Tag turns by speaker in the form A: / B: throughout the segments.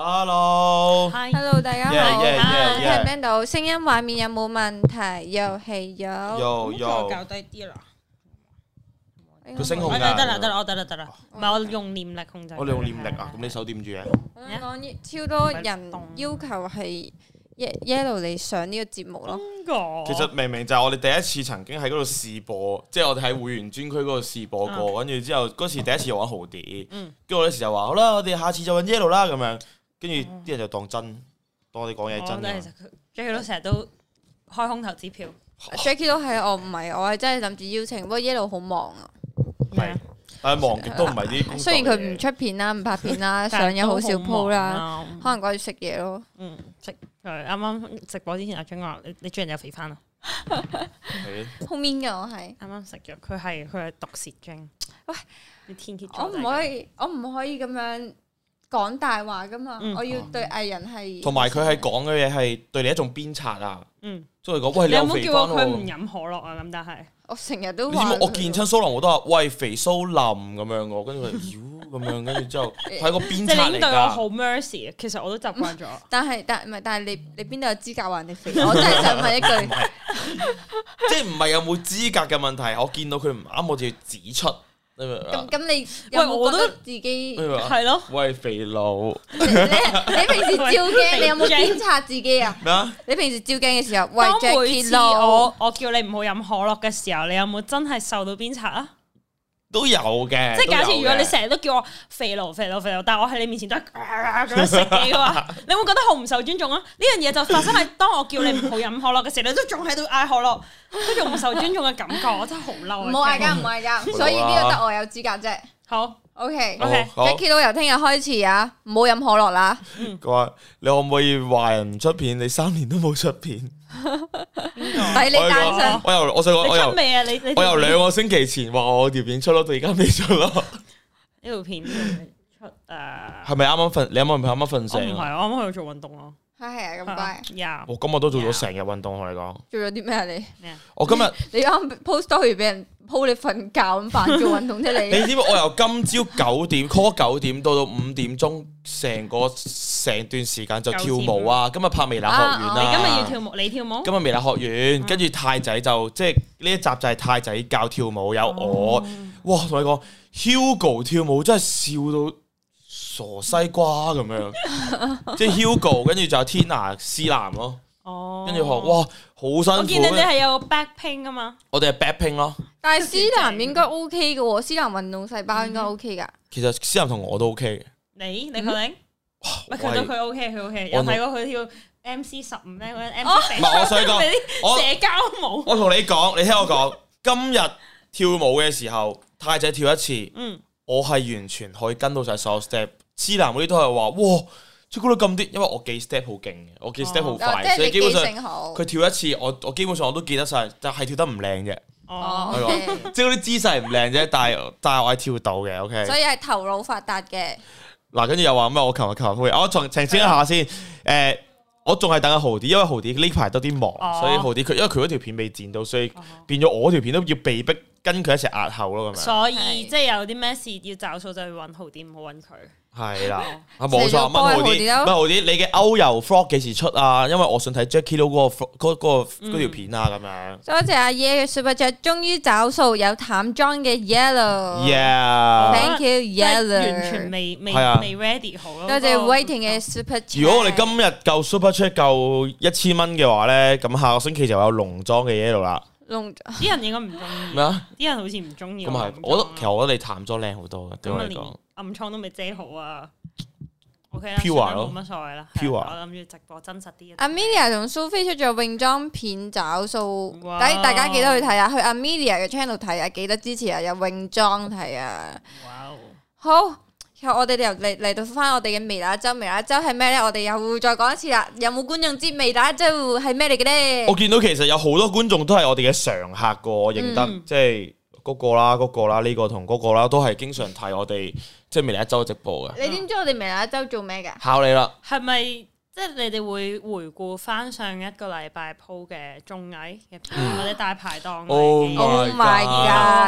A: Hello，
B: Hello，大家好，
A: Yeah, yeah, yeah,
B: 聽
A: yeah.
B: 唔聽到？聲音畫面有冇問題？又係有，
A: 又
C: 我
A: 又
C: 較低啲啦。
A: 佢聲控
C: 我
A: 㗎
C: 得得啦，得啦，我得啦，得啦。唔係我用念力控制。
A: 我哋用念力啊，咁你手點住嘅？
B: 我想講超多人要求係 Ye- Yellow 嚟上呢個節目咯。
C: 邊個？
A: 其實明明就係我哋第一次曾經喺嗰度試播，即係我哋喺會員專區嗰度試播過，跟住之後嗰時第一次又玩豪啲，
C: 嗯
A: 跟住我嗰時就話好啦，我哋下次就揾 yellow 啦咁樣，跟住啲人就當真，當我哋講嘢係
C: 我
A: 真
C: 覺得其
A: 嘅，
C: 實佢 J 都成日都開空頭支票。
B: Jackie 都係我唔係，我係真係諗住邀請，不過 Yellow 好忙啊。
A: 係但係忙極都唔係啲工作
B: 雖然佢唔
A: 嘢
B: 出片啦，唔拍片啦， 上有好少鋪啦，
C: 但係都好忙啊。
B: 可能掛住食嘢咯。
C: 嗯，食佢啱啱直播之前阿 J 話：你你最近有肥翻啊？
A: 係
B: 好 mean 㗎我係，
C: 啱啱食咗，佢係佢係毒舌 J。
B: 喂，
C: 你天蝎座
B: 我唔可以，我唔可以咁樣講大話㗎嘛
C: 嗯。
B: 我要對藝人係
A: 同埋佢係講嘅嘢係對你一種鞭策啊，
C: 嗯，
A: 即係佢講喂
C: 你
A: 你
C: 有
A: 有
C: 冇
A: 肥
C: 叫
A: 翻
C: 過佢唔
A: 喎。
C: 飲可樂啊？咁但係
B: 我成日都
A: 你知唔
B: 話
A: 知我
B: 佢
A: 見親蘇林我都話喂肥蘇林咁樣嘅，跟住佢 妖咁樣，跟住之後係個
C: 即
A: 鞭策
C: 係你
A: 嚟
C: 已經對我
A: 㗎
C: 好。mercy，其實我都習慣咗。
B: 但係但唔係，但係你你邊度有資格話人 哋肥？我真係想問一句，
A: 即係唔係有冇資格嘅問題，我見到佢唔啱，我就要指出。你明唔明啊
B: 咁咁你有
C: 喂我
B: 冇覺
C: 都
B: 得自己？
A: 你明唔明啊？
C: 係咯，
A: 喂，肥佬
B: 你你平時照鏡，
C: 喂
B: 你有
C: 肥
B: 冇
C: Jack
B: 鞭策自 己啊？
A: 咩啊？
B: 你平時照鏡嘅時候，喂
C: 當每
B: Jackie
C: 次
B: 咯
C: 我，我叫你唔好飲可樂嘅時候，你有冇真係受到鞭策啊？
A: 都有嘅。
C: 即係假設如果你
A: 成
C: 成日都叫我肥佬肥佬肥佬，但係我喺你面前都係啊咁樣食嘢嘅話， 你會覺得好唔受尊重啊？呢樣嘢就發生喺當我叫你唔好飲可樂嘅時候，你都仲喺度呃嗌可樂，嗰種唔受尊重嘅感覺，我真係好嬲啊！
B: 唔好嗌交，唔好嗌交。所以呢個得我有資格啫。
C: 好，
B: OK。
C: OK，
A: 好
B: Jackie 都由聽日開始啊，唔好飲可樂啦。
A: 佢話你可唔可以話人唔出片？你三年都冇出片。
B: 抵你
A: 我
B: 單身
A: 又，我又我想講，我
C: 你出
A: 又
C: 未啊？你你
A: 我由兩個星期前話我條片出咯，到而家未出咯。
C: 呢條片呢條片出啊？
A: 係咪啱啱瞓？你啱啱啱啱
C: 我
A: 瞓
C: 唔
A: 醒
C: 係，
A: 啊？哦
C: 我啱啱去做運動咯。
B: 係係啊，咁乖。
C: 呀，
A: 我今日都做咗成日運動，同你講。
B: 做咗啲咩啊？你
C: 咩啊？
A: 哦我今 日
B: 你啱 post story 俾人 po 你瞓覺咁扮做運動啫，
A: 你
B: 你
A: 知唔知我由今朝九點 call 九點到到五點鐘，成個成段時間就跳舞啊！今日拍微辣學院
C: 哦
B: 啊
C: 你今日要
A: 啦，
C: 跳舞，你跳舞？嗯
A: 今日微辣學院，跟住太仔就即係呢一集就係太仔教跳舞，有
C: 哦
A: 我，哇！同你講，Hugo 跳舞真係笑到傻西瓜咁樣， 即係 Hugo，跟住就有 Tina 思南咯，
C: 哦，
A: 跟住學哇好
C: 我
A: 辛
C: 見到
A: 苦啊
C: 你，係有 back pain 啊嘛，
A: 我哋係 backping 咯，
B: 但係思南應該 OK 嘅喎，思南運動細胞應該 OK 㗎。
A: 其實思南同我都 OK 嘅。
C: 你你確定？唔係
A: 我
C: 佢
A: 係
C: 到佢 OK，佢 OK，
A: 我
C: 有睇過佢跳 MC 十五咧嗰陣 MC
A: 唔係我想 講我
C: 啲社交舞，
A: 我同你講，你聽我講，今日跳舞嘅時候，太仔跳一次，
C: 嗯，
A: 我係完全可以跟到晒所有 step。痴男嗰啲都係話，哇，朱古力咁啲，因為我記 step 好勁嘅，我記 step 好
B: 哦
A: 快，
B: 即係
A: 所以
B: 你
A: 基本
B: 記
A: 上
B: 性好。
A: 佢跳一次，我我基本上我都記得晒，但係跳得唔靚啫，
B: 哦
C: 哦，
B: ，OK。
A: 即係嗰啲姿勢唔靚啫，但係但係我係跳到嘅，OK。
B: 所以係頭腦發達嘅。
A: 嗱，跟住又話咩？我琴日琴日去，我重澄清一下先。誒、我仲係等緊豪啲，因為豪啲呢排多啲忙，
C: 哦
A: 所以豪啲佢因為佢嗰條片未剪到，所以
C: 哦
A: 變咗我條片都要被逼跟佢一齊壓後咯，咁樣。
C: 所以
B: 係
C: 即係有啲咩事要找數就去揾好啲，唔好揾佢。
A: 係啦啊
C: 哦，
A: 冇錯，
B: 成日
A: 問
B: 幫
A: 豪
B: 豪
A: 啲，
B: 啲
A: 問
B: 咯
A: 豪啲，你嘅歐遊 vlog 幾時出啊？因為我想睇 Jackie Lou 嗰個 vlog- 嗰嗰個嗰條片啊，咁樣。
B: 多謝阿耶嘅 super chat，終於找數有淡妝嘅 yellow。
A: Yeah！
B: 哦 Thank you
C: 即係
B: yellow。
C: 完全未未
A: 係啊
C: 未 ready 好咯。
B: 多謝
C: 嗰個
B: waiting 嘅 super chat。
A: 如果我哋今日夠 Super Chat 夠一千蚊嘅話咧，咁下個星期就有濃妝嘅嘢喺度啦。
B: 龍
C: 啲人應該唔中意，
A: 咩啊？
C: 啲人好似唔中意
A: 咁
C: 我暗瘡啊。
A: 係，我覺得其實我覺得你淡妝靚好多嘅，對
C: 咁
A: 我
C: 啊，
A: 嚟
C: 連
A: 講。
C: 暗瘡都未遮好啊。OK 啦，
A: Pure
C: 算啦
A: 咯
C: 冇乜所謂啦。
A: Pure
C: 係啊我諗住直播真實啲啊。
B: Amelia 同 Sophie 出咗泳裝片找數，
C: 哇
B: 大大家記得去睇下，去 Amelia 嘅 channel 睇啊，記得支持啊，有泳裝睇啊。
C: 哇哦！
B: 好，然後我哋由嚟嚟到翻我哋嘅微辣周，微辣周係咩呢？我哋又再講一次啦。有冇觀眾知微辣周係咩嚟嘅
A: 我
B: 呢？
A: 見到其實有好多觀眾都係我哋嘅常客個，我認得、
C: 嗯
A: 即係嗰個啦、嗰、個啦、呢、個同嗰個啦，都係經常睇我哋即係未嚟一周直播嘅。
B: 你知唔知我哋微辣周做咩㗎？
A: 考你啦，
C: 係咪即係你哋會回顧翻上一個禮拜鋪嘅綜藝嘅片或者大排檔嘅
A: Oh
C: 戲
A: my
B: Oh my
A: god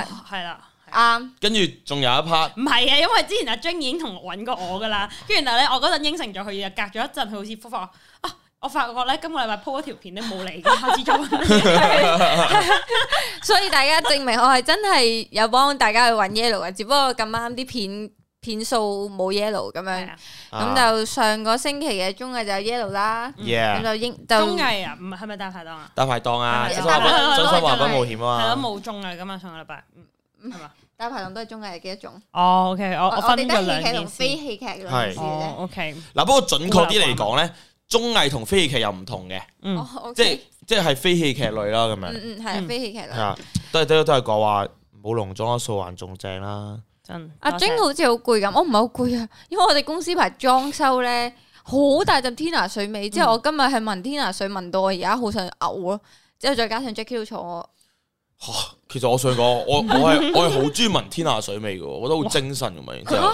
B: god！
C: 哦係啦，係
B: 啱，
A: 跟住仲有一 part
C: 唔係啊，因為之前阿 Jing 已經同我揾過我噶啦，跟住然後咧，我嗰陣應承咗佢，隔咗一陣，佢好似覆返我啊，我發覺咧今個禮拜 po 咗條片都冇嚟，下次再揾你。
B: 所以大家證明我係真係有幫大家去揾 yellow 嘅，只不過咁啱啲片片數冇 yellow 咁
C: 係
B: 樣
C: 啊，
B: 咁
A: 啊
B: 就上個星期嘅綜藝就有 yellow 啦，咁
A: yeah
B: 就英就
C: 綜藝啊，唔係係咪大排檔啊？
A: 大排檔啊，
C: 係
A: 真
C: 啊
A: 心話
C: 大排檔
A: 真心話不
B: 真係
A: 冒險
C: 係
A: 啊
C: 咯，
A: 嘛，
C: 冇綜藝噶嘛，上個禮拜，嗯，係嘛？
B: 大排檔都係綜藝嘅一種，
C: 哦，OK，我
B: 啊我
C: 分
B: 哋
C: 咗
B: 得戲
C: 兩
B: 劇
C: 件
B: 同非
C: 事。
B: 戲劇兩件事
C: 哦
B: 嘅
C: ，OK，
A: 嗱不過準確啲嚟講咧，綜藝同非戲劇又唔同嘅，
C: 嗯
B: 啫，哦
A: 即
B: OK
A: 係即係非戲劇類啦咁樣。
B: 嗯嗯係
C: 嗯
B: 非戲劇類
A: 系。啊，都系都都系講話冇濃妝啊素顏仲正啦。
C: 真。
B: 阿
C: 多謝
B: Jing 好似好攰咁，我唔係好攰啊， 因為我哋公司排裝修咧，好大陣天拿水味，之後我今日係聞天拿水聞到我而家好想嘔咯，之後再加上 Jackie 都坐我，
A: 其實我想講， 我我係我係好中意聞天下水味嘅，我覺得好精神咁樣。然之後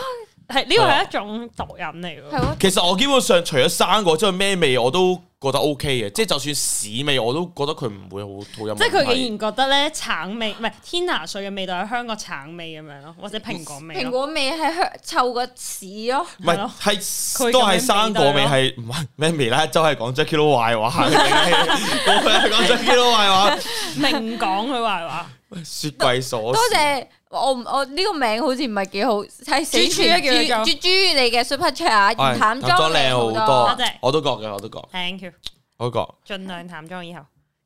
C: 係呢個係一種毒癮嚟
B: 係
C: 㗎。
B: 咯，
A: 其實我基本上除咗生果之外，咩味我都覺得 O K 嘅，即係就算屎味我都覺得佢唔會好好飲。
C: 即係佢竟然覺得咧橙味，唔係天拿水嘅味道係香港橙味咁樣咯，或者蘋果味
B: 蘋
C: 咯。
B: 果味係香臭過屎咯，
A: 唔
C: 係咯
A: 係係
C: 佢
A: 都係
C: 咁樣
A: 生果味
C: 味道咯
A: 係唔係咩味啦？周係講 Jackie 都壞 話， 我係講 Jackie 都壞話，
C: 明講佢壞話，
A: 雪櫃鎖
B: 多謝我唔我呢個名好似唔係幾好，係死
C: 豬豬啊叫佢
B: 豬
C: 做
B: 豬豬嚟嘅 Super Chat 啊
A: 係
B: 淡
A: 哎淡
B: 妝
A: 靚
B: 靚好
A: 好
B: 多
C: 多。謝
A: 我都覺嘅，我都覺，
C: thank you，
A: 我都覺。
C: 盡量淡妝以後。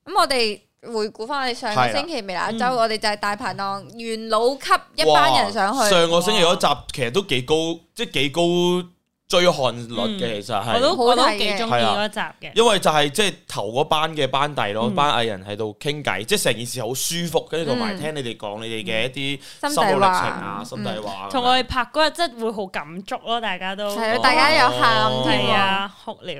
B: 咁我哋回顧翻我哋上個
A: 係啦
B: 星期微辣周，
C: 嗯
B: 我哋就係大排檔元老級一班人上
A: 哇
B: 去。
A: 上個星期嗰集其實都幾高，即係幾高追看率嘅，其實
C: 啊我都
A: 係。
C: 我都
B: 好睇嘅
C: 幾中意嗰一集嘅。
A: 因為就係即係頭嗰班嘅班底咯，
C: 嗯
A: 班藝人喺度傾偈，即係成件事好舒服，跟住同埋
B: 嗯
A: 聽你哋講你哋嘅一啲
B: 心
A: 心
B: 底嗯
A: 路歷程
B: 話
A: 啊、心底話咁樣。
C: 同我哋拍嗰日真係會好感觸咯，大家都
B: 係咯，啊大家有喊添
C: 係
B: 喎。
A: 哦
C: 啊，哭了。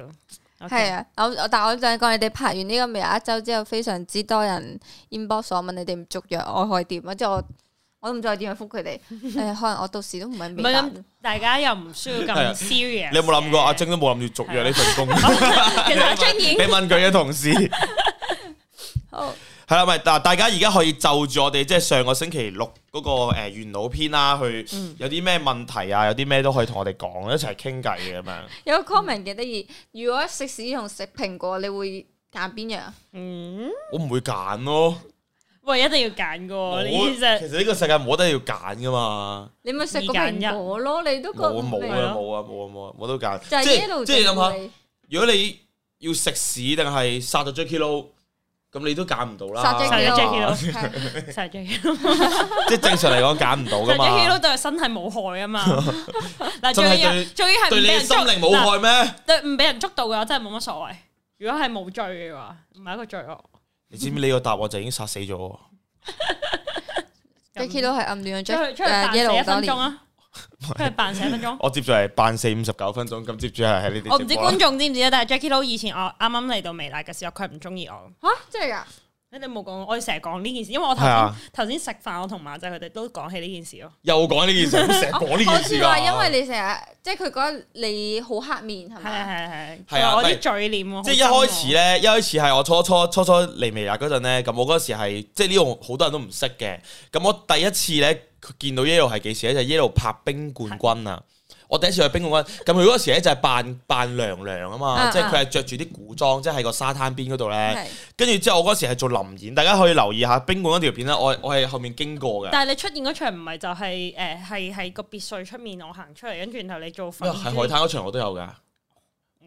B: 係啊，我我但我想講，你哋拍完呢個微辣一周之後，非常之多人 inbox 我問你哋唔續約，我可以點啊？即係我我都唔知我點樣覆佢哋。 誒，可能我到時都唔係
C: 唔
B: 微
C: 係
B: 辣。
C: 咁，大家又唔需要
A: 係啊
C: 咁 serious。
A: 你有冇諗過阿？晶都冇諗住續 約呢份工？
C: 其實阿晶已經
A: 你問佢嘅同事 係
B: 好
A: 啦，咪嗱，大家而家可以就住我哋即係上個星期六嗰個誒元老篇啦，去
C: 嗯
A: 有啲咩問題啊，有啲咩都可以同我哋講，一齊傾偈嘅咁樣。
B: 有個 comment 幾得意，如果食屎同食蘋果，你會揀邊樣？啊
C: 嗯，
A: 我唔會揀咯。
C: 喂，一定要揀
B: 哦
C: 噶，你
A: 冇
C: 其實
A: 其實呢個世界冇得要揀噶嘛，
B: 你咪食
C: 二
B: 個
C: 揀一
B: 蘋果咯，你都覺
A: 冇啊冇
B: 明
A: 啊冇啊冇啊冇啊冇得揀。
B: 就係
A: 即
B: yellow
A: 係即係你諗
B: 就
A: 下，
B: 會
A: 如果你要食屎定係殺咗 Jackie Lou，咁你都揀唔到啦。
B: 殺咗
C: 殺咗 Jackie Lou
B: 係
C: 實 Jackie
A: 即係正常嚟講揀唔到噶
C: Jackie
A: 嘛
C: Lou。對身體冇害 啊嘛。
A: 真係
C: 嗱，最
A: 對
C: 要最要係唔
A: 對你
C: 俾
A: 嘅
C: 人
A: 心
C: 捉，
A: 靈冇
C: 嗱
A: 害咩？
C: 對唔俾人捉到嘅，我真係冇乜所謂。如果係冇罪嘅話，唔係一個罪惡。
A: 你知唔知呢個答案就已經殺死咗我？
B: Jackie 都係暗戀
C: 出去
B: Jack
C: 出去扮
B: 誒
C: 死一
B: yellow 多
C: 分鐘
B: 年。
C: 啊！出去扮死一分鐘。啊
A: 我接住係扮四五十九分鐘，咁接住係喺你
C: 我
A: 哋
C: 唔
A: 直
C: 知
A: 播啦
C: 觀。眾知唔知啊，但係 Jackie Lou 以前我啱啱嚟到微辣嘅時候，佢係唔中意我。
B: 嚇，真係㗎？
C: 你哋冇講，我哋成日講呢件事，因為我頭
A: 係啊
C: 先頭先食飯，我同馬仔佢哋都講起呢件事咯。
A: 又講呢件事，成日講呢
B: 好
A: 件事
B: 似
A: 㗎。
B: 話因為你成日即係佢覺得你好黑面係
C: 係
B: 咪？
C: 係係
A: 係啊
C: 係，我
A: 咪
C: 啲嘴臉喎。
A: 即係一
C: 好
A: 開
C: 憎
A: 始啊
C: 我
A: 咧，一開始係我初初初初嚟微辣嗰陣咧，咁我嗰時係即係呢度好多人都唔識嘅。咁我第一次咧見到 Yellow 係幾時咧？就 Yellow 拍冰冠軍啊！我第一次去冰冠軍，咁佢嗰時咧就係扮扮娘娘啊
B: 啊
A: 嘛，
B: 啊
A: 即係佢係着住啲古裝，即係喺個沙灘邊嗰度咧。
B: 係
A: 跟住之後我嗰時係做臨演，大家可以留意下冰冠嗰條片咧，我我係後面經過嘅。
C: 但係你出現嗰場唔係就係誒係係個別墅出面，我行出嚟，跟住然後你做粉
A: 喺
C: 豬。
A: 啊海灘嗰場我都有㗎，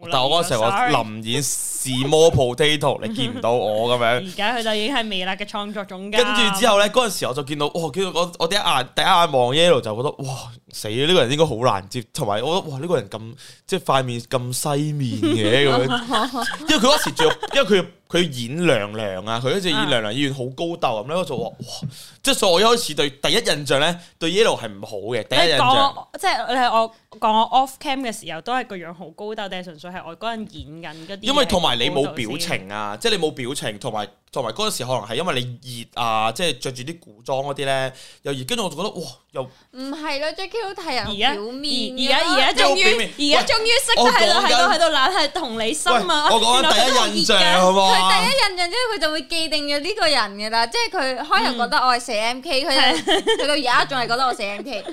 C: 冇
A: 但我嗰時
C: 留意
A: 我
C: 啊，sorry
A: 臨演是魔 potato，你見唔到我咁樣。
C: 而家佢就已經係微辣嘅創作總監。
A: 跟住之後咧，嗰陣時我就見到，哇！見到我我第一眼第一眼望 Yellow 就覺得，哇！死啦！呢、個人應該好難接，同埋我覺得，哇！呢、個人咁即係塊面咁西面嘅 咁樣，因為佢嗰時仲要，因為佢佢演娘娘啊，佢嗰時演娘娘演員好高竇咁咧，我就話，哇！即係所以我一開始對第一印象咧，對 Yellow 係唔好嘅，第
C: 你
A: 一印象
C: 講我即係你係我講我 off cam 嘅時候，都係個樣好高竇，定係純粹係我嗰陣演緊嗰啲嘢係高竇先？
A: 因為同埋你冇表情啊，即係你冇表情，同埋同埋嗰陣時可能係因為你熱啊，即係着住啲古裝嗰啲咧，又熱，跟住我就覺得，哇！又
B: 唔係咯？Jackie 都睇人
C: 而家
B: 表面啊㗎
C: 而而家而家
A: 有
C: 終
A: 表面
C: 於而家終於識得
A: 我
C: 喺度
A: 講緊
C: 喺度喺度懶係同理心
A: 喂
C: 啊！
A: 我講緊第一印象好唔好啊
C: 哦
B: 佢佢第一
A: 啦。
B: 印象之後，佢就會既定咗呢個人噶啦，即係佢開頭覺得我係寫 M
C: 嗯
B: K，佢佢到而家仲係覺得我寫 M K。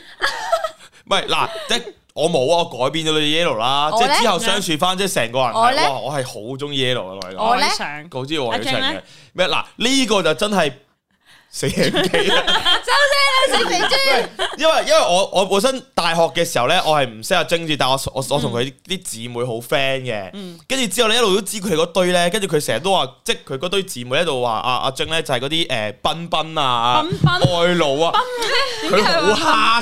A: 唔係嗱，即係我冇啊，我改變咗你 yellow 啦，
B: 我
A: 即
B: 呢
A: 係之後相處翻，即係成個人係
B: 我呢
A: 哇，我係好中意 yellow 啊，
B: 我呢
C: 愛上
A: 我知我係
C: 阿
A: 長
C: 鄭呢
A: 嘅咩嗱呢個就真係死人機啦，
B: 收聲啦，死肥豬！
A: 因為因為我我本身大學嘅時候咧，我係唔識阿晶住，但我我我同佢啲姊妹好 friend 嘅。
C: 嗯
A: 跟住之後咧，一路都知佢哋嗰堆咧，跟住佢成日都話，即係佢嗰堆姊妹喺度話阿阿晶咧就係嗰啲誒彬彬啊、
C: 彬彬
A: 愛露啊，佢好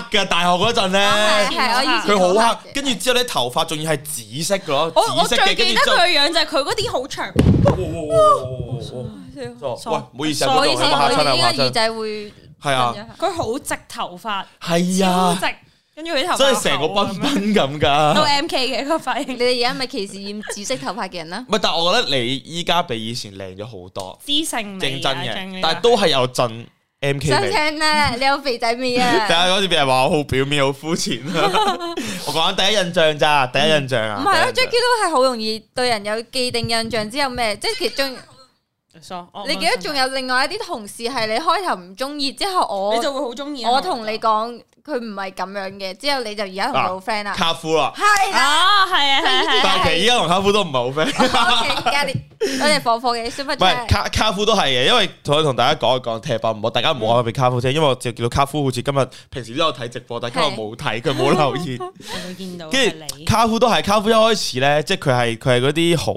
A: 黑㗎。大學嗰陣
B: 係
A: 咧，
B: 係，啊我以前
A: 佢好黑，
B: 嘅
A: 跟住之後咧頭髮仲要係紫色嘅咯，
C: 我我
A: 紫色
C: 最
A: 嘅，跟住
C: 記得
A: 之
C: 佢
A: 後
C: 嘅樣就係佢嗰啲好長，
A: 哇哇哇哇哇哇哇哇喂，唔好意思啊，
C: 我
B: 我
A: 嗰
B: 以
A: 度
B: 前
A: 我嚇親啊，
B: 佢
A: 我嚇
B: 應該耳
A: 親，
B: 仔會
A: 係啊。
C: 佢好直頭髮，
A: 系
C: 超
A: 啊，
C: 直，跟住佢啲頭髮
A: 真系成個
C: 個
A: 彬彬咁噶。
C: 都 M K 嘅個髮
B: 你
C: 型，
B: 哋而家咪歧視染紫色頭髮嘅人啊 啦？
A: 唔係，但係我覺得你依家比以前靚咗好多，
C: 知性
A: 正
C: 美
A: 真
C: 啊正
A: 嘅
C: 呢，
A: 但係都係有陣 M K
B: 收
A: 味。
B: 聲啦，啊你有肥仔味
A: 但
B: 啊！
A: 係嗰時俾人話我好表面、好膚淺啊！我講緊第一印象咋，第一印象 啊。
B: 唔係咯
A: 第一印象
B: ，Jackie 都係好容易對人有既定印象之後咩，即係其中
C: 傻哦我
B: 你記得仲有另外一啲同事係你開頭唔中意，之後我
C: 你就會好中意啊
B: 我同你講佢唔係咁樣嘅，之後你就而家同佢好 friend 啦。
A: 啊卡夫啦，
B: 係啦
C: 啊，係啊係啊係啊，
A: 但係其實依家同卡夫都唔係好 friend。
B: ，OK，加啲我哋火火嘅 super
A: 唔係
B: chat，
A: 卡卡夫都係嘅，因為同同大家講一講踢爆唔好，大家唔好話俾卡夫聽，因為我就見到卡夫好似今日平時都有睇直播，但係今日冇睇，佢冇留言。
C: 我會見到係
A: 跟
C: 你
A: 住。卡夫都係卡夫一開始咧，即係佢係佢係嗰啲好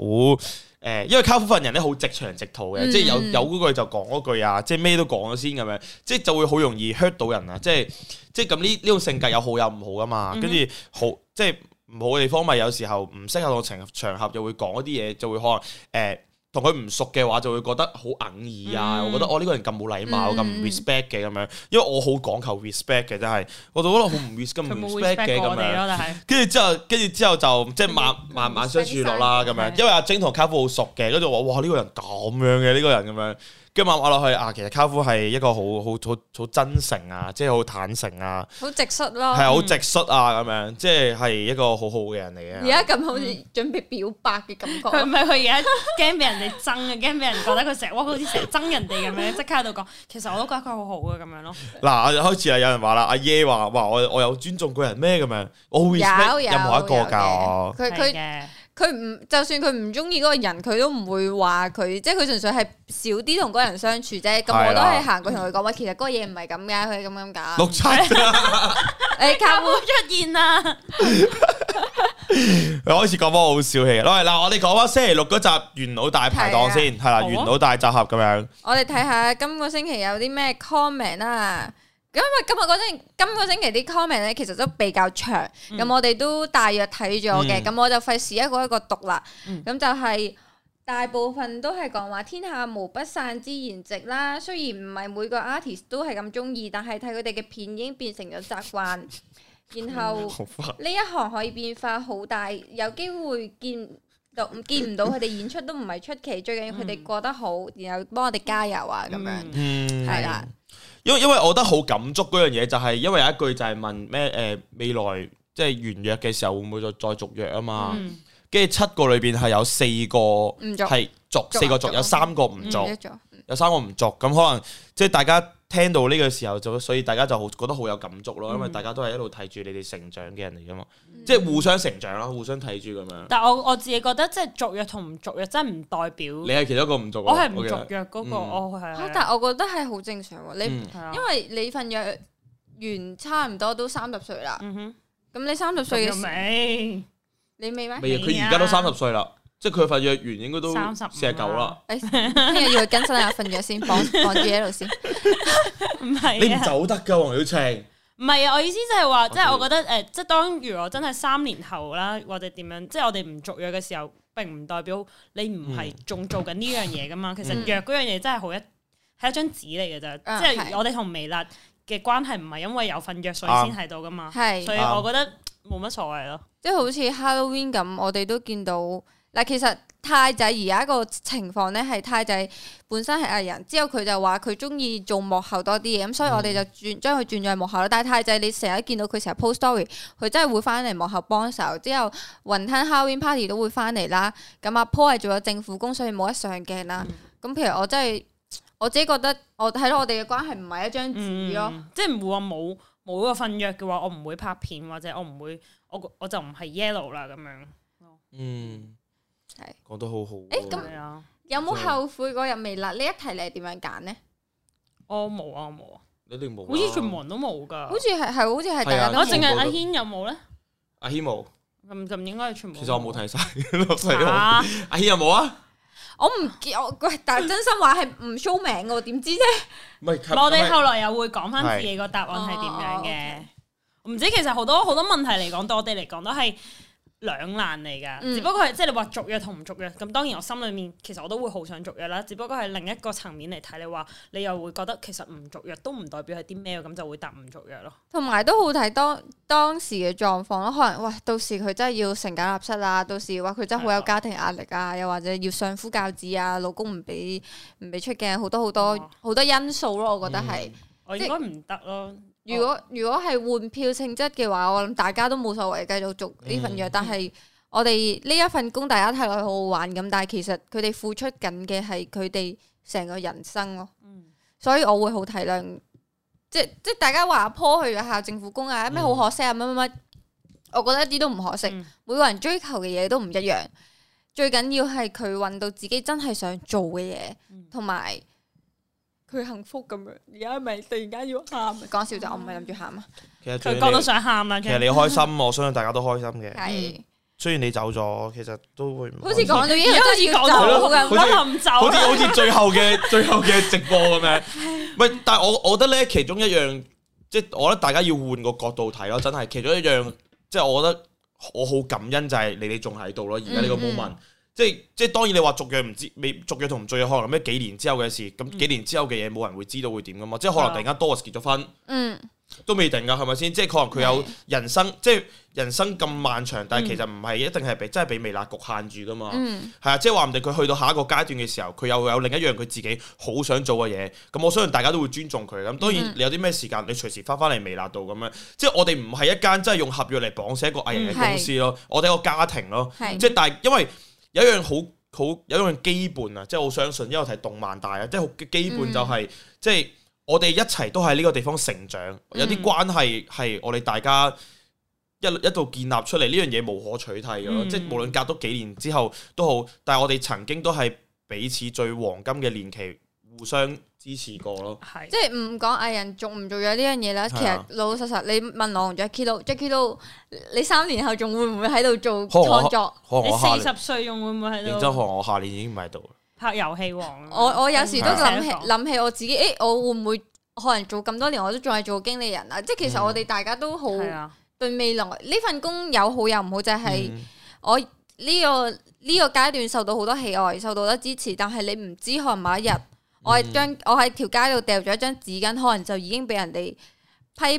A: 誒，因為卡夫份人咧好直腸直肚嘅，
B: 嗯
A: 即係有有嗰句就講嗰句啊，即係咩都講咗先咁樣，即係就會好容易 hurt 到人啊！即係即係咁呢呢種性格有好有唔好噶嘛，跟住
C: 嗯
A: 好即係唔好嘅地方咪有時候唔適合個情場合就會講一啲嘢，就會可能誒。同佢唔熟嘅話，就會覺得好哽耳啊！
C: 嗯
A: 我覺得我呢個人咁冇禮貌、
B: 嗯
A: 咁唔 respect 嘅咁樣，因為我好講求 respect 嘅真係，我就覺得好唔 respect 咁
C: 佢
A: 唔
C: 冇
A: respect 嘅
C: respect
A: 咁
C: 過我哋啊
A: 樣。
C: 咯，但係
A: 跟住之後，跟住之後就即係慢
B: 佢冇
A: 慢慢相處落啦，咁樣。
C: 係
A: 因為阿晶同卡夫好熟嘅，跟住我話：哇，呢個人咁樣嘅，呢個人咁樣。跟住慢慢落去啊，其實卡夫係一個好好好好真誠啊，即係好坦誠啊，
B: 好直率
A: 係
B: 咯。
A: 好直率啊，咁樣，即係係一個好好嘅人嚟
B: 而
A: 嘅。
B: 家咁好似準備表白嘅感
C: 嗯佢唔
B: 覺，
C: 係佢而家驚俾人哋憎啊，驚俾人覺得佢成日哇好似成日憎人哋咁樣，即刻喺度講。其實我都覺得佢好好嘅咁樣咯。
A: 嗱，開始啊，有人話啦，阿耶話：哇，我我有尊重過人咩咁樣？我會 respect
B: 有有
A: 任何一個
B: 有
A: 㗎。我
B: 嘅佢
C: 係
B: 佢
C: 嘅，
B: 佢唔就算佢唔中意嗰個人，佢都唔會話佢，即係佢純粹係少啲同嗰個人相處啫。咁我
A: 係
B: 都
A: 啦
B: 係行過同佢講，喂，其實嗰個嘢唔係咁㗎，佢係咁咁㗎。
A: 六七啦，
B: 誒
C: 有
B: 卡夫
C: 冇出現啊？
A: 開始講翻好小氣嘅。喂，嗱，我哋講翻星期六嗰集《元老大排檔》
B: 係啊
A: 先，係啦，
C: 好
A: 《
C: 啊
A: 元老大集合》咁樣。
B: 我哋睇下今個星期有啲咩 comment 啦。咁因為今日嗰陣，今個星期啲 comment 咧，其實都比較長，咁、
C: 嗯
B: 我哋都大約睇咗嘅，咁、我就費事一個一個讀啦。咁、
C: 嗯
B: 就係大部分都係講話天下無不散之筵席啦。雖然唔係每個 artist 都係咁中意，但係睇佢哋嘅片已經變成咗習慣。然後
A: 好煩
B: 呢一行可以變化好大，有機會見到見唔到佢哋演出都唔係出奇，最緊要佢哋過得好，嗯然後幫我哋加油啊咁樣，
C: 嗯
A: 嗯，
B: 係啦。
A: 因為因為我覺得好感觸嗰樣嘢就係因為有一句就係問咩誒、呃未來即係完約嘅時候會唔會再再續約啊嘛？
C: 嗯
A: 跟住、七個裏邊係有四個
B: 唔做
A: 係續，
B: 續
A: 四個
B: 續嗯
A: 續，有三個唔
B: 唔
A: 續，
B: 一做，
A: 有三個唔續。咁可能即係大家聽到呢個時候就所以大家就好覺得好有感觸咯，因為
C: 嗯
A: 大家都係一路睇住你哋成長嘅人嚟噶嘛，即係互相成長啦，互相睇住咁樣。
C: 但我我自己覺得，即係續約同唔續約，真係唔代表
A: 你係其中一個唔續啊，
C: 我係唔
A: 記得
C: 續約嗰
A: 嗯
C: 個，我係啊
B: 嚇啊但係我覺得係好正常喎，你
A: 嗯
C: 係啊
B: 因為你份約完差唔多都三十歲啦，
C: 嗯哼，
B: 咁你三十歲
C: 續約
B: 嘅時
C: 未？
B: 你未咩？
A: 未啊？
C: 你
A: 佢
C: 啊
A: 而家都三十歲啦，即係佢份約完應該都
C: 35
A: 四十九啦。
B: 誒，哎聽日要去更新下份約先，綁綁住喺度 先。
C: 唔係
A: 你
C: 啊
A: 唔走得噶，黃曉晴。
C: 唔係啊！我意思就係話，即係
A: 我
C: 我
A: 知
C: 覺得誒、呃即係當如果真係三年後啦，或者點樣，即係我哋唔續約嘅時候，並唔代表你唔係仲做緊呢樣嘢噶嘛。其實
B: 嗯
C: 約嗰樣嘢真係好一係一張紙嚟嘅咋，
B: 啊
C: 即
B: 係
C: 係我哋同微辣嘅關係唔係因為有份約所以先喺度噶嘛。
B: 係
C: 所以我覺得冇乜所謂咯。
B: 即係好似 Halloween 咁，我哋都見到嗱，其實太仔而家個情況咧，係太仔本身係藝人，之後佢就話佢中意做幕後多啲嘢，咁所以我哋就轉將佢轉咗去幕後啦。但係太仔你成日見到佢成日 post story，佢真係會翻嚟幕後幫手。之後雲吞 Halloween party 都會翻嚟啦。咁阿 Po 係做咗政府工，所以冇得上鏡啦。咁其實我真係我自己覺得，我睇到我哋嘅關係唔係一張紙咯。
C: 嗯，即係唔會話冇冇嗰個份約嘅話，我唔會拍片或者我唔會，我我就唔係 yellow 啦咁樣。
A: 嗯，
B: 係
A: 講得好好喎。
B: 誒咁
C: 係啊，
B: 有冇後悔嗰日微辣呢一題你係點樣揀呢？
C: 我冇啊，我冇啊，
A: 你一定冇啦，
C: 好似全部人都冇噶
B: 好。似係係好似係大
A: 係
B: 家都
A: 啊
C: 我
A: 我
C: 淨
A: 淨
B: 冇
A: 係
C: 啊係阿軒有冇咧？
A: 阿希冇，
C: 咁咁應該係全部。
A: 其實我冇睇晒， 老實講
C: 啊。
A: 阿希有冇啊？
B: 我唔見我喂，但係真心話係唔 show 名嘅喎，點知啫？
A: 唔係，
C: 我哋
A: 唔係
C: 後來又會講翻自己個答案係點樣嘅。唔知其實好多好多問題嚟講，對我哋嚟講都係兩難嚟噶。
B: 嗯
C: 只不過係即係你話續約同唔續約，咁當然我心裏面其實我都會好想續約啦。只不過係另一個層面嚟睇，你話你又會覺得其實唔續約都唔代表係啲咩，咁就會答唔續約咯。
B: 同埋都好睇當當時嘅狀況咯，可能喂到時佢真係要成家立室啊，到時話佢真係好有家庭壓力啊，又或者要相夫教子啊，老公唔俾唔俾出鏡，好多好多
C: 哦
B: 好多因素咯，我覺得
A: 嗯
B: 係。
C: 我應該唔得咯。
B: 如果如果係換票性質嘅話，我諗大家都冇所謂，繼續續呢份約。但係我哋呢一份工，大家睇落去好好玩咁，但係其實佢哋付出緊嘅係佢哋成個人生咯。
C: 嗯
B: 所以我會好體諒，即即大家話阿 Po 去咗校政府工啊，咩好可惜啊，乜乜乜，我覺得一啲都唔可惜。
C: 嗯
B: 每個人追求嘅嘢都唔一樣，最緊要係佢揾到自己真係想做嘅嘢
C: 嗯，
B: 同埋佢幸福咁樣。而家係咪突然間要喊？啊講笑就我唔係諗住喊啊，
A: 其實
C: 佢
A: 最
C: 講到
A: 緊
C: 想喊啦，
A: 其實你開心，我相信大家都開心
B: 嗯
A: 嘅。
B: 係
A: 雖然你走咗，其實都會唔
B: 好
A: 開
B: 似
A: 心
B: 講到已經
C: 而家好似
B: 真係要
C: 講
A: 係
C: 到
A: 咯
B: 走咁
A: 好似
C: 我臨走
A: 好似
C: 啦。
A: 好似最後嘅最後嘅直播咁樣。喂，但係我我覺得咧，其中一樣即係我覺得大家要換個角度睇咯，真係其中一樣即係我覺得我好感恩就係你哋仲喺度咯，而家呢個
B: 嗯嗯
A: moment。即係即係當然你話續約唔知未續約同唔續約可能咩幾年之後嘅事，咁幾年之後嘅嘢冇人會知道會點噶嘛？即係可能突然間 Doris 結咗婚
B: 嗯，
A: 都未定噶，係咪先？即係可能佢有
B: 係
A: 人生即係人生咁漫長，但係其實唔係一定係俾真係俾微辣局限住噶嘛。
B: 嗯
A: 係啊，即係話唔定佢去到下一個階段嘅時候，佢又有另一樣佢自己好想做嘅嘢。咁我相信大家都會尊重佢。咁當然
B: 嗯
A: 你有啲咩時間，你隨時翻返嚟微辣度咁樣。即係我哋唔係一間真係用合約嚟綁死一個藝人嘅公司咯，我哋一個家庭咯。
B: 係
A: 即係但係因為有一樣好好有一樣基本啊，即係我相信，因為我睇動漫大啊，即係好基本就
C: 嗯
A: 係、即係我哋一齊都喺呢個地方成長，有啲
C: 嗯
A: 關係係我哋大家。一一度建立出嚟呢樣嘢無可取替嘅咯，
C: 嗯
A: 即係無論隔多幾年之後都好，但係我哋曾經都係彼此最黃金嘅年期，互相支持過咯。
C: 係
B: 即係唔講藝人做唔做咗呢樣嘢啦。其
A: 係
B: 實
A: 啊
B: 老老實實，你問我同 Jackie Lou，Jackie Lou，你三年後仲會唔會喺度做
A: 可能我
B: 創作？
A: 可能
C: 你
A: 我下
C: 四
A: 年，
C: 十歲仲會唔會喺
A: 認真可
C: 度
A: 能我下年已經唔喺度啦。
C: 拍遊戲王啊？
B: 我我
A: 嗯
B: 有時都諗起
C: 係啊
B: 諗起我自己，誒，我會唔會可能做咁多年，我都仲係做經理人啊？即係其實
A: 嗯
B: 我哋大家都好
C: 係啊，
B: 對未來呢份工有好有唔好，就係、
A: 嗯
B: 我呢、個呢、個階段受到好多喜愛，受到好多支持，但係你唔知可能某一日，
A: 嗯
B: 我係將我喺條街度掉咗一張紙巾，可能就已經俾人哋批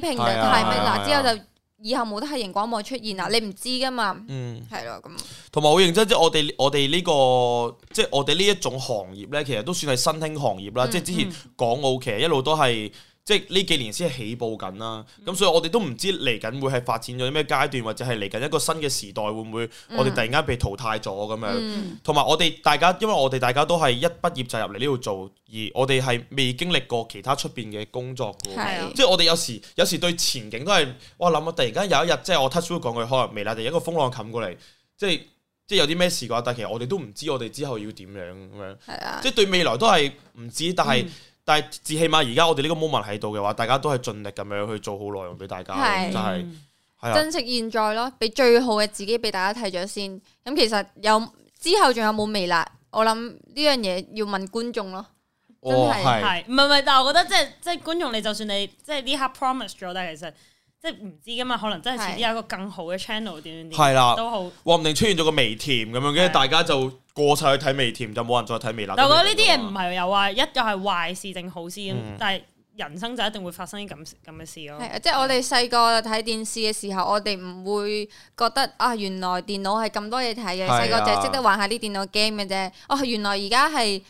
B: 評就
A: 係啊
B: 太
A: 係
B: 乜
A: 啊
B: 啦，之
A: 係啊
B: 後就以後冇得喺熒光幕出現啦，你唔知噶嘛，
A: 嗯，
B: 係咯咁，
A: 同埋好認真，即係我哋我哋呢個即係我哋呢一種行業呢，其實都算係新興行業啦。
B: 嗯
A: 即係之前
C: 嗯
A: 港澳其實一路都係。即係呢幾年先係起步緊啦，
B: 嗯
A: 咁所以我哋都唔知嚟緊會係發展咗啲咩階段，或者係嚟緊一個新嘅時代會唔會我哋突然間被淘汰咗咁樣。
B: 嗯
A: 同埋我哋大家，因為我哋大家都係一畢業就入嚟呢度做，而我哋係未經歷過其他出邊嘅工作嘅喎。
B: 嗯係
A: 即係我哋有時有時對前景都係，哇諗啊！突然間有一日，即係我 touch wood 講句，可能微辣地一個風浪冚過嚟，即係即係有啲咩事嘅話，但係其實我哋都唔知我哋之後要點樣咁樣。
B: 係啊，
A: 即係對未來都係唔知，但係、
C: 嗯
A: 但係至起碼而家我哋呢個 moment 喺度嘅話，大家都係盡力咁樣去做好內容俾大家咯，
B: 係
A: 就係
C: 嗯
A: 係啊。
B: 珍惜現在咯，俾最好嘅自己俾大家睇咗先。咁其實有之後仲有冇微辣？我諗呢樣嘢要問觀眾咯。真
A: 哦，
B: 係
A: 係
C: 係，唔係唔係，但係我覺得即係即係觀眾，你就算你即係呢刻 promise 咗，但係其實即係唔知噶嘛，可能真係遲啲有一個更好嘅 channel 點點點，
A: 係啦。
C: 都好。
A: 話唔定出現咗個微甜咁樣，跟
C: 係
A: 住大家就過晒去睇微甜，就冇人再睇微辣。
C: 但係我覺得呢啲嘢唔係又話一又係壞事定好事咁，
A: 嗯
C: 但係人生就一定會發生啲咁咁嘅事咯
B: 系。啊，即係我哋細個睇電視嘅時候，我哋唔會覺得啊，原來電腦係咁多嘢睇嘅，
A: 係啊
B: 細個就係識得玩下啲電腦 game 嘅啫。哦，原來而家係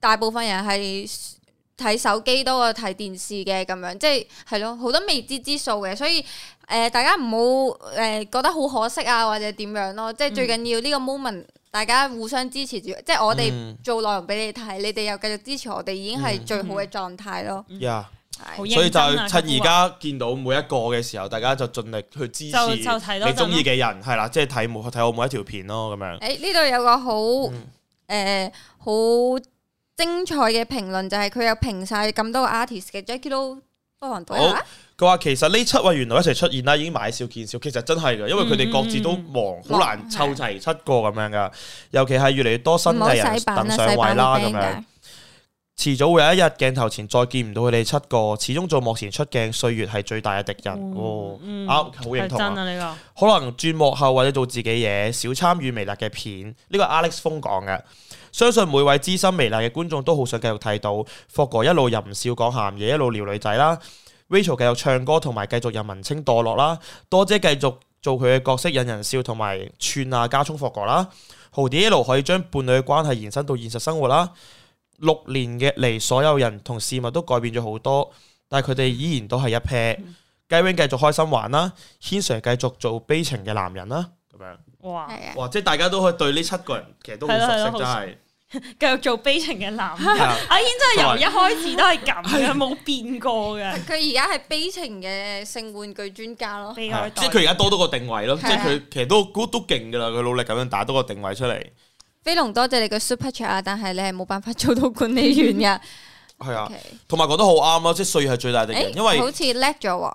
B: 大部分人係睇手機多過睇電視嘅咁樣，即係係咯，好多未知之數嘅，所以。誒、大家唔好誒覺得好可惜啊，或者點樣咯，即係最緊要呢個 moment，、大家互相支持住，即係我哋
A: 嗯
B: 做內容俾你睇，你哋又繼續支持我哋，已經係最好嘅狀態咯。
A: 呀
B: 係
C: 好
A: 所以
C: 認
A: 就
C: 真啊
A: 趁
C: 舅
A: 而
C: 父啊
A: 家見到每一個嘅時候，大家就盡力去支持
C: 就就睇多陣
A: 你中意嘅人，係啦，即係睇每睇我每一條片咯，咁樣。
B: 诶，呢度有個好
A: 嗯
B: 诶好精彩嘅評論，就係佢有評晒咁多個 artist 嘅 Jackie Lou，不妨讀一下。
A: 佢話其實呢七位元老一齊出現啦，已經買少見少。其實真係嘅，因為
C: 嗯
A: 佢哋各自都忙，好難湊齊七個咁樣
C: 嗯
A: 噶。尤其係越嚟越多新
B: 唔好
A: 嘅人
B: 洗版
A: 登
B: 啦，
A: 上
B: 洗
A: 位
B: 版
A: 啦，
B: 好
A: 咁
B: friend
A: 樣
B: 噶。
A: 遲早會有一日鏡頭前再見唔到佢哋七個。始終做幕前出鏡，歲月係最大嘅敵人。哦，
C: 嗯
A: 啱，好認
C: 係
A: 同
C: 真
A: 啊！
C: 啊呢
A: 可能轉幕後或者做自己嘢，少參與微辣嘅片，呢個 Alex 峰講嘅。相信每位資深微辣嘅觀眾都好想繼續睇到霍哥一路淫笑講鹹嘢，一路撩女仔啦。Rachel 繼續唱歌同埋繼續入文青墮落啦。多姐繼續做佢嘅角色引人笑同埋串啊加葱霍哥啦。豪迪一路可以將伴侶嘅關係延伸到現實生活啦。六年嘅嚟，所有人同事物都改變咗好多，但係佢哋依然都係一 pair。雞 wing 繼續開心玩啦。軒 Sir 繼續做悲情嘅男人啦，咁樣
C: 個哇，
B: 係啊，
A: 哇！即係大家都可以對呢七個人其實都好
C: 係
A: 熟
C: 咯係
A: 悉，
C: 咯
A: 真 係
C: 繼續做悲情嘅男人。
A: 係啊
C: 阿燕真係由一開始都係咁嘅，冇變過嘅。
B: 佢而家係悲情嘅性玩具專家咯。
C: 悲
A: 係啊
C: 哀
A: 即係佢而家多咗個定位咯，即
B: 係
A: 係
B: 啊
A: 佢其實都都都勁噶啦，佢努力咁樣打多個定位出嚟，
B: 飛龍多謝你嘅 super chat 啊，但係你係冇辦法做到管理員噶。
A: 係啊，
B: OK
A: 同埋講得好啱咯，即係歲月係最大敵
B: 誒
A: 人，因為
B: 好似叻咗喎，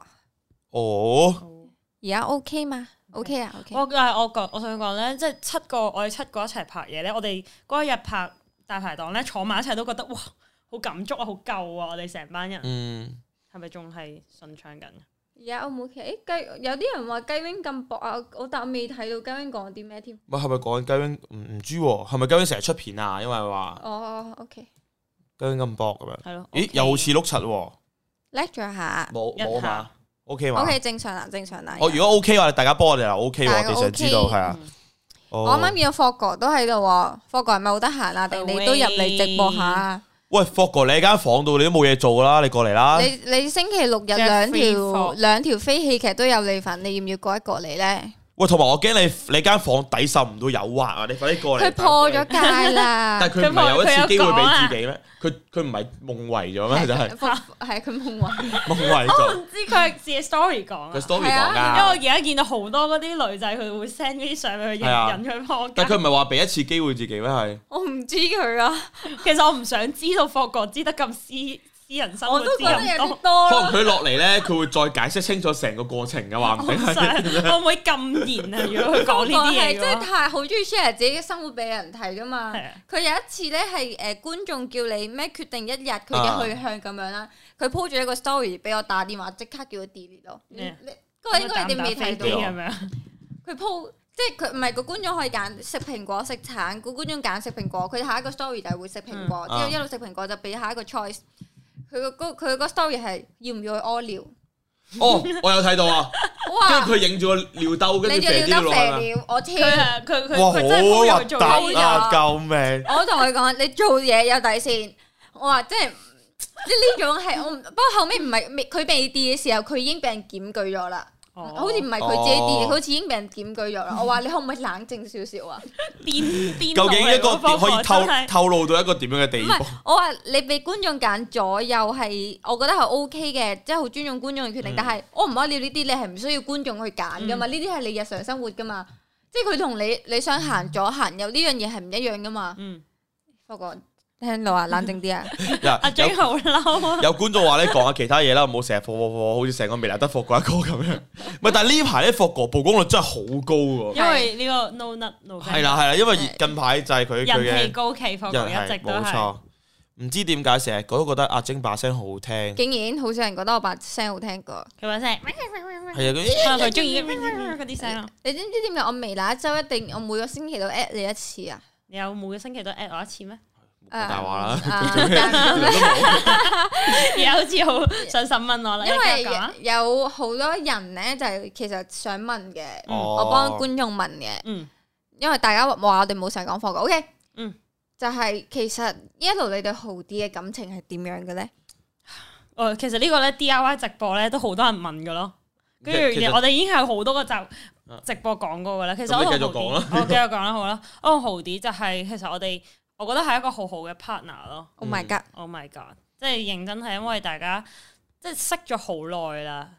A: 哦，
B: 而家 OK 嘛？OK 啊，OK。
C: 我但係我講，我想講咧，即係七個我哋七個一齊拍嘢咧，我哋嗰一日拍大排檔咧，坐埋一齊都覺得哇，好感觸啊，好夠啊！我哋成班人
A: 嗯，
C: 係咪仲係順暢緊？
B: 而家 O 唔 OK？誒雞有啲人話雞 wing 咁薄啊，我但我未睇到雞 wing 講啲咩添。
A: 咪係咪講緊雞 wing 唔唔知喎，係咪雞 wing 成日出片啊？因為話
B: 哦，OK，
A: 雞 wing 咁薄咁樣，
C: 係咯，
A: 咦
C: OK
A: 又好似碌柒喎，
B: 叻咗下。
A: 冇
C: 一
A: 冇啊嘛
C: 下
A: ？OK 嘛
B: O？K，正常啦，正常啦。
A: 我哦如果 OK 嘅話，大家幫我哋就 OK 喎，
B: 大
A: 我
B: 家
A: 哋想
B: OK 嗯
A: 知道係啊，我
B: 我啱啱見到霍哥都喺度喎，霍哥係咪好得閒啊？定你都入嚟直播下啊？
A: 喂，霍哥，你喺間房度，你都冇嘢做啦，你過嚟啦。
B: 你你星期六日
C: Jeffrey
B: 兩條
C: 霍
B: 兩條飛戲劇都有你份，你要唔要過一過嚟咧？
A: 喂，同埋我驚你你間房抵受唔到誘惑啊！你快啲過嚟。
B: 佢破咗戒啦
A: 但，係佢唔係有一次機會俾自己咩？佢佢唔係夢遺咗咩？就係
B: 係佢夢話，
A: 夢遺
C: 哦我
A: 咗。
C: 唔知佢係自己 story 講啊
A: 佢 story
B: 係
A: 講
B: 啊
C: 因為我而
A: 噶，
C: 家見到好多嗰啲女仔，佢會 send 嗰啲相俾佢
A: 係啊
C: 引引佢破
A: 但係佢
C: 街。
A: 唔係話俾一次機會自己咩？係
B: 我唔知佢啊，
C: 其實我唔想知道霍哥知得咁私私人生活
B: 我都
C: 知
B: 覺得
C: 咁
B: 有啲
C: 多，
B: 多
A: 可能
B: 咯。
A: 佢落嚟咧，佢會再解釋清楚成個過程嘅話，唔
C: 我
A: 定
C: 唔
A: 係
C: 想，我唔會禁言啊！如果佢講呢啲嘢
B: 係
C: 嘅
B: 真係
C: 話，
B: 太好中意 share 自己嘅生活俾人睇噶嘛。
C: 係啊。
B: 佢有一次咧係誒觀眾叫你咩決定一日佢
A: 啊
B: 嘅去向咁樣啦，佢 po 咗一個 story 俾我打電話，即刻叫佢 delete 咯。你
C: 咩啊
B: 你嗰個應該你哋未睇
A: 打唔打飛機
B: 到，
A: 啊
C: 咁樣，
B: 佢 po 即係佢唔係個觀眾可以揀食蘋果食橙，個觀眾揀食蘋果，佢下一個 story 就係會食蘋果，
A: 嗯
B: 之後一路食蘋果就俾下一個 choice。佢個嗰佢個 story 係要唔要去屙尿？
A: 哦，我有睇 到啊，跟
B: 哇！
A: 住佢影住個尿兜，跟
B: 你
A: 住
B: 仲
A: 射啲
B: 要
A: 尿
B: 得
A: 落
B: 肥
A: 去
B: 料，我跳。
C: 佢係佢
A: 嘛。
C: 佢
A: 哇，
C: 佢真係好
A: 好核
C: 有做
A: 突
C: 嘢，
A: 啊！救命！
B: 我同佢講，你做嘢有底線。我話即係即係呢種係我唔，不過後尾唔係未佢未 D 嘅時候，佢已經俾人檢舉咗啦。
C: 哦
B: 好似唔係佢自己 D，
A: 哦
B: 佢好似已經俾人檢舉 咗啦。我話你可唔可以冷靜少少啊？
C: 癲癲佬
A: 究
C: 嚟
A: 竟一個
C: 嗰個
A: 點可以透
C: 真係
A: 透露到一個點樣嘅地
B: 唔
A: 步
B: 係？，我話你俾觀眾揀左右係，我覺得係 O K 嘅，即係好尊重觀眾嘅決定。
A: 嗯
B: 但係我唔可以料呢啲，你係唔需要觀眾去揀噶嘛？
C: 嗯
B: 呢啲係你日常生活噶嘛。即係佢同你你想行左行右呢樣嘢係唔一樣噶嘛？
C: 嗯
B: 不過聽到啊，冷 靜啲啊！
A: 嗱
C: 阿
A: 有
C: J 好嬲啊！
A: 有觀眾話咧講下其他嘢啦，唔好成日霍霍霍，好似成個微辣得霍過一個咁 樣。唔係，但係呢排咧霍哥曝光率真係好高喎。
C: 因為呢個 No Nut No Fat
A: 係啦係啦，因為
B: 係
A: 近排就係佢佢
C: 人氣
A: 嘅
C: 高企，霍哥一直
A: 係
C: 都
A: 冇
C: 係
A: 錯。唔知點解成日我都覺得阿晶把聲好好聽，係啊
B: 竟然好少人覺得我把聲好聽過。
C: 佢把聲，
A: 啊佢
C: 可能佢中意嗰啲聲咯。
B: 你知 唔知點解我微辣一周一定我每個星期都 at 你一次啊？
C: 你有每個星期都 at 我一次咩？
A: 冇講大話 啦，
B: 啊
A: 做咩
B: 但
A: 人都冇
C: 而家好似好想審問 我啦，
B: 因
C: 為
B: 為有好多人咧，就係其實想問嘅，
C: 嗯
A: 哦
B: 我幫觀眾問嘅，
C: 嗯
B: 因為大家話我哋冇成日講課嘅。OK，
C: 嗯，
B: 就係其實一路你對豪啲嘅感情係點樣嘅咧？
C: 哦，其實呢個咧 D I Y 直播咧都好多人問噶咯，跟住
A: 其實啊
C: 我哋已經係好多個集直播講過噶啦。其實我
A: 咁
C: 同
A: 你繼續講啦
C: 豪啲 我哦繼續講啦，好啦。我同豪啲就係其實我哋，我覺得係一個好好嘅 partner 咯。
B: Oh
A: 嗯
B: my god！
C: Oh my god！即係認真係因為大家即係識咗好耐啦，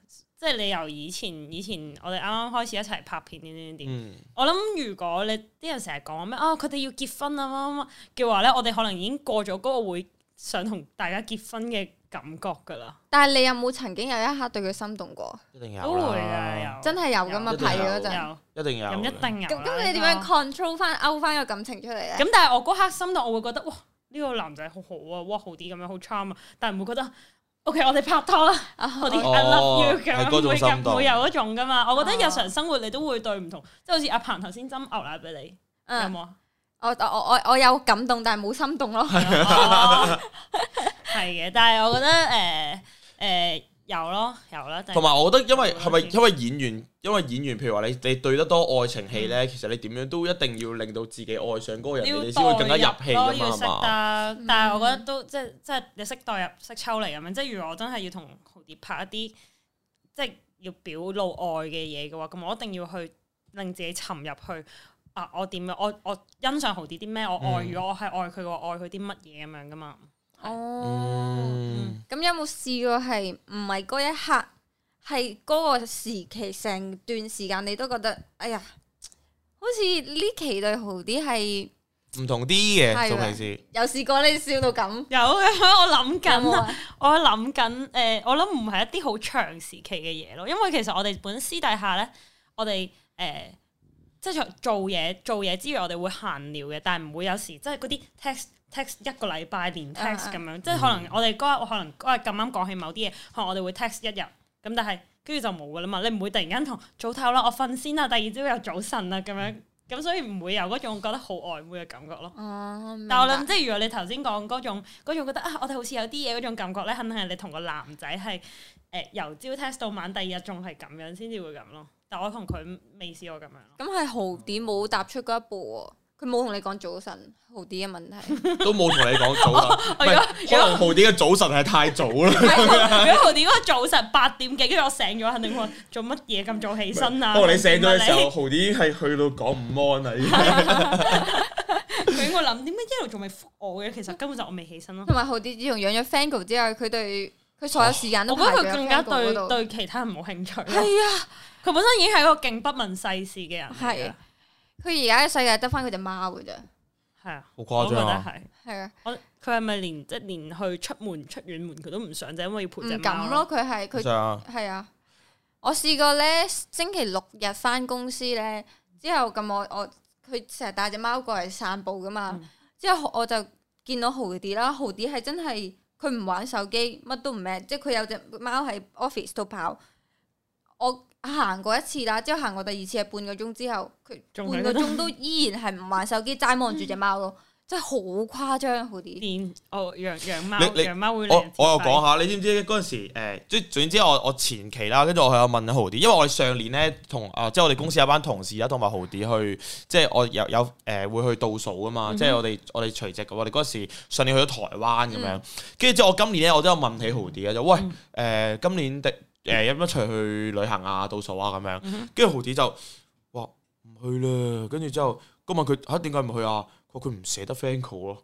C: 即係你由以前以前我哋啱啱開始一齊拍片點點點。
A: 嗯
C: 我諗如果你啲人成日講咩啊，佢哋要結婚啊乜乜乜嘅話咧，我哋可能已經過咗嗰個會想同大家結婚嘅感覺噶啦，
B: 但係你有冇曾經有一刻對佢心動過？
A: 一定
C: 都
A: 有
C: 會㗎，
A: 啦，
C: 有
B: 真係有噶嘛？
A: 有
B: 拍嘢嗰
A: 真
B: 陣，
C: 哦有
A: 一定有，
C: 咁一定有
B: 咁
C: 啦。
B: 咁你點
C: 應
B: 樣
C: 該
B: control 翻勾翻個感情出嚟咧？
C: 咁但係我嗰刻心動，我會覺得哇呢、個男仔好好啊，哇好啲咁樣好 charm 啊，但係唔會覺得 OK 我哋拍拖啦，我哋 I
A: 哦
C: love you 咁
A: 係
C: 樣，
A: 嗰種
C: 會
A: 心動
C: 咁會有嗰種噶嘛。我覺得
B: 哦
C: 日常生活你都會對唔同，即係好似阿彭頭先斟牛奶俾你，有
B: 嗯，
C: 冇啊？
B: 我我我我有感動，但係冇心動咯。
C: 哦係嘅，但係我覺得誒誒有咯有啦，
A: 同埋我覺得，因為
C: 嗯
A: 係咪因為演員，因為演員，譬如話你你對得多愛情戲咧，其實你點樣都一定要令到自己愛上嗰個人，
C: 嗯要
A: 你先會更加入戲
C: 咯，
A: 噶
C: 要
A: 嘛，
C: 識
A: 係嘛？
C: 得，但係我覺得都即係即係你識代入識抽離咁樣，即係如果我真係要同豪蝶拍一啲即係要表露愛嘅嘢嘅話，咁我一定要去令自己沉入去。啊！我點樣？我我欣賞豪啲啲咩？我愛
A: 嗯
C: 如果我係愛佢嘅話，我愛佢啲乜嘢咁樣噶嘛？
B: 哦，
A: 嗯，
B: 咁有冇試過係唔係嗰一刻，係嗰個時期成段時間你都覺得，哎呀，好似呢期對豪啲係
A: 唔同啲嘅，
B: 係
A: 做
B: 啦
A: 平時
B: 有試過你笑到咁，
C: 有嘅，我諗
B: 有
C: 緊
B: 冇
C: 啊！
B: 啊？
C: 我諗緊誒，我諗唔係一啲好長時期嘅嘢咯，因為其實我哋本私底下咧，我哋誒、呃即係做嘢做嘢之餘，我哋會閒聊嘅，但係唔會有時即係嗰啲 text text 一個禮拜連
B: 啊
C: text 咁樣，即係可能我哋嗰日我可能嗰日咁啱講起某啲嘢，可能我哋會 text 一日，咁但係跟住就冇噶啦嘛，你唔會突然間同早唞啦，我瞓先啦，第二朝又早晨啦咁樣，咁所以唔會有嗰種覺得好曖昧嘅感覺咯。
B: 哦，明白
C: 但我諗，即係如果你頭先講嗰種嗰種覺得啊，我哋好似有啲嘢嗰種感覺咧，肯定係你同個男仔係誒由朝 test 到晚，第二日仲係咁樣先至會咁咯。但我同佢未試過咁樣咯。
B: 咁係豪啲冇踏出嗰一步喎，佢冇同你講早晨，豪啲嘅 問題，
A: 都冇同你講早啦，唔
C: 我如
A: 係
C: 果
A: 可能豪啲嘅早晨係太早啦，
C: 如果點解早晨八點幾，跟住我醒咗，肯定會話做乜嘢咁早起身啊？
A: 不過你醒咗嘅時
C: 點
A: 候，
C: 啊
A: 豪啲已經係去到講午安啦，啊已經
C: 你，佢應該諗點解一路仲未覆我嘅？其實根本就我未起身咯。
B: 同埋豪啲自從養咗 Fango 之後，佢對佢所有時間
C: 我
B: 都
C: 覺得
B: 排咗
C: 佢更加
B: 喺 Fango 嗰
C: 對
B: 度。
C: 對其他人冇興趣咯。
B: 係啊，
C: 佢本身已經係一個勁不問世事嘅人嚟㗎。
B: 係佢而家嘅世界得翻佢只貓嘅啫，
C: 係啊，
A: 好
C: 我
A: 誇
C: 覺得
A: 張啊！
C: 係。
B: 係啊。
C: 我佢係咪連即係連去出門出遠門佢都唔想，就因為要陪只貓
B: 唔敢咯，？佢係佢
A: 上啊
B: 係啊！我試過咧，星期六日翻公司咧，之後咁我我佢成日帶只貓過嚟散步噶嘛，
C: 嗯
B: 之後我就見到豪啲啦，豪啲係真係佢唔玩手機，乜都唔咩，即係佢有隻貓喺 office 度跑，我。行過一次啦，之後行過第二次係半個鐘之後，
C: 仲
B: 佢
C: 喺
B: 半個鐘都依然係唔玩手機，齋望住只貓咯，真係好誇張，豪啲。
C: 連哦養養貓
A: 你你
C: 養貓
A: 我
C: 會靚。
A: 我又講啊下，你知唔知嗰陣時誒，即係總之我我前期啦，跟住我係有問豪啲，因為我哋上年咧同啊，即係我哋公司有班同事啦，啊同埋豪啲去，即係我有有誒會去倒數啊嘛，即係我哋我哋除夕嘅，我哋嗰陣時上年去咗台灣咁樣，跟住之後我今年咧我都有問起豪啲嘅，就喂誒今年的誒有冇一齊去旅行啊倒數啊咁樣，跟住豪啲就話唔去啦，跟住之後我問佢嚇點解唔去啊？佢話佢唔捨得 Fanco 咯。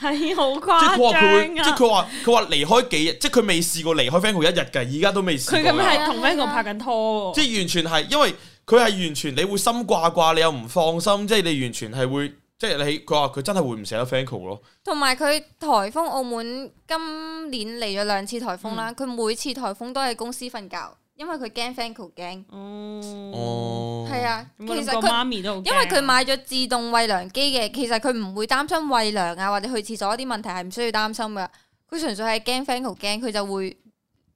C: 係
A: 即係
C: 好
A: 佢話佢會，
C: 誇
A: 即係
C: 張啊！
A: 佢話佢話離開幾日，即係佢未試過離開 Fanco 一日㗎，而家都未試過
C: 佢
A: 㗎。
C: 咁係同 Van
B: 啊
C: 拍緊拖
A: 即
C: 喎，
A: 係完全係，因為佢係完全你會心掛掛，你又唔放心，即係你完全係會，即係你佢話佢真係會唔捨得 Fanco 咯。
B: 同埋佢颱風澳門今年嚟咗兩次颱風
C: 嗯
B: 啦，佢、每次颱風都喺公司瞓覺，因為佢驚 Fanco 驚。
C: 哦，
A: 哦，
B: 係啊，其
C: 咁我諗
B: 實
C: 個
B: 佢
C: 媽咪都好驚啊
B: 因為佢買咗自動餵糧機嘅，其實佢唔會擔心餵糧啊或者去廁所啲問題係唔需要擔心噶。佢純粹係驚 Fanco 驚，佢就會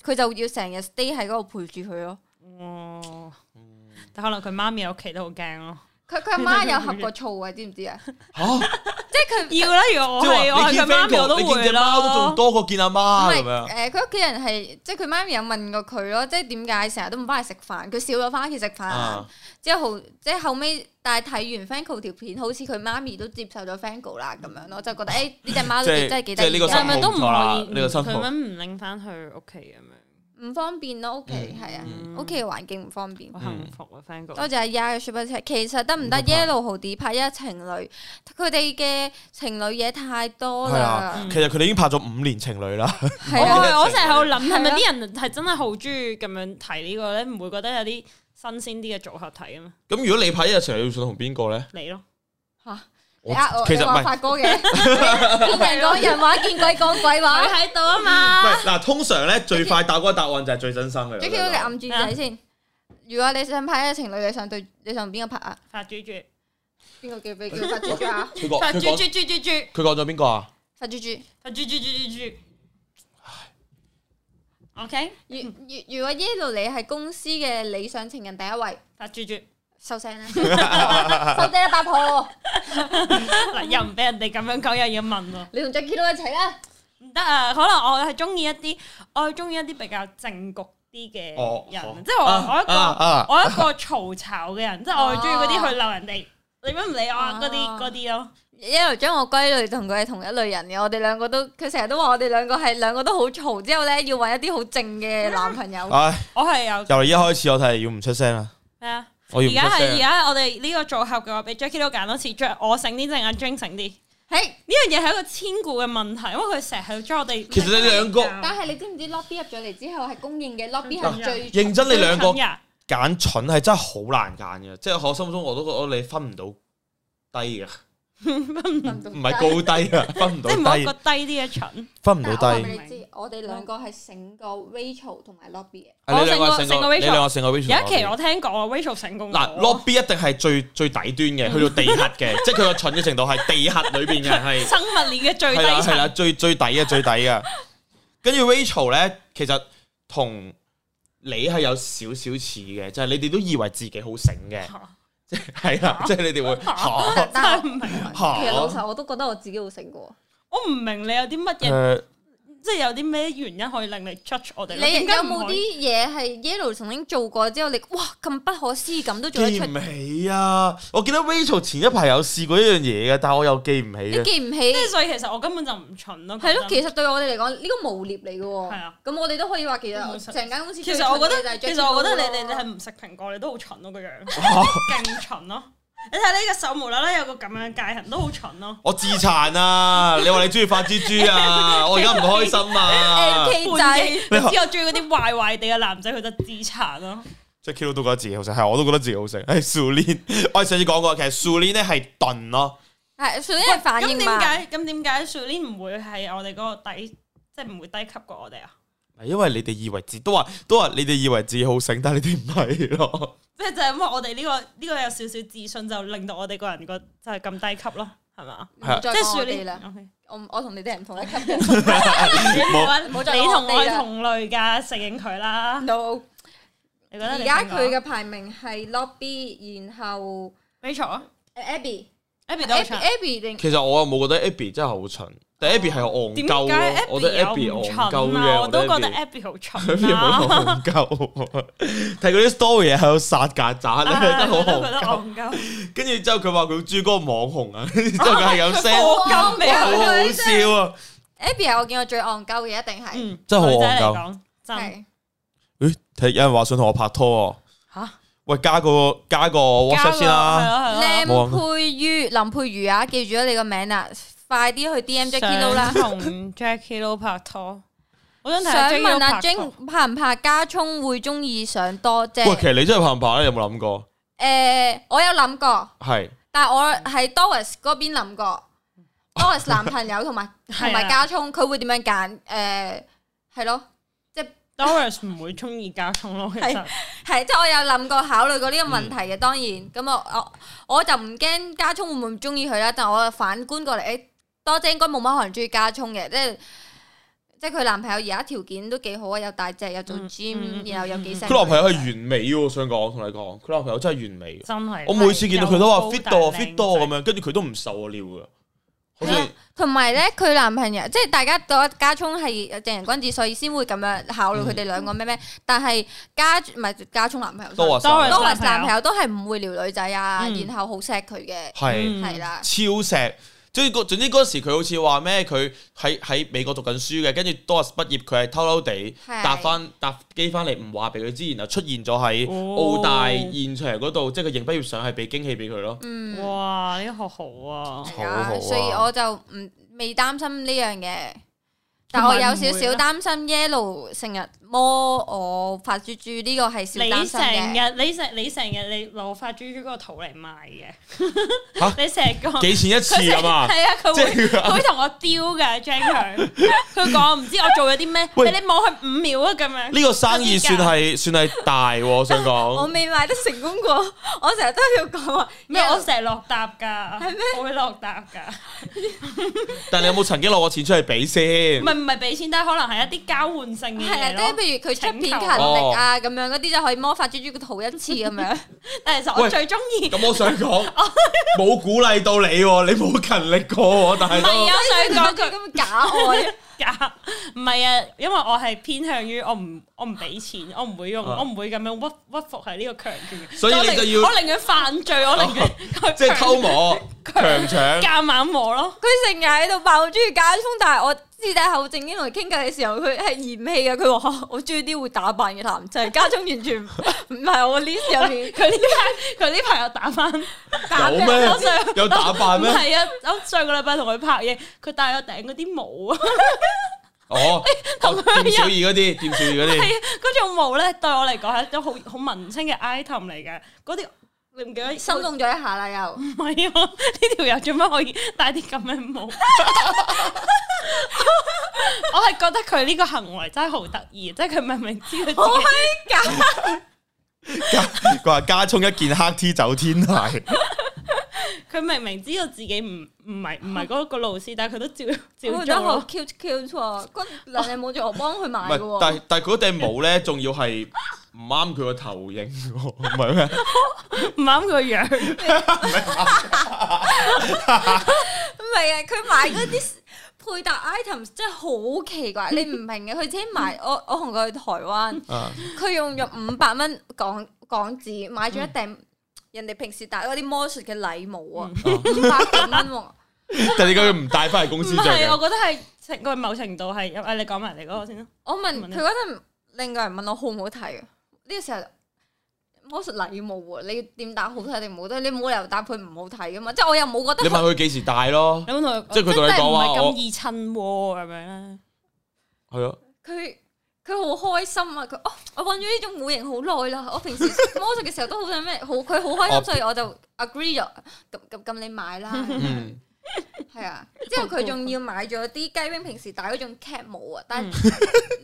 B: 佢就要成日 stay 喺嗰度陪住佢咯。
C: 哦，但可能佢媽咪喺屋企都好驚咯。
B: 佢佢阿媽有合過醋啊，知唔知啊？
A: 嚇，
B: 即係佢
C: 要啦，如果
A: 嗯
C: 我
A: 即
C: 係
A: 係
C: 我
A: 話
C: 係
A: 你
C: 佢
A: 見
C: 媽咪，我
A: Fango，
C: 都
A: 你見
C: 會
A: 只貓都
C: 啦
A: 仲。多過見阿
B: 唔
A: 啊媽咁
B: 係
A: 樣。
B: 誒，佢屋企人係即係佢媽咪有問過佢咯，即係點解成日都唔翻嚟食飯？佢少咗翻屋企食飯
A: 啊，
B: 之後即係後尾，但係睇完 Fango 條片，好似佢媽咪都接受咗 Fango 啦咁樣咯，就覺得誒呢只貓
A: 即
B: 都
A: 係
B: 真係幾
A: 即係
B: 得
A: 呢
B: 意
A: 個
C: 係
A: 心
B: 嘅，
C: 咪都唔
A: 啦
C: 可以
A: 呢個辛苦
C: 佢咁唔拎翻去屋企咁樣？
B: 唔方便咯屋企係啊，
C: 嗯
B: 屋企嘅環境唔方便
C: 好。幸福啊 f a n g
B: 多謝阿 Ya 嘅 super chat。其實得唔得
A: 嗯唔得
B: Yellow 豪啲拍一情侶？佢哋嘅情侶嘢太多
A: 係
B: 啦
A: 啊，其實佢哋已經拍咗五年情侶啦，
B: 係啊，
C: 我我成日喺度諗，係咪
B: 係啊
C: 啲人係真係好中意咁樣睇呢個咧？唔會覺得有啲新鮮啲嘅組合睇啊嘛？
A: 咁如果你拍一日情侶，你想同邊個咧？
C: 你咯，
B: 你呃我，
A: 其
B: 你
A: 實唔
B: 話
A: 係。
B: 發哥 嘅， 見人講人話，見鬼講鬼話
C: 佢。喺度啊嘛
A: 唔。係嗱，通常咧最快答嗰個答案就係最真心嘅。
B: J Q
A: 我
B: 你
A: 覺得
B: 暗住仔先。如果你想拍一情侶，你想對你想邊個拍啊？
C: 發豬豬，
B: 邊個叫俾叫發豬豬 啊？
A: 佢講
C: 發
A: 佢
C: 豬
A: 講
C: 豬豬豬豬，
A: 佢講咗邊個啊？
B: 發豬豬。
C: 發豬豬豬豬豬。OK，
B: 如如如果 Yellow 你係公司嘅理想情人第一位，
C: 發豬豬，
B: 收聲啦，收爹啦，八婆！
C: 嗱又唔俾人哋咁樣講，又要問喎。
B: 你同 J Q 都一齊啦。
C: 唔得啊！可能我係中意一啲，我係中意一啲比較正局啲嘅人，
A: 哦好
C: 即係我、
A: 啊
C: 我一個、
A: 啊啊
C: 我一個嘈吵嘅人，即係我係中意嗰啲去鬧人哋，你乜唔理我啊
B: 啊
C: 嗰啲嗰啲咯。
B: Yellow 將我歸類同佢係同一類人嘅，我哋兩個都，佢成日都話我哋兩個係兩個都好嘈，之後咧要揾一啲好靜嘅男朋友。
A: 唉，
C: 我係有
A: 啊由嚟一開始我睇係要唔出聲啦，
C: 咩啊？
A: 我要
C: 而
A: 唔
C: 家
A: 出
C: 係而
A: 聲啊。
C: 家我哋呢個組合嘅話，俾 Jackie 都揀多次，着我醒啲定阿 j a n 醒啲？
B: 嘿，
C: 呢樣嘢係一個千古嘅問題，因為佢成日喺度將我哋。
A: 其實你兩個
B: 但係你知唔知 Lobby 入咗嚟之後係公認嘅 Lobby 係最
A: 認真，你兩個
C: 人
A: 揀蠢係真係好難揀嘅，即係我心目中我都覺得你分唔到低嘅，唔
B: 唔
A: 係高 低啊，分唔
C: 即係唔好
A: 到
C: 一
A: 低
C: 個，低啲嘅蠢。
A: 分唔
B: 但係我
A: 到
B: 話
A: 低。
B: 俾你知，我哋兩個係醒過 Rachel 同埋 Lobby 嘅。
A: 啊你兩
C: 我
A: 個
C: 成個
A: 成
C: 成
A: 個
C: 個
A: 你兩個成個
C: 有
A: Rachel
C: 一期我聽講啊，Rachel 成功
A: 嗱
C: 過
A: lobby 一定係最最底端嘅，去到地核 嘅，即係佢個蠢嘅程度係地核裏邊嘅係。
C: 生物鏈嘅最
A: 係啦
C: 低
A: 係啦，
C: 層。
A: 最最底嘅最底嘅。跟住 Rachel 咧，其實同你係有少少似嘅，就係、你哋都以為自己好醒 嘅，即係係啦，即係你哋會嚇
B: 但係
C: 真係唔明，
A: 嚇。
B: 其實老實我都覺得我自己好醒過。
C: 我唔明你有啲乜嘢，
A: 誒
C: 即係有啲咩原因可以令你 judge 我哋
B: 你
C: 咧？點解
B: 有
C: 唔
B: 冇
C: 可
B: 啲
C: 以
B: 嘢係 Yellow 曾經做過之後，你哇咁不可思議咁都做得
A: 記
B: 出？
A: 唔起啊！我記得 Rachel 前一排有試過一樣嘢嘅，但係我又記唔起啊
B: 你
A: 嘅。
B: 記唔
C: 即係
B: 起？
C: 所以其實我根本就唔蠢咯。
B: 係咯，
C: 其
B: 其實對我哋嚟講，呢個無獵嚟嘅
C: 係
B: 喎
C: 啊。
B: 咁我哋都可以話其
C: 冇
B: 實
C: 實
B: 成間公司
C: 其
B: 最
C: 實我覺
B: 蠢
C: 得，
B: 嘅就
C: 其
B: 係 Jacky
C: 實我覺得
B: 咯
C: 你哋你係唔食蘋果，你都好蠢咯個樣，勁蠢咯！你睇呢個手無啦啦有個咁樣嘅界痕，都好蠢咯。
A: 我自殘啊！你話你中意發蜘蛛 啊！我而家唔開心啊！
B: AK 仔，
C: 你知我中意嗰啲壞壞地嘅男仔，佢就自殘咯。
A: 即係 Kilo 都覺得自己好食，係我都覺得自己好食。係 s u l i n 我哋上次講過，其實 s u l i n 咧係燉咯，
B: 係屬於係反
C: 咁
B: 應
C: 點
B: 慢。
C: 解？咁點解 s u l i 唔會係我哋嗰個底，即係唔會低級過我哋啊？
A: 係因為你哋以為自都話都話你哋以為自己好醒，但係你哋唔係 咯。
C: 即係就係因為我哋呢個呢個有少少自信，就令到我哋個人個就係咁低級咯，係嘛？
B: 唔好
C: 即
B: 再
C: 係
B: 講我
C: 樹
B: 哋
C: 你
B: 啦，
C: OK
B: 我唔我同你哋 係唔同一級嘅。
A: 冇
B: 唔好再
C: 你
B: 講
C: 同
B: 我
C: 我係
B: 哋啦
C: 同類㗎，承認佢啦。
B: No，
C: 你覺得
B: 而
C: 你啊
B: 家
C: 邊個
B: 佢嘅排名係 Lobby，然後
C: Rachel 啊
B: Abby。
C: ，Abby 都好蠢
B: Abby 定
A: 其實我又冇覺得 Abby 真係好蠢，但係 Abby 係戇
C: 點
A: 鳩
C: 解
A: 啊咯，我覺得
C: Abby 又
A: Abby
C: 唔
A: 戇鳩
C: 蠢
A: 嘅，
C: 啊？我
A: 我
C: 都覺得
A: 得 Abby。
C: Abby 好
A: Abby
C: 蠢
A: 冇
C: 啊！
A: 戇鳩，睇嗰啲 story 喺度殺曱 甴咧，真係好
C: 啊覺得
A: 戇鳩。
C: 戇鳩，
A: 跟住之後佢話佢中意嗰個網紅 啊，跟住之後佢係咁 send，
C: 我咁未
A: 好好笑啊！
B: Abby 係我見過最戇鳩嘅，一定係
C: 嗯，
A: 真係好
C: 女仔
A: 戇
C: 嚟
A: 鳩
C: 講，真
B: 係
A: 誒，睇有人話想同我拍拖喎，啊
C: 嚇
A: 喂，加個加個 WhatsApp 先啦，
C: 加個係咯係咯
A: 冇
B: 靚佩瑜、林佩瑜啊！記住咗你個名啦，快啲去 DM Jackie Lou 啦。
C: 想同 Jackie Lou 拍拖，我想睇下
B: 想
C: Jackie Lou
B: 問阿
C: 拍拖
B: Jing 怕唔怕加葱會中意上多姐？
A: 喂，其實你真係怕唔怕咧？有冇諗過？
B: 誒，我有諗過，
A: 係。
B: 但係
C: 嗯
B: 我喺 Doris 嗰邊 諗過，Doris 男朋友同埋
C: 係啊
B: 同埋加葱，佢會點樣揀？誒，係咯。
C: Doris 唔會中意加葱咯，其實
B: 係係，即係我有諗過考慮過呢個
C: 嗯
B: 問題嘅，當然咁我我我就唔驚加葱會唔會唔中意佢啦，但我反觀過嚟，誒、多姐應該冇乜可能中意加葱嘅，即係即係佢男朋友而家條件都幾好啊，又大隻，又做
C: 嗯
B: gym，、
C: 嗯嗯
B: 然後又幾
C: 嗯
B: 細。
A: 佢男朋友係完美喎，我想講，我同你講，佢男朋友真係完美。
C: 真係
A: 我每次見到佢都話
C: 又
A: fit
C: 高
A: 到啊
C: 大
A: fit 到啊
C: 靚
A: 咁樣，跟住佢都唔受我尿噶。好似
B: 同埋咧，佢男朋友即係大家覺得家聰係正人君子，所以先會咁樣考慮佢
C: 嗯
B: 哋兩個咩咩。但係家唔係家聰男朋友
A: 多話
B: ，sorry，
A: 晒
C: 多話
B: 多華
C: 男朋友
B: 男朋友都係唔會撩女仔啊，
C: 嗯
B: 然後好錫佢嘅，
A: 係
C: 嗯
B: 係啦。
A: 超石。即係嗰總之嗰時佢好似話咩？佢喺喺美國讀緊書嘅，跟住 Doris 畢業，佢係偷偷地
B: 係
A: 搭翻搭機翻嚟，唔話俾佢知，然後出現咗喺
C: 哦
A: 澳大現場嗰度，即係佢影畢業相係俾驚喜俾佢咯。
B: 嗯，
C: 哇！呢個學好啊，
B: 係啊
A: 好好啊
B: 所以我就唔未擔心呢樣嘢，但我有少少擔心 yellow 成日摸我發豬豬呢個係少擔
C: 你
B: 心
C: 成
B: 嘅。
C: 日你成你成日你攞發豬豬嗰個圖嚟賣嘅，
A: 嚇
C: 你成日講
A: 幾錢一次啊嘛？
C: 係啊，哦佢
A: 即
C: 會
A: 係佢
C: 佢會同我丟噶 j a n 佢，佢講唔知我做咗啲咩，
A: 喂
C: 你你望佢五秒啊咁樣。
A: 呢個生意算係算係大喎，我想
B: 我
A: 講。
B: 未買得成功過， 我成日都要講話
C: 咩？我
B: yellow
C: 成日落搭㗎，係咩？我會落搭㗎，
A: 但你有冇曾經攞過錢出去俾先
C: 唔？係唔係俾錢，但係可能係一啲交換性嘅
B: 係啊，
C: 嘢
B: 即係
C: 咯。
B: 譬如佢出片勤
C: 請求
B: 力啊咁樣嗰啲就可以魔法豬豬個肚一次咁
C: 哦
B: 樣，
C: 但係其實我
A: 喂
C: 最中意，唔
A: 咁我想 講，
C: 哦
A: 冇鼓勵到你喎，你冇勤力過喎，大佬
C: 係。啊，我想講佢
B: 佢咁假愛，
C: 假唔係啊，因為我係偏向於我唔我唔俾錢，我唔會用，
A: 啊
C: 我唔會咁樣屈屈服喺呢個強權嘅。
A: 所以你
C: 我寧
A: 就要哦
C: 我寧願犯罪，我寧願佢
A: 即係偷摸、強搶，
C: 夾硬我咯。
B: 佢成日喺度爆中意假充，但係我私底下好正經同佢傾偈嘅時候，佢係嫌棄嘅。佢話啊我中意啲會打扮嘅男仔，家中完全唔唔係我 list 入面
C: 佢呢排佢呢排又打翻，唔
B: 打
A: 有
B: 咩
A: 咩
C: 我想？
A: 有打扮咩？
C: 係啊！我上個禮拜同佢拍嘢，佢戴咗頂嗰啲帽啊，
A: 哦，
C: 同佢
A: 店小二
C: 一
A: 嗰啲，店小二嗰
C: 啊係
A: 啲，
C: 啊嗰種帽咧，對我嚟講係一種好好文青嘅 item 嚟嘅。嗰啲你唔記得
B: 心動咗一下啦又。
C: 唔係啊！ 呢條友做乜可以戴啲咁嘅 帽？我係覺得佢呢個行為真係好得意，即係佢明明知道
B: 好
C: 自己
B: 閪假，
A: 佢話加充一件黑 T 走天涯，
C: 佢明明知道自己唔唔係唔係嗰個老師，但係佢都照照
B: 我
C: 做
B: 覺得好
C: 咯。
B: cute cute 喎，嗰兩隻冇做我幫佢
A: 唔
B: 買
A: 係，
B: 嘅喎，
A: 但但佢嗰頂帽咧，仲要係唔啱佢個頭型喎，唔係咩？
C: 唔啱佢個樣，
B: 唔係啊，佢買嗰啲。配搭 items 真係好奇 怪，你唔明嘅。佢自己買，我我同佢去台灣，
A: 啊
B: 佢用咗五百蚊港港紙買咗一頂人哋平時戴嗰啲魔術嘅禮帽啊，一百幾蚊喎。
A: 但係點解佢唔帶翻嚟公
C: 唔
A: 司着嘅
C: 係？我覺得係成個某程度係，誒你講埋你嗰個先啦。
B: 我問
C: 問
B: 佢
C: 你
B: 嗰陣，另外人問我好唔好睇啊？呢個時候魔術禮帽喎，你點打好睇定唔好睇？你冇理由答佢唔好睇噶嘛？即係我又冇覺
A: 你
B: 得
A: 問佢幾時帶咯？
C: 你咁同佢講，
A: 即係佢同你
C: 真係
A: 講話
C: 唔係
A: 我
C: 咁易襯喎咁樣咧。
A: 係啊，
B: 佢佢好開心啊！佢哦，我揾咗呢種模型好耐啦，我平時魔術嘅時候都好想咩好，佢好開
A: 哦
B: 心，所以我就 agree 咗。咁咁咁，你買啦，
A: 嗯，
B: 係啊。之後佢仲要買咗啲雞 wing 平時戴嗰種 cap 帽啊，但係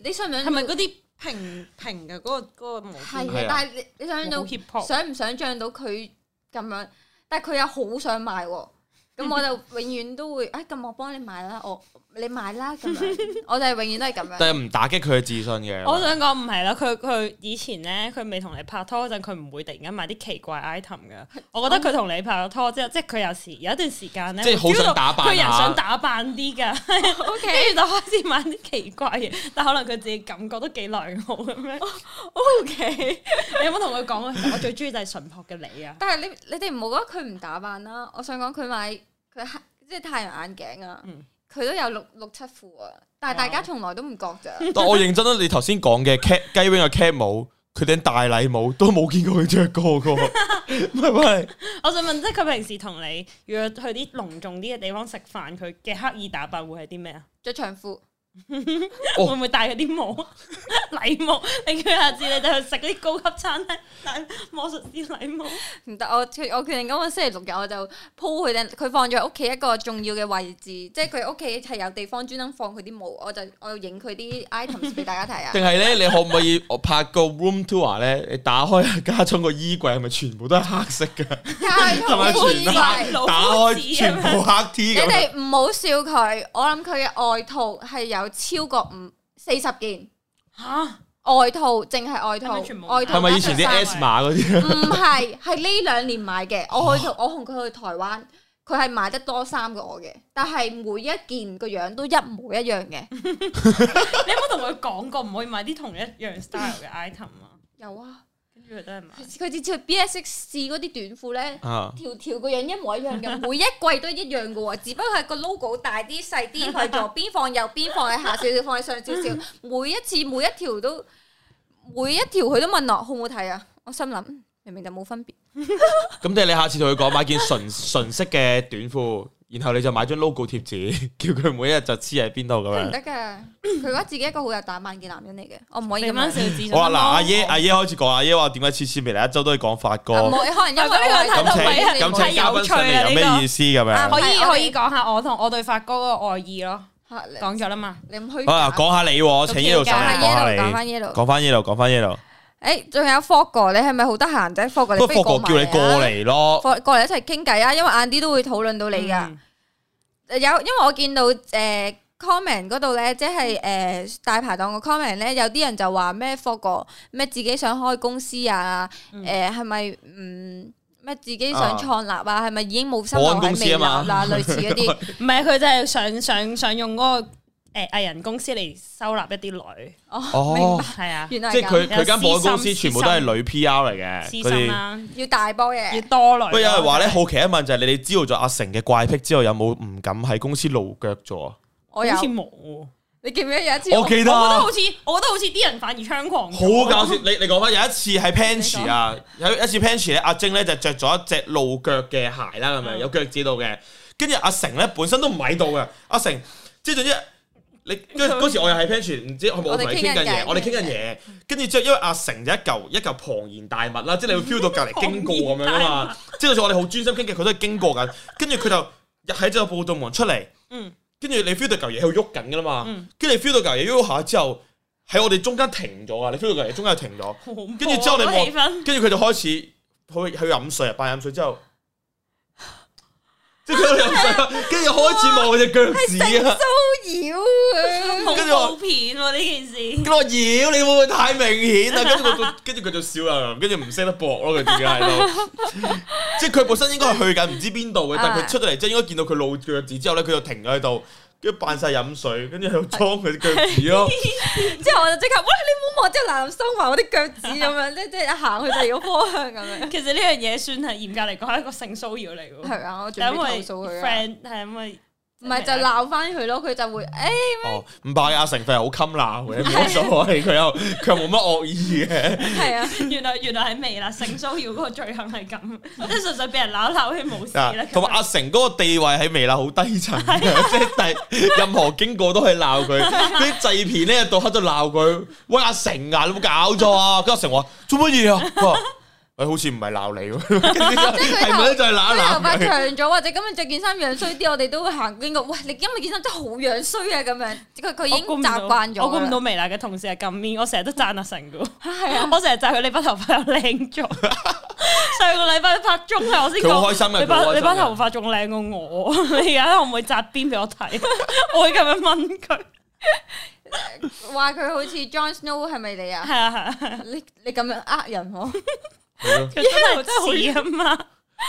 B: 你想唔想
C: 係咪嗰啲平平嘅嗰個嗰個毛
B: 係
C: 巾？
A: 係啊
B: 啊，但係你你想像
C: 好
B: 到
C: hip hop，
B: 想唔想像到佢咁樣？但係佢又好想買喎，咁我就永遠都會， 哎咁我幫你買啦，我你買啦咁樣， 我就係永遠都係咁樣。
A: 但係唔打擊佢嘅自信嘅。
C: 我想講唔係啦，佢佢以前咧，佢未同你拍拖嗰陣，佢唔會突然間買啲奇怪 item 嘅。我覺得佢同你拍咗拖之後，即係佢有時有一段時間咧，
A: 即係好想打扮
C: 佢人
A: 下
C: 想打扮啲㗎，
B: O
C: 跟
B: K
C: 住就開始買啲奇怪嘢，但可能佢自己感覺都幾良好咁樣。
B: O K，
C: 你有冇同佢講過？其實我最中意就係純朴嘅你啊！
B: 但係你你哋唔好覺得佢唔打扮啦，我想講佢買佢黑即係太陽眼鏡啊
C: 嗯，哦
B: 佢都有六六七副啊，但係大家從來都唔覺咋。
A: 但我認真啦，你頭先講嘅 cat 雞 wing 嘅 cat 帽，佢頂大禮帽都冇見過佢着過 個，喂喂，
C: 我想問，即係佢平時同你約去啲隆重啲嘅地方食飯，佢嘅刻意打扮會係啲咩啊？
B: 着長褲，
A: 哦
C: 會唔會戴嗰啲帽 禮帽？你叫佢下次你哋去食嗰啲高級餐廳戴魔術師 禮帽，
B: 唔得，我決我決定今個星期六日我就鋪佢哋，佢放咗喺屋企一個重要嘅位置，即係佢屋企係有地方專登放佢啲帽，我就我要影佢啲 items 俾大家睇啊！
A: 定係咧？你可唔可以我拍個 room tour 咧？你打開阿家聰個衣櫃，係咪全部都係黑色嘅？
B: 同
A: 同埋
C: 好
A: 全
C: 似
A: 黑，
C: 老夫子
A: 打開全部黑
B: 啊你
A: T 咁樣。
B: 哋唔好笑佢，我諗佢嘅外套係有超過五四十件
C: 吓
B: 外套，淨係外套，
C: 係咪全部買
B: 外套
A: 係咪以前啲
B: 加上
A: S 碼嗰啲？
B: 唔係，係呢兩年買嘅。我去同我同佢去台灣，佢係買得多衫過我嘅，但係每一件個樣都一模一樣嘅。
C: 你有冇同佢講過唔可以買啲同一樣 style 嘅 item 啊？
B: 有啊，
C: 跟住佢都係買
B: 佢。佢次次去 BSX 試嗰啲短褲咧，
A: 啊，
B: 條條個樣一模一樣嘅，每一季都一樣嘅喎，只不過係個 logo 大啲細啲，放喺左邊放右邊，放喺下少少，放喺上少少，每一次每一條都每一條佢都問我好唔好睇啊！我心諗嗯明明就冇分別，
A: 咁即係你下次同佢講買件純 純色嘅短褲，然後你就買張 logo 貼紙， 叫佢每一日就黐喺邊度咁
B: 佢唔
A: 樣。
B: 得㗎，佢覺得自己一個好有打扮嘅男人嚟嘅，我唔可以
C: 你
B: 咁
C: 啱
B: 樣。
C: 少自信
A: 我話嗱，阿耶
C: 咯
A: 阿耶開始講，阿耶話點解次次未嚟一周都係講發哥？
B: 啊冇可能因為
C: 呢個
B: 我
C: 態
A: 咁
C: 度
A: 請
C: 咪
A: 咁
C: 係
A: 請
C: 係
A: 嘉
C: 有
A: 賓
C: 趣
A: 上
C: 啊
A: 嚟有咩
C: 呢個
A: 意思咁樣？
C: 可以
B: 係我哋
C: 可以講下我同我對發哥嗰個愛意咯，
B: 嚇你
C: 講咗啦嘛。
B: 你唔虛
A: 好啦，
B: 假。
A: 啊講下你喎，請耶路上嚟
B: 下
C: 講
B: yellow，
A: 講
B: 講
A: 下
B: 翻
A: 你，
B: yellow。
A: 講翻耶路，講翻耶路。
B: 誒，仲有 Fog 哥，你係咪好得閒啫？Fog 哥，你
A: 不過
B: 不如
A: 霍哥叫你過
B: 埋啊
A: 嚟咯，
B: 過過嚟一齊傾偈啊！因為晏啲都會討論到你㗎。
C: 嗯
B: 有，因為我見到誒、呃 comment 嗰度咧，即
A: 嗯
B: 係誒、呃大排檔嘅 comment 咧，有啲人就話咩霍哥咩自己想開公司啊，
C: 嗯
B: 誒係咪嗯咩自己想創立啊，係咪已經冇心
A: 保
B: 留
A: 安公
B: 喺
A: 司
B: 未立
A: 啊嘛
B: 啦？類似嗰啲
C: 唔係佢就係想想想用嗰個誒藝人公司嚟收納一啲女，
B: 哦，明
A: 哦
B: 白，，
C: 係啊，
B: 原來
A: 即係
B: 係
A: 佢
B: 咁，
A: 佢間保安公
C: 私
A: 司
C: 心
A: 全部都係女 P.R. 嚟嘅，
C: 私
A: 嗰
C: 心
A: 啲
C: 啦，
B: 要大波
C: 要
B: 嘅，
C: 多女
A: 不
C: 啊咯。
A: 過有人話咧，
C: 真係
A: 好奇一問啊就係啊你哋知道咗阿成嘅怪癖之後，有冇唔敢喺公司露腳咗啊？
B: 我有
C: 好似，冇喎。
B: 你記唔記得有一次
A: 我記
C: 我覺
A: 得
C: 得
A: 啊
C: 好似，我覺得好似啲人反而猖狂咗，
A: 好搞笑！你你講翻有一次喺 Pantry 啊，有一次 Pantry 咧，阿晶咧就着咗一隻露腳嘅鞋啦，咁樣
C: 嗯
A: 有腳趾度嘅。跟住阿成咧本身都唔喺度嘅，阿成即係總之你因為嗰時我又喺 Pantry，唔知我冇同你傾緊
B: 我哋傾緊
A: 嘢
B: 偈，
A: 我哋傾緊嘢。跟住之後，因為阿成就一嚿一嚿龐然大物啦，即係你會 feel 到隔離經過咁樣噶嘛。即係好似我哋好專心傾偈，佢都係經過緊。跟住佢就喺咗個報道門出嚟。
C: 嗯
A: 跟住你 feel 到嚿嘢喺度喐緊噶啦嘛
C: 嗯，
A: 跟住你 feel 到嚿嘢喐喐下之後，喺我哋中間停咗啊！你 feel 到嚿嘢中間停咗，
C: 好恐怖啊
A: 跟住之後你
C: 嗰
A: 望
C: 個氣
A: 跟
C: 氛，
A: 住佢就開始去去飲水啊，扮飲水之後， 即係佢喺度飲水啦，跟住開始望佢隻腳趾啊！
B: 騷擾啊！
A: 跟住我
C: 恐怖片喎呢件事
A: 跟。住我妖，你會唔會太明顯啊？跟住佢就跟住佢就笑啦，跟住唔識得搏咯，佢自己喺度。 即係佢本身應該係去緊唔知邊度嘅，但係佢出咗嚟之後應該見到佢露腳趾之後咧，佢就停咗喺度，跟住扮晒飲水，跟住喺度裝佢隻腳趾咯。
B: 之後我就即刻，喂，你唔好望，之後嗱嗱收埋我啲腳趾咁樣，即即係一行去第二個方向咁樣。
C: 其實呢樣嘢算係嚴格嚟講係一個性騷擾嚟嘅喎，
B: 係啊，我準
C: 但係
B: 備
C: 因為
B: 投訴佢啊。
C: friend 係啊因為
B: 唔係就鬧翻佢咯，佢就會誒、哎
A: 哦，唔怕嘅，阿成佢係好襟鬧嘅，冇所謂，佢又佢又冇乜惡意嘅。
B: 係啊，
C: 原來原來係未啦，性騷擾嗰個罪行係咁，即係純粹俾人鬧一鬧佢冇事
A: 啊
C: 啦。
A: 同埋阿成嗰個地位喺微辣好低層嘅，即係第任何經過都係鬧佢。嗰啲製片咧到黑都鬧佢，喂阿成啊，你有冇搞錯啊？跟住阿成話做乜嘢啊？佢話誒好似唔係鬧你喎，跟住就係咪咧就係鬧
B: 佢
A: 一
B: 頭
A: 啊鬧佢？
B: 髮長咗或者今日着件衫樣衰啲，我哋都會行經過。喂，你今日件衫真係好樣衰啊！咁樣，佢佢已
C: 我
B: 經
C: 估唔
B: 習
C: 到
B: 慣咗。
C: 我估唔到微辣嘅同事係咁 mean，我成日都讚阿成嘅喎，
B: 係 啊，
C: 我成日讚佢你把頭髮又靚咗。 上個禮拜拍中係我先
A: 佢好
C: 講
A: 開心嘅
C: 你
A: 佢好開心啊
C: 把
A: 嘅
C: 你把頭髮仲靚過我， 你而家可唔可以紮邊俾我睇？我會咁樣問 佢，
B: 話佢好似 Jon Snow 係咪你啊？
C: 係啊係啊，係啊
B: 你你咁樣呃人我，
A: 係咯
C: 佢真係好似啊嘛。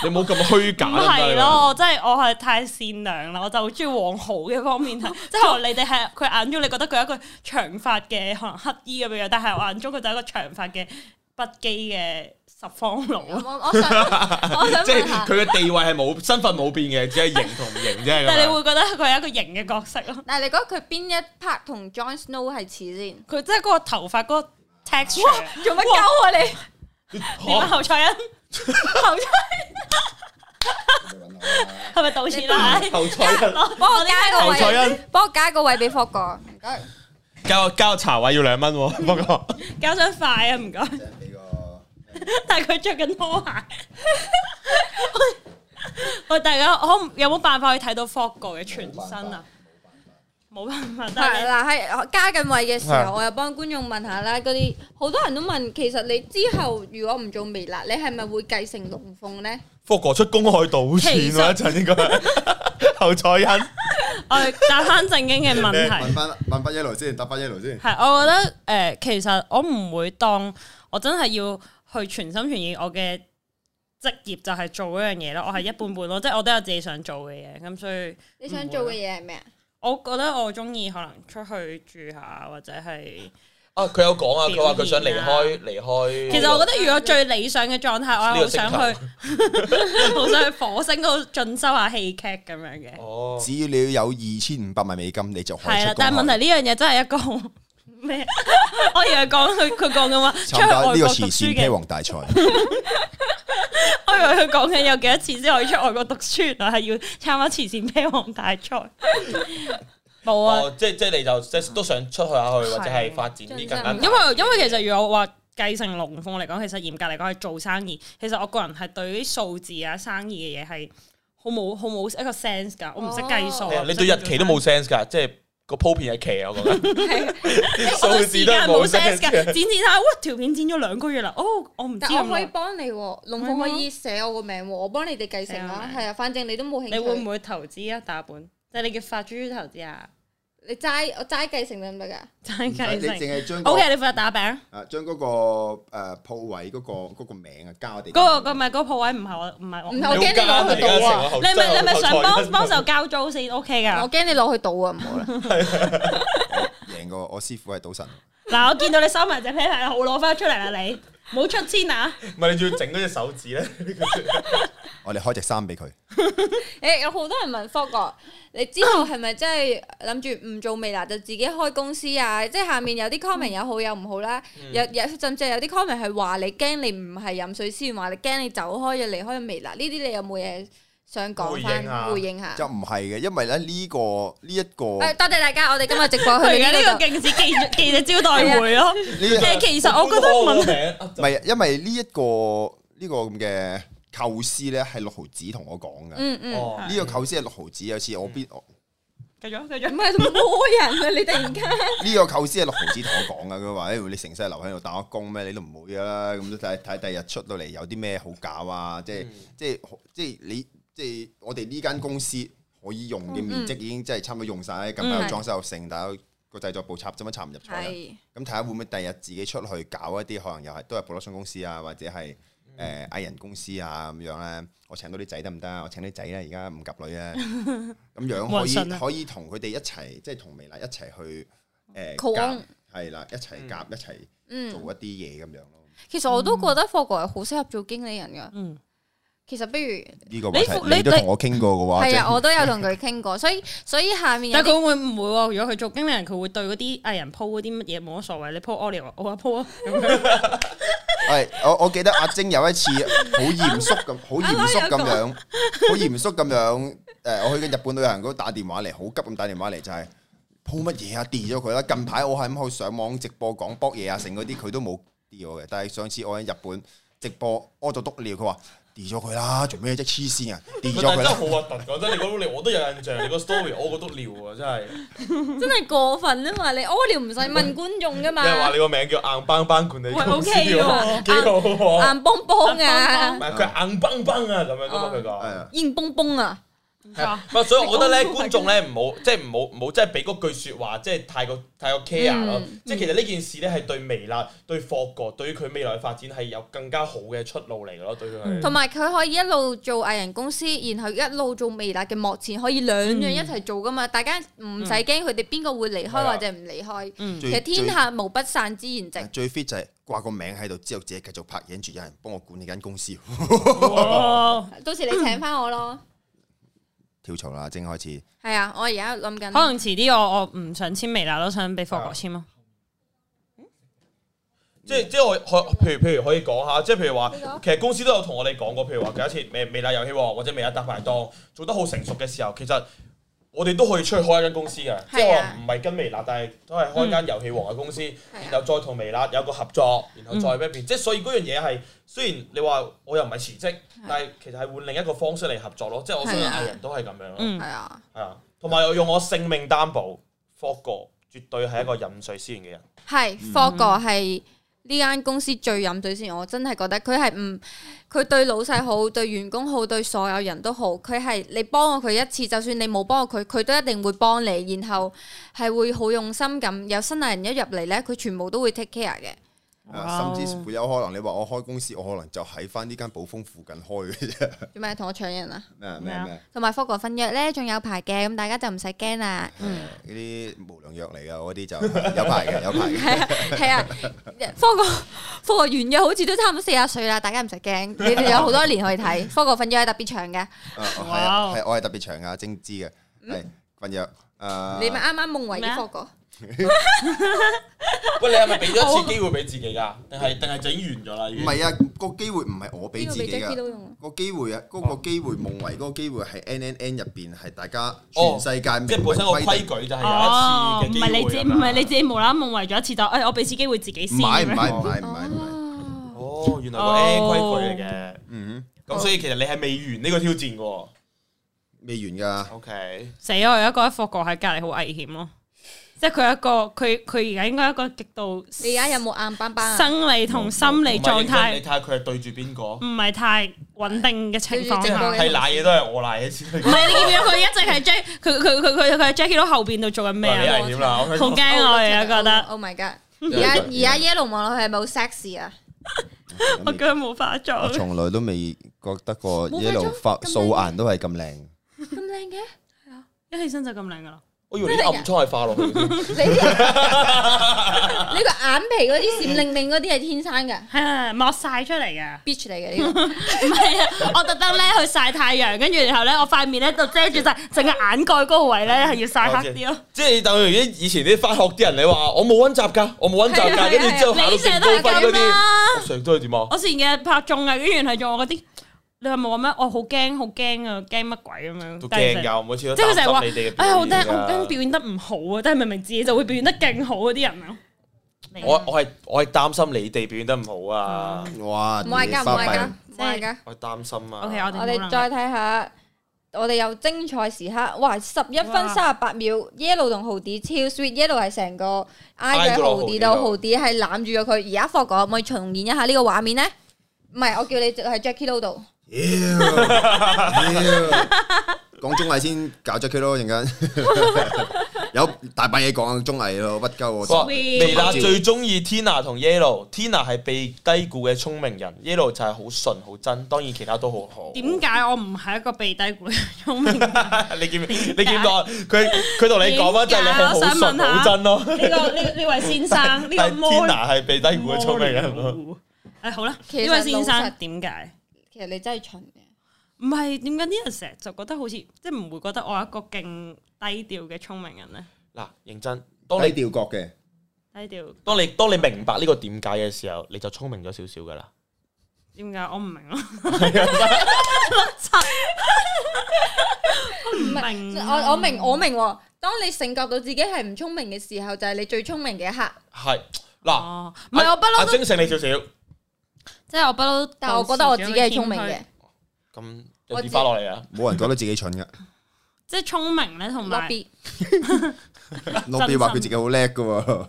A: 你冇咁虛假
C: 唔
A: 得唔得
C: 係
A: 啊
C: 咯，我真係我係太善良啦，我就好中意往好嘅方面睇，即係可能你哋係佢眼中你覺得佢係一個長髮嘅可能乞衣咁樣，但係我眼中佢就係一個長髮嘅不羈嘅十方啊佬
B: 我我我想 我想
A: 即係
B: 問下，
A: 佢嘅地位係冇身份冇變嘅，只係型同唔型啫。咁
C: 但係
A: 樣
C: 你會覺得佢係一個型嘅角色咯，
B: 但係你覺得佢邊一 part 同 Jon Snow 係似先？
C: 佢真係嗰個頭髮嗰個 texture，
B: 做乜鳩啊你？
C: 點啊
A: 嚇
C: 侯賽恩
B: 頭先
C: 係咪道歉 啊啦？
A: 後 彩人
B: 幫我加個
A: 侯賽
B: 位，
A: 恩
B: 幫我加個位俾霍哥，唔該。
A: 交交茶位要兩蚊喎，不過。
C: 搞想快啊，唔該，但係佢着緊拖鞋。 喂，大家可唔有冇辦法去睇到 Fogo 嘅全身啊？冇辦法，但係
B: 係
C: 你啊
B: 嗱，係加緊位嘅時
A: 係
B: 候，我又幫觀眾問下啦。嗰啲好多人都問，其實你之後如果唔做微辣，你係咪會繼承龍鳳呢？
A: 福哥出公海賭錢喎，一陣應該 侯彩欣
C: 我哋答翻正經嘅問題，係我覺得誒、呃其實我唔會當我真係要去全心全意我嘅職業就係做嗰樣嘢咯，我係一半半咯，即係我都有自己想做嘅嘢，咁所以
B: 你想做嘅嘢係咩啊？
C: 我覺得我中意可能出去住下或者係，
A: 啊，佢有講啊，佢話佢想離
C: 表現啊
A: 開離開。
C: 其實我覺得如果最理想嘅狀態，我係好想
A: 呢
C: 去，好想去 火星嗰度進修下戲劇咁樣嘅。
A: 哦，
D: 只要你有二千五百萬美金，你就可以
C: 係
D: 出
C: 啦
D: 公，
C: 但係問
D: 海
C: 題呢樣嘢真係一個好 咩？我以為講佢佢講嘅話，出去
D: 參加
C: 外國
D: 呢
C: 讀
D: 個慈
C: 書
D: 善披
C: 嘅，
D: 王大賽，
C: 我以為佢講緊有幾多錢先可以出外國讀書，原來係要參加慈善披王大 賽。冇啊，
A: 哦，即係即係你就即係都想出去下去，或者係發展啲更加。
B: 嗯
C: 因為因為其實如果話繼承龍鳳嚟講，其實嚴格嚟講係做生意。其實我個人係對啲數字啊、生意嘅嘢係好冇好冇一個 sense 㗎，我唔識計數
A: 係啊
C: 啊。
A: 你對日期都冇 sense 㗎，即係個鋪片日期啊，我 講緊
C: 我
A: 數
C: 對時
A: 字都
C: 間
A: 係
C: 冇
A: 冇
C: sense
A: sense
C: 㗎，
A: 嘅。
C: 剪剪下，哇條片剪咗兩個月啦，哦我唔知
B: 但我可以
C: 咁
B: 幫你喎，龍鳳可以寫我個名喎，我幫你哋繼承啦。
C: 寫我
B: 係啊，反正你都冇興趣。
C: 你會唔會投資啊？打本即係你叫發豬投資啊？
B: 你齋我齋繼承得唔得㗎？
C: 真
D: 你
C: 係
D: 淨
C: 繼承。
D: 係將
C: O
D: 個
C: K，你負責打餅
D: 啊將嗰個誒鋪位嗰個嗰個名啊交我哋。
C: 嗰個唔係嗰個鋪位唔係我唔係我
B: 唔。係我驚你攞去賭啊！
C: 你咪你咪想幫幫手
A: 手？
C: 交租先 O K 㗎
B: 我。驚你攞去賭啊！唔好啦，
D: 贏過我師傅係賭神，
C: 嗱，我見到你收埋隻啤牌，好攞翻出嚟啦你。唔好出千 啊！
A: 唔係你仲要整嗰隻手指咧？
D: 我哋開隻衫俾佢。
B: 誒有好多人問福哥，你之後係咪真係諗住唔做微辣就自己開公司啊？即係下面有啲
C: 嗯
B: comment 有好有唔好啦，
A: 嗯
B: 有有甚至係有啲 comment 係話你驚你唔係飲水思源，話你驚你走開咗離開咗微辣，呢啲你有冇嘢想講
A: 回應
B: 翻
A: 啊
B: 回應下？
D: 就唔係嘅，因為咧呢個呢一個
C: 哎
B: 誒，多謝大家，我哋今日直 播去
C: 佢而家
B: 到呢
C: 呢
B: 度
C: 個。勁似記 者記者招待會咯。
D: 呢
C: 但係其
A: 哦
C: 實我覺得問
D: 唔係因為呢一個呢個咁嘅構思咧係六毫子同我講嘅，呢
B: 嗯嗯，
A: 哦
D: 個構思係六毫子，有次我邊我
C: 繼續繼
B: 唔
C: 續，
B: 係冇人啊！你突然 間，
D: 呢個構思係六毫子同我講嘅，佢話：，誒、哎你成世留喺度打工咩？你都唔會㗎啦。咁睇睇第日出到嚟有啲咩好搞啊？即係、
A: 嗯
D: 即係即係你即係我哋呢間公司可以用嘅面積已經真係差唔多用晒啦。近排有裝修又剩，但係個製作部插啫嘛，插唔入廠啦。
B: 係
D: 咁睇下會唔會第日自己出去搞一啲可能又係都係 production 公司啊，或者係誒藝人公司啊咁樣咧。我請到啲仔得唔得啊？我請啲仔咧，而家唔及女啊，咁
C: 冇人
D: 樣
C: 信
D: 可
C: 啊
D: 以可以同佢哋一齊，即係同微辣一齊去誒
B: Co-own
D: 夾，係啦，一齊夾一齊做
B: 嗯，
D: 一啲嘢咁樣咯。
B: 其實我都覺得霍哥係好適合做經理人噶。
C: 嗯，
B: 其實不如
D: 呢個
C: 你
D: 話題
C: 你
D: 你都同我傾過嘅話，即
B: 係
D: 係
B: 啊，我都有同佢傾 過，所以所以下面有
C: 但係
B: 啲
C: 佢會唔會喎？如果佢做經理人，佢會對嗰啲藝人 po 嗰啲乜嘢冇乜所謂，你 po o l i 我話 po 啊，
D: 係我我記得阿晶有一次好嚴肅 咁，好嚴肅咁樣，好嚴肅咁樣。誒，我去緊日本旅行嗰度打電話嚟，好急咁打電話嚟就係鋪乜嘢啊，delete 咗佢啦。近排我係咁去上網直播講卜嘢啊，成嗰啲佢都冇 delete 我嘅。但係上次我喺日本直播屙咗篤尿，佢話 delete 咗佢啦，做咩啫？黐線啊
A: 但係
D: ，delete 咗佢
A: 真係
D: 啦。
A: 好核突，講真，你嗰你我都有印象，你個 story 我嗰督尿啊，真係。
B: 真係過分啊嘛！你屙尿唔使問觀眾噶嘛
A: 你，係話你個名叫硬邦邦管理
C: 喂
A: 公司
C: OK
A: 喎，
C: 喎，
A: 幾好喎。
B: 硬邦邦
A: 唔
B: 啊，
A: 係佢係硬邦邦啊，咁樣噶嘛佢
D: 係
A: 講
D: 啊。
B: 硬邦邦啊，
C: 唔
A: 係
C: 錯
A: 唔係，所以我覺得咧，觀眾咧唔好，即係唔好唔好，即係俾嗰句説話，即係太過太過 care 咯
B: 嗯。
A: 即係其實呢件事咧，係對微辣、對霍國、對於佢未來嘅發展係有更加好嘅出路嚟嘅咯，對佢
C: 嗯
A: 係。
B: 同埋佢可以一路做藝人公司，然後一路做微辣嘅幕前，可以兩樣一齊做噶嘛。大家唔使驚佢哋邊個會離
A: 係
B: 開
A: 啊
B: 或者唔離開。
C: 嗯
B: 其實天下無不散之筵席。
D: 最 fit 就係掛個名喺度，之後自己繼續拍，影住有人幫我管理間公司。
C: 哇
B: 到時你請翻我咯。
D: 跳槽啦，晶開始。
B: 係啊，我而家諗緊。
C: 可能遲啲我我唔想簽微辣咯，想俾霍國簽咯。啊
A: 即係即係我可譬如譬如可以講下，即係譬如話
B: 呢個，
A: 其實公司都有同我哋講過，譬如話假設微微辣遊戲王或者微辣大排檔做得好成熟嘅時候，其實我哋都可以出去開一間公司嘅，即係
B: 啊
A: 話唔係跟微辣，但係都係
B: 嗯
A: 開間遊戲王嘅公司，
B: 係啊
A: 然後再同微辣有個合作，然後
C: 嗯
A: 再咩變，即係所以嗰樣嘢係雖然你話我又唔係辭職，但係其實係換另一個方式嚟合作咯，即係我相信
B: 係啊
A: 藝人都係咁樣咯，
C: 嗯
B: 係，啊，
A: 係啊，同埋我用我性命擔保霍哥絕對係一個飲水思源 嘅人。
B: 係霍哥係呢間公司最飲水先，我真係覺得佢係唔佢對老細好，對員工好，對所有人都好。佢係你幫我佢一次，就算你冇幫我佢，佢都一定會幫你，然後係會好用心咁。有新藝人一入嚟呢，佢全部都會 take care 嘅。
D: 啊甚至乎有可能你話我開公司，我可能就喺翻呢間寶豐附近開嘅啫。
B: 做咩同我搶人啊？
D: 咩
C: 咩
D: 咩
C: 啊
D: 咩？
B: 同埋霍國份藥咧，仲有排嘅，咁大家就唔使驚啦。嗯
D: 嗰啲無良藥嚟噶，嗰啲就有排嘅，有排嘅。
B: 係啊，係啊，科國科國原約好似都差唔多四十歲啦，大家唔使驚，你哋有好多年可以睇。科國份約係特別長嘅，
D: 啊係啊，
C: 哇
D: 係我係特別長噶，精知嘅，係份藥。誒，
B: 你咪啱啱夢遺啲科國，
A: 喂，你係咪俾咗一次機會俾自己㗎？定係定係整完咗啦？已
D: 唔
A: 經
D: 係啊，個機會唔係我俾
B: 呢個
D: 自
B: 俾
D: 己㗎
B: Jackie。都用。
D: 個機會啊，嗰、個機會夢為嗰個機會係 N N N 入邊係大家
A: 哦
D: 全世界明
A: 即係
D: 文
A: 本身個
D: 規
A: 規
D: 定，
A: 矩就係
C: 哦，
A: 有
C: 唔
A: 一次嘅機
C: 係
A: 會啊
C: 你自唔係你自己無啦啦夢遺咗一次就，誒我俾次機會自己
D: 唔
C: 先
D: 買
C: 咁
D: 唔
C: 樣。
D: 買唔買唔買唔買，
B: 哦，
A: 哦，原來個
C: 哦
A: N 規矩嚟嘅。
D: 嗯
A: 咁所以其實你係未完呢個挑戰嘅喎。
D: 哼，未完
A: OK，
C: 死啊！我有一個喺霍國喺隔離好危險咯，即係佢有一個佢佢而家應該一個極度
B: 你而家有冇硬邦邦啊？
C: 生理同心理狀
A: 你
C: 態
A: 睇下佢係對住邊個，
C: 唔係太穩定嘅情況
B: 對住直
C: 下
B: 播。嘅
A: 係賴嘢都係我賴嘢先。
C: 唔係你見唔見佢一直係 Jack 佢佢佢佢佢 Jackie 到後邊度做緊咩
A: 嗱
C: 啊？
A: 你危險啦，我
C: 好
A: 香港
C: 驚我而家覺得，
B: Oh my god！而家而家 Yellow 望落去係咪好 sexy à. 啊？
C: 我
D: 㗎，
C: 居然冇化
D: 我
C: 妝。
D: 從來都未覺得個
B: 冇
D: yellow
B: 化
D: 發
B: 妝咁靚
D: 素顏都係咁靚，
B: 咁靚嘅，
C: 一起身就咁靚噶啦，
A: 我以為哎你啲暗瘡係化落去添。
B: 你你個眼皮嗰啲閃靈靈嗰啲係天生嘅
C: 係啊抹晒出嚟嘅。
B: ，bitch 嚟嘅呢個。
C: 唔係啊，我特登咧去曬太陽，跟住然後咧我塊面咧就遮住晒，淨係眼蓋嗰個位咧係要曬黑啲咯。
A: 即係等於以前啲翻學啲人，你話我冇温習㗎，我冇温習
C: 係啊
A: 㗎，跟住之後考
C: 你
A: 到
C: 成日
A: 勁
C: 都係
A: 高分嗰
C: 咁
A: 啲，
C: 啦
A: 我。成日都係點啊？
C: 我前日拍中啊，跟住然後仲我嗰啲，你話冇話咩？我好驚，好驚啊，驚乜鬼咁樣？
A: 都驚㗎，我每次都
C: 即係佢成日話
A: 擔心你哋嘅，
C: 哎呀，
A: 表
C: 好
A: 現啊
C: 驚，
A: 㗎
C: 好驚表現得唔好啊！但係明明自己就會表現得勁好嗰啲人啊，嗯
A: 我我係我係擔心你哋表現得唔好啊，
D: 哇！
B: 唔係
D: 你
B: 噶，唔
D: 花
B: 係
D: 費
B: 噶，唔係噶。
A: 我係擔心啊。
C: OK，我
B: 我
C: 哋
B: 哋再睇下，我哋有精彩時刻。哇！十一分
C: 哇
B: 三十八秒，Yellow 同豪啲超 sweet。Yellow 係成個挨
A: 挨
B: 咗
A: 咗
B: 豪
A: 落豪
B: 啲
A: 啲
B: 度，
A: 度
B: 豪啲係攬住咗佢。而家霍哥可唔可以重現一下呢個畫面呢？唔係，我叫你喺 Jackie 度度。
D: 妖， 講綜藝先搞咗佢 咯，陣間有大把嘢講綜藝咯，屈鳩
A: 哇
D: 我。
C: Sweet
A: 薇娜最中意 Tina 同 Yellow，Tina 係被低估嘅聰明人，Yellow 就係好純好真，當然其他都好好。
C: 點解我唔係一個被低估嘅聰明人？ 呢
A: 你見唔你見唔到啊佢佢同你講翻就係你係好純好真咯。
C: 個呢呢位先生，呢個
A: 但係
C: 魔
A: Tina 係被低估嘅聰明人啊咯。
C: 咯。誒好啦，
B: 其實
C: 呢位先
B: 老
C: 生
B: 實
C: 點解？
B: 其實你真係蠢嘅。
C: 唔係點解啲人成日就覺得好似即係唔會覺得我係一個勁低調嘅聰明人咧？
A: 嗱，認真，當
D: 低
A: 你
D: 調角嘅，
C: 低調
A: 當你當你明白呢個點解嘅時候，你就聰明咗少少噶啦。
C: 點解我唔明咯？
B: 唔
C: 明
B: 係，
C: 啊
B: 我我明我明喎。當你醒覺到自己係唔聰明嘅時候，就係你最聰明嘅一刻。
A: 係嗱，
C: 哦，唔係我不
A: 阿
C: 嬲都，
A: 精醒你少少，
C: 即係我不嬲。
B: 但係我覺得我自己係聰明嘅，，
A: 咁就跌翻落嚟啊！
D: 冇人覺得自己 蠢嘅。
C: 即係聰明咧，同
B: 落
C: 埋
B: 別
D: 諾比話佢自己好叻噶喎。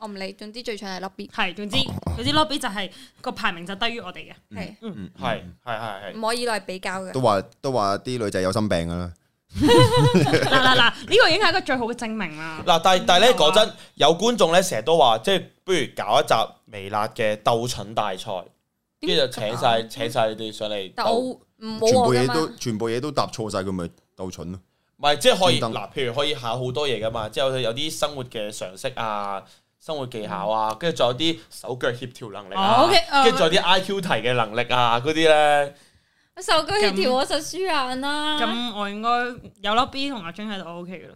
B: 我唔理，總之最蠢係落別，
C: 係總之總之 lobby 就係個排名就低於我哋嘅。
B: 係
C: 嗯
A: 係係係
B: 唔
A: 係，
B: 可以攞嚟比較嘅。
D: 都話都話啲女仔有心病噶啦，
C: 嗱嗱嗱，呢個已經係一個最好嘅證明啦。
A: 嗱，但係但係咧
C: 好啊
A: 講真，有觀眾咧成日都話，即係不如搞一集微辣嘅鬥蠢大賽，
C: 啊
A: 跟住就請晒請晒你哋上嚟
B: 但
A: 鬥。
B: 我唔
D: 全
B: 冇
D: 部
B: 我
D: 嘢
B: 㗎
D: 都
B: 嘛。
D: 全部嘢都答錯晒，佢咪鬥蠢咯。
A: 唔係，即係可以
D: 專登
A: 嗱，譬如可以考好多嘢噶嘛，之後有啲生活嘅常識啊、生活技巧啊，跟住仲有啲手腳協調能力
C: 哦
A: 啊
C: ，OK，哦，
A: 跟住仲有啲 IQ 題嘅能力啊，嗰啲咧，
B: 手機協調我實輸眼啦。
C: 咁我應該有 lobby 同阿張喺度 OK 嘅咯，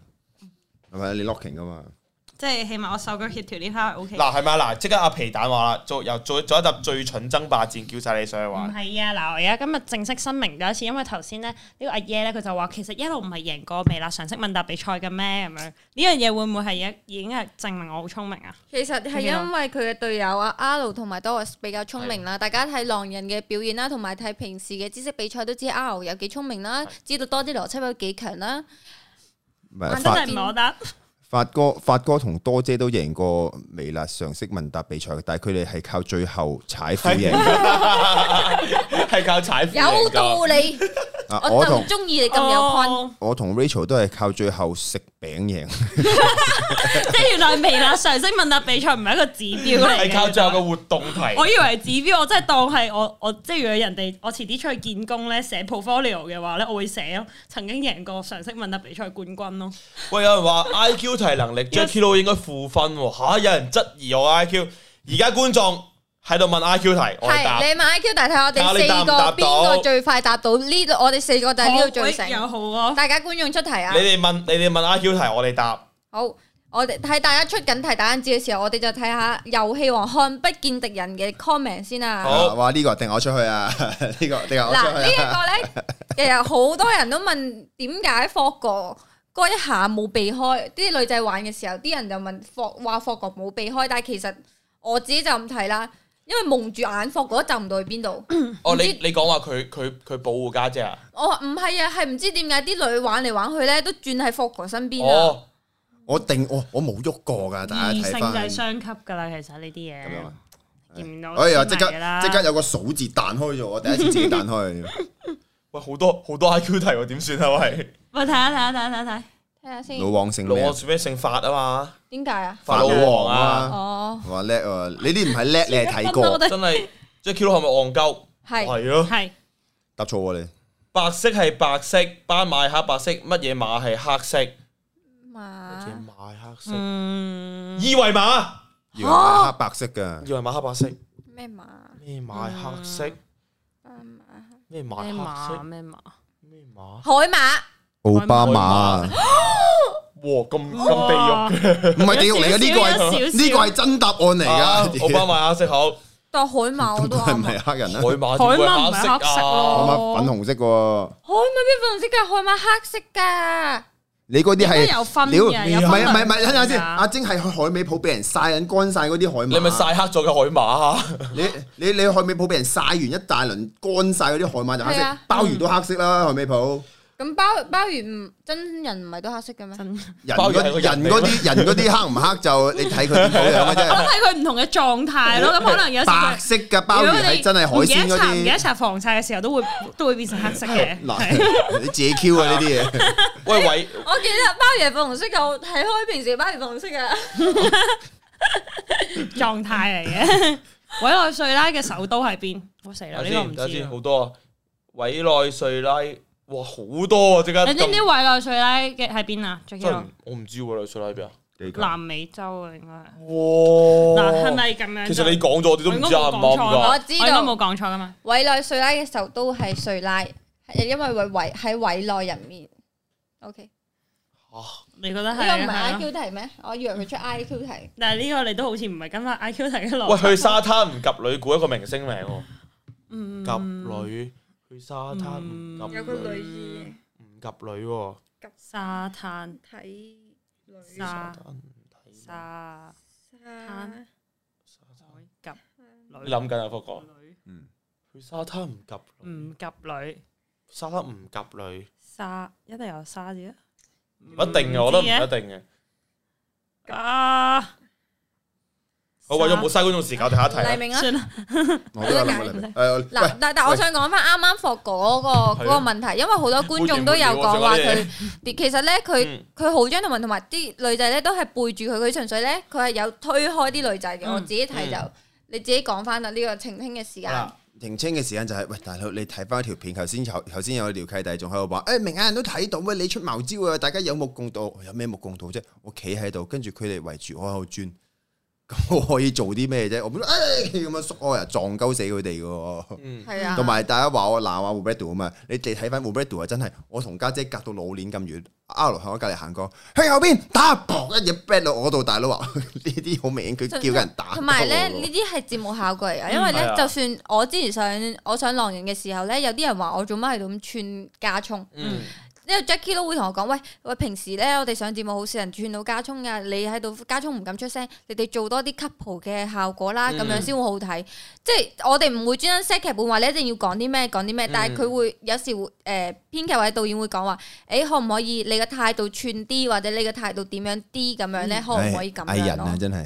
D: 係咪你 locking 噶嘛？
C: 即係起碼我手腳協調呢 part 係 OK。
A: 嗱係咪啊嗱？即刻阿皮蛋話啦，做又做做一集最蠢爭霸戰，叫晒你上去
C: 唔
A: 玩。
C: 係啊！嗱，我而家今日正式聲明咗一次，因為頭先咧呢、呢個阿耶咧佢就話其實一路唔係贏過微辣常識問答比賽嘅咩咁樣，呢樣嘢會唔會係一已經係證明我好聰明啊？
B: 其實係因為佢嘅隊友啊阿 l 同埋 Doris 比較聰明啦，大家睇狼人嘅表演啦，同埋睇平時嘅知識比賽都知阿 l 有幾聰明啦，知道多啲邏輯有幾強啦。
D: 唔係
C: 真
D: 發
C: 係唔係我答，
D: 發哥發哥同多姐都贏過微辣常識問答比賽，但係佢哋係靠 最後踩褲贏。
A: 係靠踩褲
B: 有
A: 贏㗎
B: 道理，
D: 啊，
B: 我
D: 我
B: 就
D: 同
B: 中意你咁有 point，
C: 哦
D: 我同 Rachel 都係靠最後食餅贏，
C: 即係原來微辣常識問答比賽唔係一個指標嚟嘅，
A: 係靠最後嘅活動題。
C: 我以為指標，我真係當係我我即係如果人哋我遲啲出去見工咧寫 portfolio 嘅話咧，我會寫咯。曾經贏過常識問答比賽冠軍咯。
A: 喂，有人話 I Q 題能力 Jacky Lou 應該負分喎嚇，有人質疑我 I Q。而家觀眾喺度問 I Q 題，我哋答
B: 係你問 I Q 大睇我
A: 睇下
B: 哋
A: 你答
B: 四
A: 唔答
B: 個邊
A: 到
B: 個最快答到呢度？我哋四個就係呢度最
C: 好喂
B: 成
C: 又。好啊！
B: 大家觀眾出題啊
A: 你！哋問你哋問 I Q 題，我哋答。
B: 好，我哋睇大家出緊題打緊字嘅時候，我哋就睇下遊戲王看不見敵人嘅 comment 先啊。
A: 好
D: 啊哇呢個定我出去啊， 呢個定我出
B: 嗱，呢一
D: 去啊，
B: 個 咧，其實好多人都問點解霍哥嗰一下冇避開，啲女仔玩嘅時候，啲人就問霍話霍哥冇避開，但係其實我自己就咁睇啦，因為蒙住眼霍哥就唔到去邊度。
A: 哦，
B: 唔知
A: 你你講話佢佢佢保護家姐啊？
B: 我話唔係啊，係唔知點解啲女玩嚟玩去咧，都轉喺霍哥身邊啊。
A: 哦，
D: 我定我我冇喐過㗎，大家
C: 異性
D: 睇
C: 就係嗯
D: 翻
C: 相級噶啦，其實呢啲
D: 咁樣啊
C: 嘢。見唔到
D: 哎呀，即刻
C: 黐埋㗎啦
D: 即刻有個數字彈開咗，我第一次自己彈開。
A: 喂，好多好多 I Q 題喎，點算啊？喂，
C: 喂，睇下睇下睇下睇下
B: 睇下先
C: 嗯
D: 老，王姓
A: 老
D: 咩
A: 王？做咩姓法啊嘛？
B: 點解啊？
A: 法老王啊，
B: 哦，
D: 哇叻喎！呢啲唔係叻，你係睇 過，
A: 真係 Jacky Lou 係咪戇鳩？
B: 係
A: 係咯，
C: 係
D: 答錯喎你。
A: 白色係白色，斑馬係黑白色，乜嘢馬係黑色？乜
B: 嘛
A: 嘢？馬係黑色？
C: 嗯
A: 二維碼，
D: 原來係黑白色噶
A: 二，維碼黑白色，
B: 咩嘛？
A: 咩馬係黑色？咩馬係黑
C: 咩馬
A: 色？
C: 咩馬
A: 咩馬？
B: 海馬
D: 奧巴馬
A: 哇，咁咁地獄 嘅
D: 唔係地獄嚟嘅，呢個
C: 有
D: 係
C: 少少
D: 呢個係真答案嚟
A: 啊！
D: 噶。
A: 奧巴馬黑色好，
B: 當海馬 我都
D: 係
B: 啱
D: 唔
B: 啊。
D: 係黑人
A: 海
D: 啊？
A: 馬
C: 海
A: 點會係
C: 馬唔係
A: 黑色
C: 黑色
A: 啊
C: 咯？
D: 我媽粉紅色喎，
B: 海馬邊粉紅色噶？海馬黑色噶。
D: 你嗰啲
C: 應該有分嘅
D: 係屌，唔
C: 有分
D: 係唔係唔係，
C: 類
D: 睇下先。
C: 㗎
D: 阿晶係去海尾鋪俾人曬緊乾晒嗰啲海馬，
A: 你咪曬黑咗嘅海馬啊！
D: 你你你去海尾鋪俾人曬完一大輪乾晒嗰啲海馬就黑色
B: 係啊，
D: 鮑魚都黑色啦，海尾鋪。
B: 咁鮑鮑魚唔真人唔係都黑色嘅咩？
C: 真
D: 人
A: 鮑魚係
D: 嗰
A: 個
D: 人
A: 人
D: 嗰啲人嗰啲黑唔黑就你睇佢點樣啦，真
C: 我
D: 係
C: 睇佢唔同嘅狀態 咯，咁可能有時佢
D: 白色嘅鮑魚係真係海鮮嗰
C: 唔記得
D: 啲。
C: 搽防曬嘅時候都會都會變成黑色嘅。係
D: 嗱，你自己 Q 啊呢 啲嘢，
A: 喂喂，
B: 我記得鮑魚係粉紅色嘅，我睇開平時鮑魚粉紅色嘅。
C: 狀態嚟 嘅。委內瑞拉嘅首都喺邊？我死啦！
A: 等
C: 呢
A: 下
C: 個
A: 先
C: 唔
A: 等下
C: 知
A: 先，
C: 啊。
A: 好多啊！委內瑞拉，哇，好多啊！即刻
C: 你知唔知
A: 咁
C: 委內瑞拉嘅喺邊啊？最
A: 真係
C: 緊
A: 唔我唔知喎，委內瑞拉喺邊啊？
C: 南美洲啊，應該係。
A: 哇！
C: 嗱，係？咪咁樣啫？
A: 其實你講咗，我哋都唔知啱唔啱
B: 啊
A: 㗎。
B: 我知道
C: 我應該冇講錯噶嘛。
B: 委內瑞拉嘅首都係瑞拉，係因為委委喺委內入面。O K，
C: 你覺得
B: 呢
C: 係？
B: 個唔
C: 係
B: 係 I
C: 啊
B: Q 題咩？我以為佢出 I Q 題。
C: 但係呢個你都好似唔係跟翻 I Q 題嘅
A: 喂，
C: 邏輯。
A: 去沙灘唔及女，估一個明星名喎。
C: 嗯
A: 及女，去沙灘唔及
C: 有個
A: 女，
C: 女字
A: 唔及女喎。
C: 沙灘
B: 睇女
C: 沙
A: 沙灘
C: 沙灘及
A: 你
C: 女
A: 諗緊啊，福哥？
C: 女
A: 去沙灘唔及女，
C: 唔及女。
A: 沙灘唔及女，
C: 沙一定有沙字啊？唔
A: 唔一定嘅，我覺得唔一定嘅。
C: 嘅啊！
A: 好，為咗冇嘥觀眾時間，我哋下一題
B: 黎
A: 啦。
B: 明啊！
C: 算啦，
D: 我都有諗過嚟。誒，
B: 嗱，
D: 喂，
B: 但但我想講翻啱啱霍哥嗰個
A: 係
B: 嗰
A: 啊
B: 個問題，因為好多觀眾都有講話佢，其實咧佢
A: 嗯
B: 佢好 gentleman，同埋啲女仔咧都係背住佢，佢純粹咧佢係有推開啲女仔嘅。
C: 嗯
B: 我自己睇就你自己講翻啦，呢個澄清嘅時間
A: 好。啦
D: 澄清嘅時間就係，喂，大佬你睇翻條片，頭先頭頭先有條契弟仲喺度話，誒明眼人都睇到啊，你出茅招啊，大家有目共睹，有咩目共睹啫？我企喺度，跟住佢哋圍住我喺度轉， 咁我可以做啲咩啫？我本哎誒咁樣縮我又撞鳩死佢哋嘅喎。
A: 嗯，
B: 係啊，
D: 同埋大家話我鬧啊 w o b r e d o 啊嘛，你哋睇翻 w o b r e d o 啊，真係我同家姐隔到老年咁遠啊阿 r 喺我隔離行過，向後邊打，砰一嘢 b a t 落我度，大佬話 呢啲好明顯佢叫人打鳩我喎。
B: 同埋咧，呢啲係節目效果嚟噶，因為
A: 係
B: 咧
A: 啊，
B: 就算我之前上我上狼人嘅時候咧，有啲人話我做乜喺度咁串加葱，
A: 嗯，
B: 因為 Jackie 都會同我講，喂喂，平時咧我哋上節目好少人串到加葱噶，你喺度加葱唔敢出聲，你哋做多啲 couple 嘅效果啦，
A: 嗯
B: 咁樣先會好睇。即係我哋唔會專登 set 劇本話你一定要講啲咩講
D: 嗯
B: 啲咩，但係佢會有時會誒編劇或者導演會講話，誒可唔可以你嘅態度串啲，或者你嘅態度點樣啲咁樣咧，可唔可以咁
D: 唉藝
B: 樣
D: 嗯人
B: 咯
D: 啊，？真係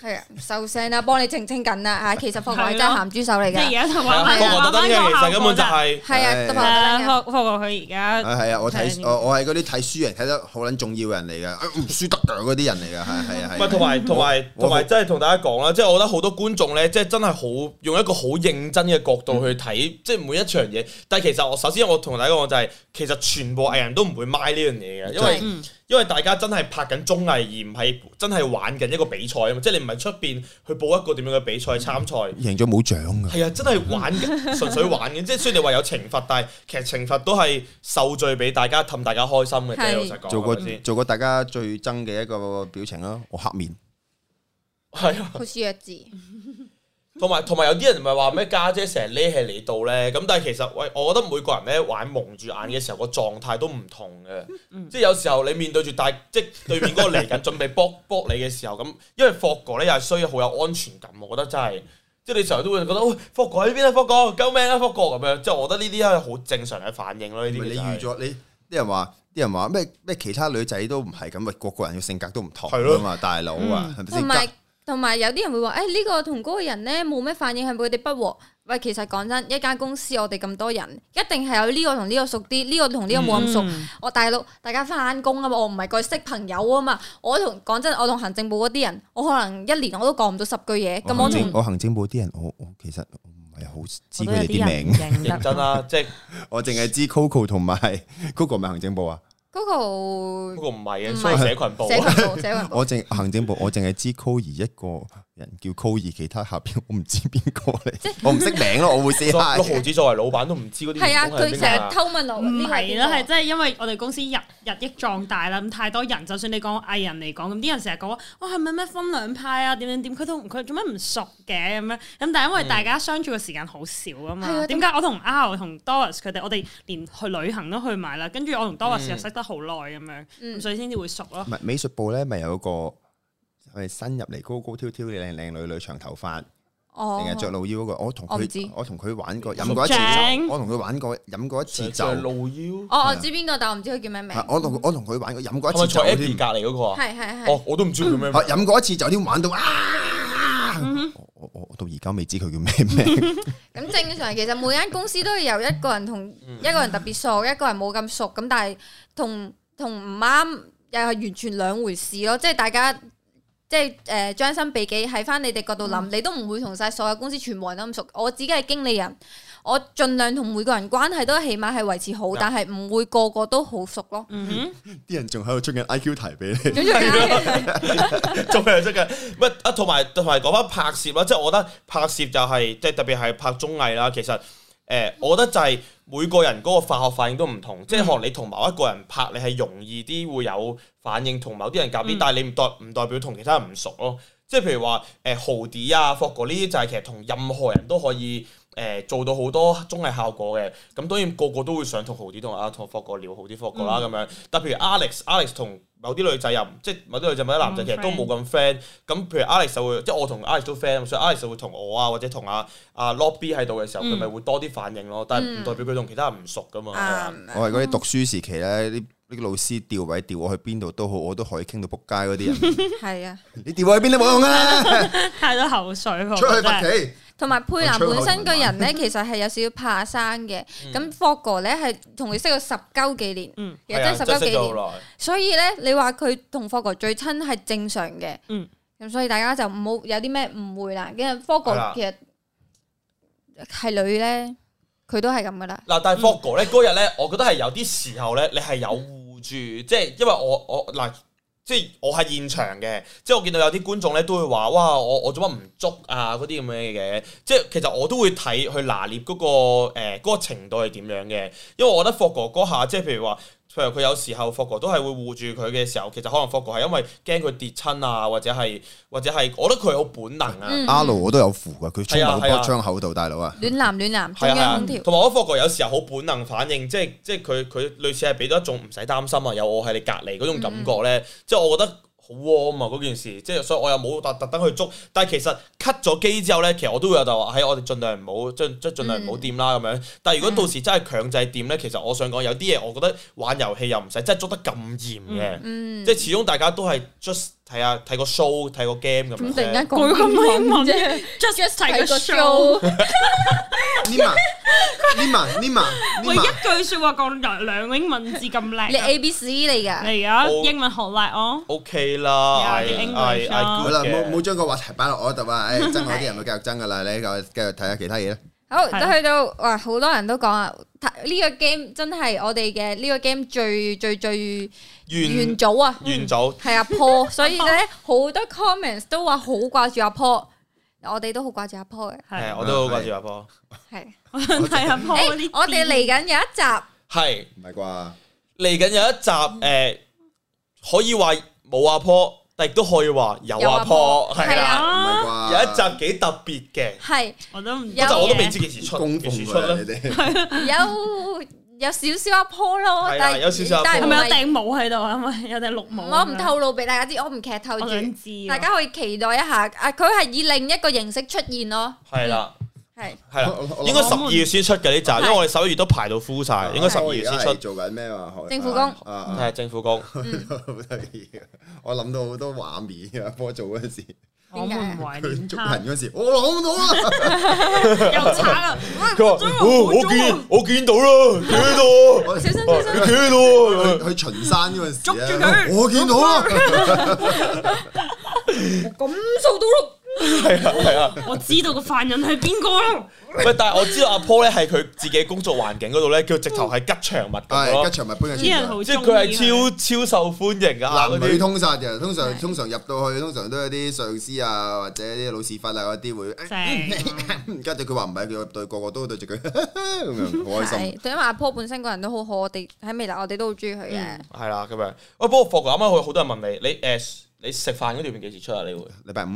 B: 系啊，受聲啦，幫你澄清緊啦啊吓，其實霍國真係鹹豬手 嚟
C: 即係而
B: 㗎，
C: 家同
A: 係
C: 話
A: 啊
B: 係
A: 霍
B: 啊
A: 國特登嘅，其實根本就係
B: 係啊，都
D: 係
B: 霍
C: 霍霍國佢而家
D: 啊，系啊，我睇
C: 係啊
D: 我我係嗰啲睇書人睇得好撚重要嘅人嚟嘅，啊唔輸得㗎嗰啲人嚟嘅，係係啊
A: 唔係同
D: 係啊。
A: 埋同埋
D: 我
A: 同埋，真係同大家講啦，即係我覺得好多觀眾咧，即係真係好用一個好認真嘅角度去睇，即係每一場嘢。但係其實我首先我同大家講就係，其實全部藝人都唔會 m 呢樣嘢嘅，因為
C: 嗯
A: 因為大家真係拍緊綜藝，而唔係真係玩緊一個比賽啊嘛。即係你唔係出邊去報一個點樣嘅比賽參賽。
D: 贏咗冇獎㗎，
A: 係啊，真係玩嘅，純粹玩嘅。即係雖然你話有懲罰，但係其實懲罰都係受罪俾大家氹大家開心嘅啫。
B: 係
A: 老實講，
D: 做過
A: 係咪先
D: 做過大家最憎嘅一個表情咯，我黑面。
A: 係啊。
B: 好似弱智，
A: 同埋同埋有啲人唔係話咩家姐成日匿喺你度咧，咁但係其實喂，我覺得每個人咧玩蒙住眼嘅時候個狀態都唔同嘅，
B: 嗯
A: 即係有時候你面對住大即係對面嗰個嚟緊準備 卜卜你嘅時候，咁因為霍哥咧又係需要好有安全感，我覺得真係。即係你成日都會覺得，喂，霍哥喺邊啊？霍哥，救命啊！霍哥咁樣，即係我覺得呢啲係好正常嘅反應咯。呢
D: 你
A: 啲其實
D: 預
A: 係
D: 咗你啲人話，啲人話咩咩其他女仔都唔係咁，咪個個人嘅性格都唔同
A: 係咯
D: 㗎嘛，大佬啊，係咪
B: 同
D: 先？
B: 埋同埋有啲人會話，诶呢個同嗰個人咧冇咩反應，係咪佢哋不和？喂，其實講真，一間公司我哋咁多人，一定係有呢個同呢個熟啲，呢個同呢個
C: 嗯
B: 冇咁熟。我大佬，大家翻工啊嘛，我唔係過去識朋友啊嘛。我同講真，我同行政部嗰啲人，我可能一年我都講唔到十句嘢。咁我
D: 行政
B: 同
D: 我行政部啲人，我我其實我唔係好知
E: 我都有
D: 佢哋啲
E: 人唔
D: 名，
E: 認得
A: 認真啦，即係
D: 我淨係知 Coco 同埋 Coco 咪行政部啊，
A: 不
B: Google
A: 過唔係嘅，
B: 唔係
A: 所以社群部啊
B: 社群部，社群部
D: 我淨行政部我淨係知 Coir 一個人叫 Coir，其他下邊 我唔知邊個嚟
B: 即係，
D: 我唔識名 咯，我會 say
A: 六
D: hi
A: 毫子作為老闆都唔知嗰啲
B: 係啊，
A: 員工係
B: 佢
A: 邊
B: 成日
A: 個啊
B: 偷問我
C: 唔
B: 呢個
C: 係
B: 邊
C: 啦，
B: 個
C: 係真係因為我哋公司日日益壯大啦，咁太多人，就算你講藝人嚟講，咁啲人成日講話，哇係咪咩分兩派啊？點點點，佢都唔佢做咩唔熟嘅咁樣？咁但係因為大家相處嘅時間好少啊
B: 係
C: 嘛，
B: 啊
C: 點解我同 R 同 Doris 佢哋，我哋連去旅行都去埋啦，跟住我同 Doris 又識得好耐咁樣，咁
B: 嗯
C: 所以先至會熟咯
D: 唔。係美術部咧，咪有個係咪新入嚟高高挑挑、靚靚女女、長頭髮，
B: 哦
D: 成日着露腰嗰個。我同
B: 我唔知
D: 佢，我同佢玩過，飲過一次
C: 正
D: 酒。我同佢玩過，飲過一次酒。
A: 上路腰，
B: 哦，我知邊個，但我唔知佢叫咩名。
D: 係我同我同佢玩過，飲過一
A: 係咪
D: 次
A: 坐
D: 酒
A: Abby
D: 添。
A: 隔離嗰個啊？
B: 係係係
A: 哦，我都唔知佢咩名
D: 我。飲過一次酒添，玩到啊！我我我我到而家未知佢 叫咩名。
B: 咁正常，其實每間公司都有一個人同
A: 嗯
B: 一個人特別熟，一個人冇咁熟，咁但係同同唔啱又係完全兩回事咯。即係大家即係誒將心比己，喺翻你哋角度諗，你都唔會同晒所有公司全部人都咁熟。我自己係經理人，我盡量同每個人關係都起碼係維持好，但係唔會個個都好熟咯。
C: 嗯哼，
D: 啲人仲喺度出緊 I Q 題俾你。
B: 咁仲 有
A: 仲係識嘅，乜啊？同埋同埋講翻拍攝啦，即係我覺得拍攝就係即係特別係拍綜藝啦。其實誒、呃我覺得就係每個人嗰個化學反應都唔同，即係學你同某一個人拍，你係容易啲會有反應，同某啲人夾啲，
C: 嗯
A: 但係你唔代唔代表同其他人唔熟咯。即係譬如話誒、呃豪啲啊、霍哥呢啲，就係其實同任何人都可以。誒、做到好多綜藝效果嘅，咁當然個個都會想同豪啲同啊同霍哥聊豪啲霍哥
B: 嗯
A: 啦咁樣，但譬如 Alex，Alex 同某啲女仔又唔即係某啲女仔某啲男仔
C: 嗯
A: 其實都
C: friend
A: 冇咁 friend，咁譬如 Alex 就會即係我同 Alex 都 friend，所以 Alex 就會同我啊或者同阿阿 Lobby 喺度嘅時候，
C: 嗯
A: 佢咪會多啲反應咯，但係唔代表佢同其他人唔熟噶嘛。係啊
B: 嗯啱
D: 我係
C: 嗯
D: 嗰啲讀書時期咧，啲啲老師調位調我去邊度都好，我都可以傾到仆街嗰啲人。
B: 係啊。
D: 你調我去邊都冇 用啊！
C: 太多口水喎，
D: 出去
C: 真
D: 罰
C: 係
D: 企。
B: 同埋佩蘭本身個人咧，
D: 我
B: 其實係有少少怕生嘅。
A: 嗯
B: 咁霍哥咧係同佢識咗十鳩幾年，
C: 嗯
B: 其實真係十鳩幾
A: 啊識咗
B: 年。
A: 好耐。
B: 所以咧，你話佢同霍哥最親係正常嘅。
C: 嗯
B: 咁所以大家就唔好有啲咩誤會啦。因為霍哥
A: 係啦
B: 其實係女咧，佢都係咁噶啦。
A: 嗱，但係霍哥咧嗰日咧，我覺得係有啲時候咧，你係有護住，即係因為我我嗱，即係我係現場嘅，即係我見到有啲觀眾咧都會話：哇，我我做乜唔捉啊？嗰啲咁樣嘅嘢，即係其實我都會睇去拿捏嗰、個誒嗰、個程度係點樣嘅，因為我覺得霍哥嗰下即係譬如話。譬如佢有時候霍哥都係會護住佢嘅時候，其實可能霍哥係因為驚佢跌親啊，或者係或者係，我覺得佢好本能啊。
B: 嗯，
D: 阿盧我都有扶噶，佢衝
A: 係啊
D: 到
A: 係啊
D: 波窗口度，大佬啊！
B: 暖男暖男中
A: 係啊
B: 央空，
A: 係啊
B: 調。
A: 同埋我霍哥有時候好本能反應，即係
B: 嗯
A: 即係佢佢類似係俾咗一種唔使擔心啊，有我喺你隔離嗰種感覺咧，即係我覺得好 warm 啊嗰件事，即係所以我又冇特特登去捉，但係其實 cut 咗機之後咧，其實我都會有就話，哎喺我哋盡量唔好，即即盡量唔好掂啦咁
B: 嗯
A: 樣。但係如果到時真係強制掂咧，其實我想講有啲嘢，我覺得玩遊戲又唔使真係捉得咁嚴嘅，
B: 嗯
A: 即，係始終大家都係 just 睇下睇個 show 睇個 game 咁樣。
B: 咁突然
C: 佢
B: 間講
C: 咁多英文
B: 啫，
C: 嘅，just just 睇
B: 睇
C: 個
B: 個
C: show，
B: show，
D: Nima Nima Nima
C: 喂，一
D: Nima，
C: 句说話講兩兩個英文字咁叻啊，
B: 你 A B C 嚟㗎，
C: 你而家
A: 我
C: 英文學叻哦，
A: OK 啦
C: Yeah, the
A: I-
B: 啊
C: English
A: I- I
C: 啦
D: 好
A: good
D: 啦，
A: 嘅
D: 冇冇將個話題擺落我度啊！唉，真我啲人會繼續爭噶啦，你繼續繼續睇下其他嘢啦。
B: 好，
C: 係
B: 都去到哇，好多人都講啊，呢個 game 真係我哋嘅呢個 game 最最最元
A: 完
B: 祖啊！
A: 完咗。
B: 係阿 Paul，所以咧好多 comments 都話好掛住阿 Paul，我哋都好掛住阿 Paul 嘅，
A: 啊係，
C: 係
A: 我都好掛住阿波。
B: 係。
C: 睇下 Paul
B: 誒
C: 啲
B: 我哋
C: 片
B: 嚟緊有一集，
A: 係
D: 唔係啩？
A: 嚟緊有一集
B: 嗯
A: 誒，可以話冇阿波，但亦都可以話有
B: 有
A: 阿
B: 阿
A: 波，
B: 波
A: 係
B: 係
A: 啦。
B: 啊
D: 唔係啩？
A: 有一集幾特別嘅，
B: 係
C: 我都唔
B: 有
A: 嗰集我都未
C: 嘢
A: 知幾時出，
D: 供
A: 幾
D: 奉
A: 時出
D: 佢啊你
A: 咧？
D: 哋。
B: 有有少少阿 Paul 咯
A: 係啊，
B: 但係
A: 有少少阿 Paul
B: 但
C: 係
B: 係唔
C: 咪有
B: 係
C: 頂帽喺度啊？係咪有頂綠帽？
B: 我唔，透露俾大家知，我唔劇透
C: 我
B: 住，
C: 想知。啊
B: 大家可以期待一下。啊，佢係以另一個形式出現咯，
A: 係啦，
B: 係
A: 係啦
D: 我我，我
A: 應該十二月先出嘅呢集，因為我哋十一月都排到 full 晒，應該十二月先
D: 我而家
A: 出。
D: 係做緊咩話？學
B: 政府工
D: 啊啊
A: 係政府 工，
D: 好得意啊！我諗到好多畫面啊！波做嗰陣時，
C: 我們懷
D: 佢
C: 念
D: 捉
C: 他
D: 人，嗰陣時，我諗到啦，
C: 又慘 啦！
A: 佢
B: 啊
A: 話：哦我見我見到啦，企喺度
D: 我
A: 啊，
B: 小心
A: 啊
B: 小心。
A: 企喺度啊咁樣
D: 佢去巡山嗰陣時
C: 捉住佢
D: 我見到啦，
B: 咁數到咯，
A: 係啊係啊。
C: 我知道個犯人係邊個啦。
A: 喂，但係我知道阿 Paul 咧係佢自己工作環境嗰度咧，叫直頭係吉祥物咁
D: 係
A: 咯
D: 吉，祥物搬嘅
C: 啲人好
A: 即
C: 中
A: 係
C: 意啊
A: 佢係超超受歡迎㗎嗰
D: 男女
A: 啲。
D: 通殺嘅，通常通常入到去，通常都有啲上司啊，或者啲老屎忽啊嗰啲會，
C: 正
D: 跟住佢話唔係，佢入對個個都對住佢咁樣，好開心。
B: 係，對因為阿 Paul 本身個人都好好，我哋喺未來我哋都好中意佢嘅。
C: 嗯
A: 係啦，咁樣。喂，不過霍哥啱啱好多人問你，你誒你食飯嗰段片幾時出啊？你會？
D: 禮拜五，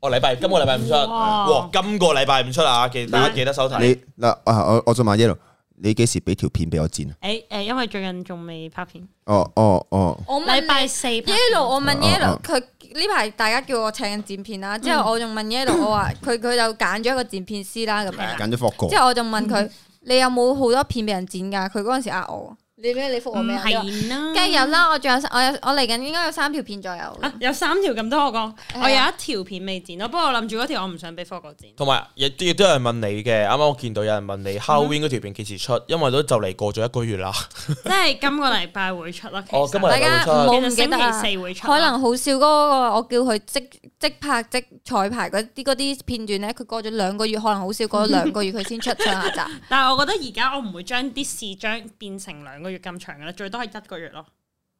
A: 我禮拜今個禮拜五出，
C: 哇
A: 哇！今個禮拜五出啊，記大家記得收睇。
D: 嗱啊，我我想問 Yellow，你幾時俾條片俾我剪啊？
C: 誒誒，因為最近仲未拍片，
D: 哦哦哦，
B: 我問
C: 禮拜
B: 你
C: 四
B: Yellow，我問
D: 哦
B: Yellow，
D: 哦
B: 佢呢排大家叫我請剪片啦，之後我仲問 Yellow，我話佢佢就揀咗一個剪片師啦咁樣。
D: 揀咗霍哥
B: 之。後我就問佢：你有冇好多片俾人剪㗎？佢嗰陣時呃我，你咩？你覆我
C: 唔
B: 咩啊？你話
C: 係啦，
B: 梗係有啦，我仲有我有我嚟緊應該有三條片左右。
C: 啊有三條咁多我講，
B: 啊
C: 我有一條片未剪咯，不過我諗住嗰條我唔想俾科哥 剪。
A: 同埋亦都亦都有人問你嘅，啱啱我見到有人問你
C: 嗯
A: Halloween 嗰條片幾時出，因為都就嚟過咗一個月啦。
C: 即係今個禮拜會出咯。其實
A: 哦今個禮
B: 大
A: 拜
B: 家
A: 有
B: 唔
A: 出
B: 好
C: 其
B: 唔
C: 實
B: 記
C: 星
B: 得啊！
C: 期四會出咯。
B: 可能好少嗰個，我叫佢即即拍即彩排嗰啲嗰啲片段咧，佢過咗兩個月，可能好少過咗兩個月佢先出上下集。
C: 但係我覺得而家我唔會將啲試章變成兩個月咁長噶啦，最多係一個月咯。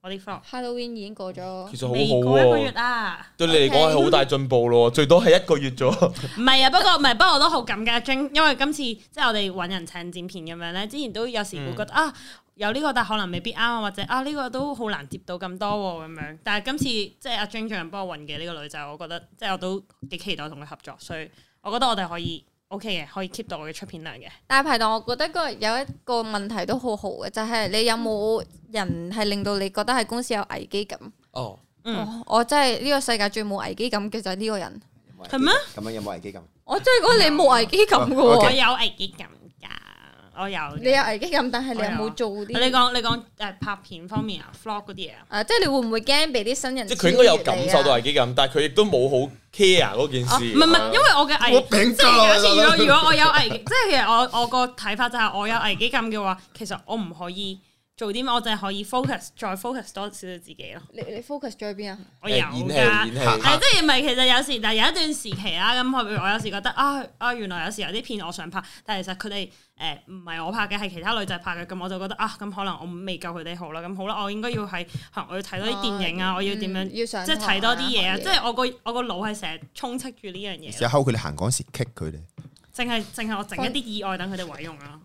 C: 我啲科
B: Halloween 已經過咗
A: 其，實好好
C: 哦未過一個月
A: 喎，
C: 啊。
A: 對你嚟講係好大進步咯，最多係一個月咗。
C: 唔係啊，不過唔係，不過我都好感激阿 Jing，因為今次即係我哋揾人請剪片咁樣咧，之前都有時會覺得、啊有呢、個，但可能未必啱啊，或者啊呢、個都好難接到咁多喎、咁樣。但係今次即係阿 Jing 最近幫我揾嘅呢個女仔，我覺得即係我都幾期待同佢合作，所以我覺得我哋可以 OK 嘅，可以 keep 到我嘅出片量嘅。
B: 但係排檔，我覺得嗰日有一個問題都好好嘅，就係、你有
C: 嗯
B: 冇人係令到你覺得喺公司有危機感？
A: 哦，
C: 嗯，
B: 我我真係呢個世界最冇危機感嘅就係呢個人，
C: 係咩？
D: 咁樣有冇危機感？
B: 我真係覺得
A: 嗯
B: 你冇危機感嘅
A: 哦
B: 喎。
D: OK
C: 我有危機感㗎，我有嘅。
B: 你有危機感，但係你
C: 我
B: 有
C: 有
B: 冇
C: 啊
B: 做啲？
C: 你講你講誒、拍片方面啊，vlog 嗰啲嘢啊，
B: 啊，即係你會唔會驚俾啲新人？
A: 即係佢應該有感受到。危機感，但係佢亦都冇好 care 嗰件
C: 哦
A: 事。啊
C: 唔係唔係，因為我嘅危
D: 我，餅
C: 即
D: 渣
C: 係
D: 啊
C: 假設如果如果我有危，即係其實我我個睇法就係我有危機感嘅話，其實我唔可以做啲咩，我淨係可以 focus 再 focus 多少少自己咯。
B: 你你 focus 咗喺邊啊？
C: 我有
A: 誒演戲
C: 㗎。
A: 演戲
D: 嚇
C: 係即係唔係？其實有時，但係有一段時期啦，咁譬如我有時覺得啊啊，原來有時有啲片我想拍，但係其實佢哋誒唔係我拍嘅，係其他女仔拍嘅，咁我就覺得啊，咁可能我未夠佢哋好啦，咁好啦，我應該要係可能我要睇多啲電影啊，我要點樣
B: 嗯要上
C: 即係睇多啲嘢啊！
B: 堂
C: 即係我個我個腦係成日充斥住呢樣嘢
D: 有，睺佢哋行嗰陣時棘佢哋，
C: 淨係淨係我整一啲意外等佢哋毀容啊！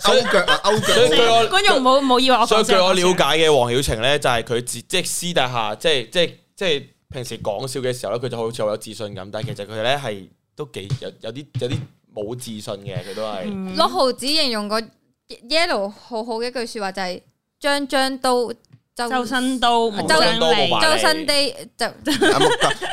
A: 所以
D: 勾腳啊勾
A: 所以據
D: 腳。
A: 我
C: 觀眾唔好唔好以為我
A: 所以
C: 講
A: 據
C: 真
A: 我
C: 話
A: 了解嘅，黃曉晴咧就係佢自即係私底下，即係即係即係平時講笑嘅時候咧，佢就好似好有自信咁，但係其實佢咧係都幾有有啲有啲冇自信嘅，佢都係
C: 嗯
B: 六毫子形容個 yellow 好好嘅一句説話就係將將刀周
C: 周身都冇
B: 周
C: 張利
A: 周
B: 周身地就
D: 阿木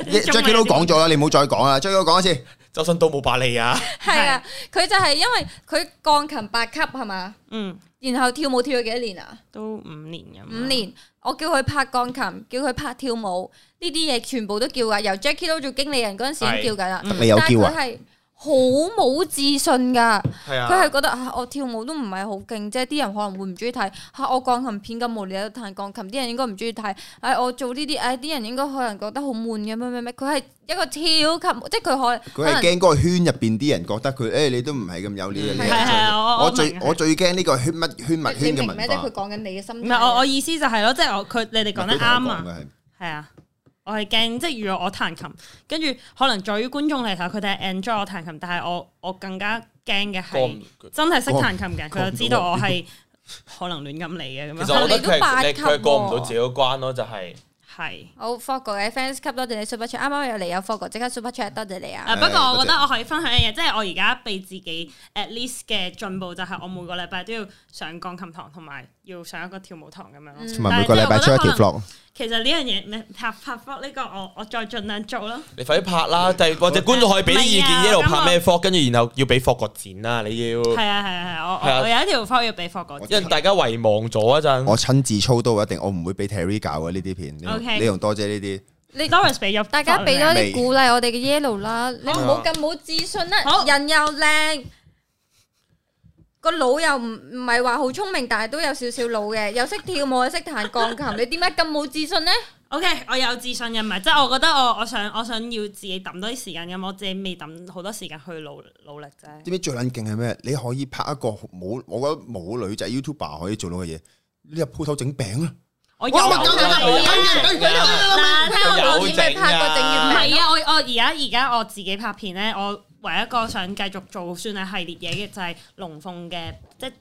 D: Jackie 都講咗啦，你唔好再講啦，Jackie 都講一次。
A: 周身都冇把利啊！
B: 係啊，佢就係因為佢鋼琴八級係嘛，
C: 嗯，
B: 然後跳舞跳咗幾多年啊？
C: 都五年咁樣。
B: 五年，我叫佢拍鋼琴，叫佢拍跳舞，呢啲嘢全部都叫噶。由 Jackie 都做經理人嗰陣時已經叫緊啦，
C: 嗯
D: 你有
B: 但係
D: 叫
B: 佢
D: 啊？
B: 係好冇自信㗎。
A: 係
B: 佢係
A: 啊，
B: 覺得啊，我跳舞都唔係好勁啫，啲人可能會唔中意睇。嚇、我鋼琴片咁無聊，有得彈鋼琴，啲人應該唔中意睇。唉、我做呢啲，唉、啲人應該可能覺得好悶嘅，咩咩咩。佢係一個超級，即係佢可
D: 佢係
B: 可能
D: 驚嗰個圈入邊啲人覺得佢，誒你都唔係咁有料嘅。你
C: 係係
D: 係
C: 啊，我
D: 我最
C: 明
D: 我最驚呢個圈乜圈密
B: 你
D: 圈嘅
B: 明咩？即
D: 文
B: 係佢
D: 化。
B: 講緊你嘅心
C: 唔係我我
B: 態。
C: 意思就係咯，即係我佢你哋講得啱啊。
D: 佢同我講嘅係！
C: 係啊，我係驚，即係如果我彈琴，跟住可能在於觀眾嚟睇，佢哋係 enjoy 我彈琴，但係我我更加驚嘅
A: 過
C: 係
A: 唔
C: 真係識彈琴嘅，
D: 過唔
C: 佢就知道我係可能亂咁嚟嘅咁
A: 其實我覺得佢係
C: 樣，
B: 你
A: 你
B: 都八級
A: 佢係過唔
B: 喎
A: 到自己嗰關咯，就係
C: 係。
B: 好 f o g 嘅 fans 級多謝你 super chat，啱啱又嚟有 f o g 即刻 super chat，多謝你啊！
C: 誒呃不過我覺得我可以分享嘅嘢，即係我而家俾自己 at least 嘅進步就係我每個禮拜都要上鋼琴堂，同埋要上一個跳舞堂咁樣咯。
D: 同埋每個禮拜出一條 vlog，
C: 其實呢樣嘢咩拍拍 vlog 呢個我我再盡量做咯。
A: 你快啲拍啦，就係或者觀眾可以俾啲意
C: 唔係
A: 見，
C: 啊
A: 一路拍咩科，跟住然後要俾霍國展啦，你要
C: 係啊係啊係
A: 係
C: 啊，
A: 啊
C: 我我有一條 vlog 要俾霍哥知。
A: 因為大家遺忘咗一陣。
D: 我親自操刀一定，我唔會俾 Terry 教嘅呢啲片。你同
C: OK
D: 你同多姐呢啲，
B: 你
C: Doris 俾咗，
B: 大家俾多
D: 未
B: 啲鼓勵我哋嘅 yellow 啦，你唔好咁冇自信啦
C: 好，
B: 人又靚，個腦又唔唔係話好聰明，但係都有少少腦嘅，又識跳舞又識彈鋼琴， 你點解咁冇自信呢？
C: O、k 我有自信嘅，唔係即係我覺得我我想我想要自己抌多啲時間咁，我自己未抌好多時間去努努力啫。
D: 知唔知最撚勁係咩？你可以拍一個冇，我覺得冇女仔 YouTuber 可以做到嘅嘢，你入鋪頭整餅啦。
C: 我有
D: 哇！
C: 啊
D: 咪等等等等等等等
C: 嗱，聽我講
A: 有
C: 先
B: 點解拍過整
C: 唔
B: 月
C: 係啊！我我而家而家我自己拍片咧，我唯一一個想繼續做算係系列嘢嘅就係龍鳳嘅，即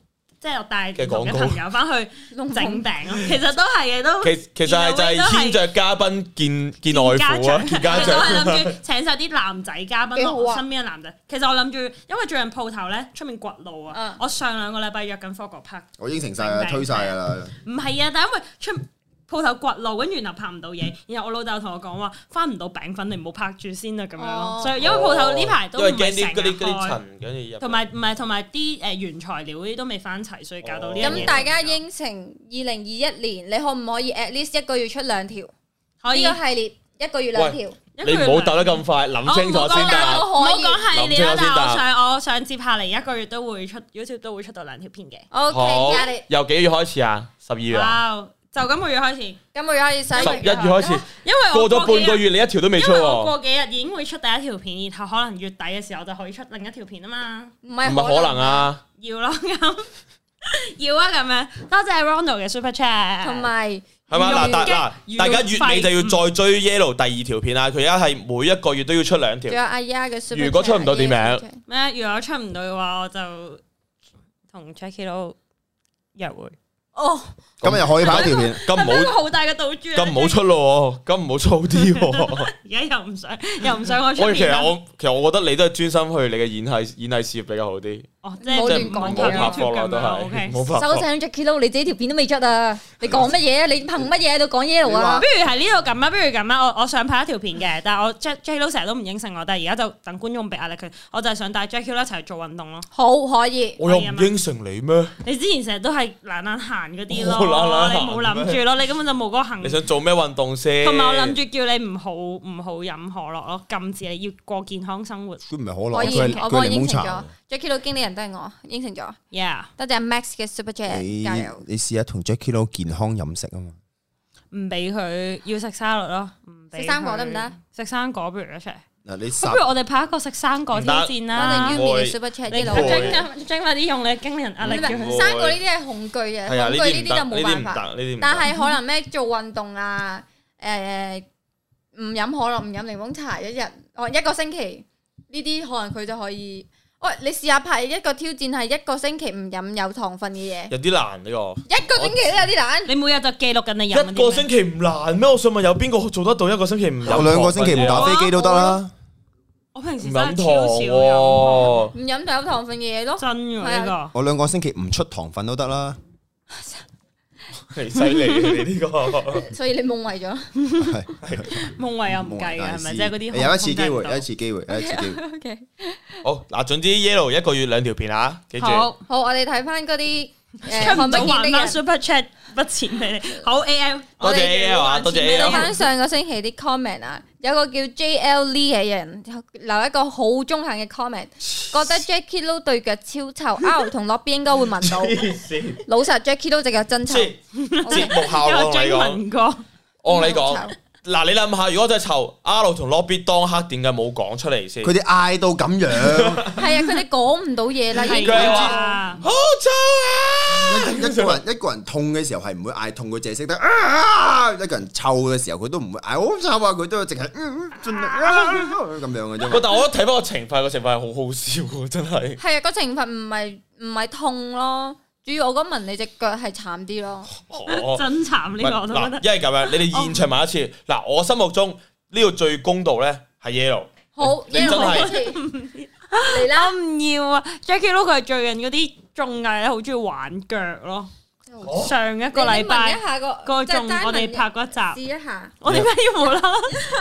C: 即係我帶唔同嘅
A: 嘅廣告
C: 朋友翻去
B: 龍
C: 整
B: 鳳
C: 餅 咯。其實都係嘅，都
A: 其其實係就係牽着嘉賓見見外父啊，見 家
C: 其實
A: 長
C: 我。係諗住請晒啲男仔嘉賓
B: 幾
C: 咯，
B: 好啊
C: 我身邊嘅男仔。其實我諗住，因為最近鋪頭咧出面掘路啊
B: 嗯，
C: 我上兩個禮拜約緊 f o g o 拍，
D: 我應承晒啦，推晒噶啦。
C: 唔係啊，但因為出鋪頭掘路，跟住然後拍唔到嘢，然後我老豆同我講話翻唔到餅粉，你唔好拍住先啊啦咁樣咯
B: 哦。
C: 所以因為鋪頭呢排都
A: 因
C: 唔
A: 為驚
C: 係
A: 啲
C: 成
A: 嗰
C: 日
A: 啲嗰啲
C: 開，
A: 塵，跟住入
C: 同埋唔係同埋啲誒原材料嗰啲都未翻齊，所以搞到呢樣
B: 哦咁
C: 嘢。
B: 大家應承二零二一年，你可唔可以 at least 一個月出兩條？呢
C: 可以
B: 個系列一個月兩條，
C: 一個
A: 你唔
C: 月
A: 好鬥得咁快，諗清楚先
B: 我
A: 得。啊
C: 唔好
B: 可以。
C: 講系列啦
B: 啊
A: 諗清，楚
C: 但
A: 先啊
C: 係
A: 答
C: 啊我想我想接下嚟一個月都會出 YouTube 都會出到兩條片嘅。
B: O K，壓力，
A: 由幾月開始啊？十二月啊？
C: 哇！就咁個月開始，因
B: 今個月可以使
A: 十一月開始，
C: 為我
A: 過咗半個
C: 幾日，
A: 月，你一條都未
C: 因
A: 出
C: 為我
A: 喎，
C: 過幾日已經會出第一條片，然後可能月底嘅時候就可以出另一條片啊嘛，
B: 唔
A: 唔係可能！啊！
C: 要咯咁， 要啊咁樣。多謝 Ronald 嘅 Super Chat，
B: 同埋
A: 係嘛
C: 用
A: 嗱，大
C: 嘅
A: 嗱，大家月尾就要再追 Yellow 第二條片啦。佢而家係每一個月都要出 兩條
B: 仲有，阿丫嘅 super，
A: 如果出唔到點名
B: chat，
C: 咩？如果出唔到嘅話，我就同 Jackie 佬約會。
B: 哦。
D: 今日可以拍一條片，
A: 咁唔
C: 係一個
A: 好
C: 好大嘅賭注啊。
A: 咁唔好出咯喎，咁唔好粗啲喎。
C: 而家又唔想， 又唔想我出
A: 我其
C: 面
A: 實
C: 啊啦。
A: 我其實我覺得你都係專心去你嘅演藝演藝事業比較好啲，
C: 哦，即係
B: 我
A: 即
B: 亂
A: 係
C: 唔
A: 唔
B: 講
A: 好
C: 講
B: 嘢
A: 拍
B: 啊
A: 拖啦，都
C: o
A: 係
C: k
A: 唔好拍
B: 收
A: 拖。
B: 聲，Jackie Lou，你自己條片都未出啊！你講乜嘢啊？你憑乜嘢喺度講 yellow 啊
C: 不？如喺呢度咁啊，不如咁啊，我我想拍一條片嘅，但係我 Jack Jack 都成日都唔應承我，但係而家就等觀眾俾壓力佢，我就係想帶 Jack 一齊做運動咯。
B: 好可以，
A: 我又唔應承你咩？
C: 你之前成日都係懶懶行嗰
A: 我
C: 啲
A: 懶
C: 咯，
A: 懶
C: 你
A: 閒
C: 冇諗住咯，你根本就冇嗰個行
A: 你。想做咩運動先？
C: 嗯同埋我諗住叫你唔好唔好飲可樂咯，禁止你要過健康生活。
D: 佢唔係可
B: 可
D: 樂，
B: 以，
D: 佢係
B: 我
D: 佢
B: 幫
D: 係
B: 你應
D: 檸檬
B: 承咗
A: 啊
D: 茶。。啊
B: Jackie Lou 經理人都係我應承咗，
C: Yeah，
B: 多謝 Max 嘅 super chat，
A: 哎
D: 你
B: 加油！
D: 你試下同 Jackie 佬健康飲食啊嘛，
C: 唔俾佢要食沙律咯，唔俾
B: 食生果
C: 佢
B: 得唔得？
C: 食生果不如一齊，
D: 嗱你
C: 咁
D: 霎
C: 不如我哋拍一個食生果
A: 唔
C: 挑
A: 得
C: 戰
B: 多謝
A: 哎
C: 啦。
B: Yumi 嘅 super chat
C: 你
B: yellow。
A: 會
C: 將將快啲用你經理人壓力叫佢
A: 會
B: 生果呢啲係恐懼嘅，
A: 係啊，呢
B: 恐
A: 啲
B: 懼
A: 唔
B: 呢
A: 得，呢啲
B: 啲就冇
A: 唔
B: 辦法。
A: 得，呢啲唔
B: 但
A: 得。
B: 係可能咩做運動啊，誒唔飲可樂唔飲檸檬茶一日，哦一個星期呢啲可能佢就可以。喂，你試下拍一個挑戰係一個星期唔飲有糖分 嘅嘢，
A: 有啲難呢個。
B: 一個星期都有啲難。
C: 你每日就記錄緊你飲
A: 一個星期唔難咩？我想問有邊個做得到一個星期唔
D: 我
A: 有
D: 兩個星期唔打
A: 糖
D: 飛機都得啦。
C: 我平時
A: 分嘅嘢唔
C: 真係
A: 飲
C: 超少飲
A: 糖喎？
B: 唔飲就有 糖分嘅嘢咯，
C: 真嘅呢個。
D: 我兩個星期唔出糖分都得啦。
A: 你犀利，你呢個
B: 所以你夢遺咗。
C: 夢遺又唔計嘅，係咪？即係嗰啲
D: 有一次機
C: 機
D: 會，
C: 會，
D: 有一次機會，有一 次機會。
B: OK，
A: 好嗱。總之 Yellow 一個月兩條片啊，記住。
C: 好。
B: 好，我哋睇翻嗰啲 誒
C: 佢
B: 看
C: 唔
B: 不
C: 到
B: 見的
C: 還翻
B: 人。
C: super chat 筆錢俾你，好 A M，
A: 多謝 AL 啊多謝 AL
B: 睇翻上個星期啲 comment 啊，有個叫 J L Lee 嘅人留一個好中肯嘅 comment，覺得 Jackie Lou 對腳 超臭，R 同洛 B 應該會聞到。
A: 黐線，
B: 老實 Jackie Lou 隻腳真臭，
A: 節節目效果
C: 有
A: 我同你講，
C: 追問過，
A: 我同你講
B: 好臭
A: 嗱，你諗下，如果真係臭阿 L 同 Lobby 當刻點解冇講出嚟先？
D: 佢哋嗌到咁 樣，
B: 係啊，佢哋講唔到嘢啦，已經
C: 係
A: 佢
C: 啊
A: 話，好臭啊！
D: 一一個人一個人痛嘅時候係唔會嗌痛，佢淨係識得啊！一個人臭嘅時候佢都唔會嗌好臭啊，佢都淨係嗯盡力啊咁樣
A: 喂
D: 嘅啫嘛。
A: 但我一睇翻個懲罰，個懲罰係好好笑喎，真 係。
B: 係啊，個懲罰唔係唔係痛咯，主要我覺得聞你隻腳係慘 啲咯。
A: 哦
C: 真慘呢個我都覺
A: 嗱，
C: 得。
A: 因為咁樣，你哋現場埋一次。嗱，我心目中呢度最公道咧係 Yellow，
B: 好，
A: 你真係
B: 嚟啦
C: 我，唔要啊！Jackie Lou 佢係最近嗰啲綜藝咧，好中意玩腳咯。
A: 哦
C: 上一個禮
B: 你聞
C: 拜
B: 一下個
C: 個
B: 即係單
C: 綜，我哋
B: 聞
C: 拍嗰一集，
B: 試一下。
C: 我點解要無啦啦？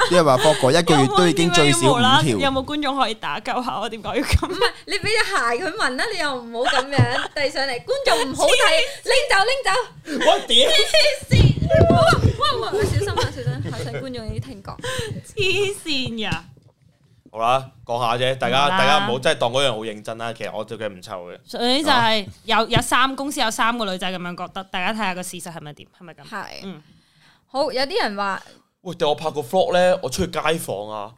D: 因為話博哥一個月都已經最少
C: 有冇
D: 五
C: 無啦啦
D: 條，
C: 有冇觀眾可以打救下我？點解要咁
B: 唔？係，你俾隻鞋佢聞啦，你又唔好咁樣遞上嚟，觀眾唔好睇，拎走拎走，
A: 我屌！
B: 黐線！哇哇哇！小心啊，小心，考上觀眾啲聽覺。
C: 黐線呀！
A: 好啦，講下啫，大家
C: 好啦
A: 大家唔好真係當嗰樣好認真啦。其實我對佢唔臭嘅，
C: 所以就係有有三公司有三個女仔咁樣覺得，大家睇下個事實係咪點，係咪咁？
B: 係
C: 嗯，
B: 好，有啲人話
A: 喂，但我拍個 vlog 咧，我出去街訪啊，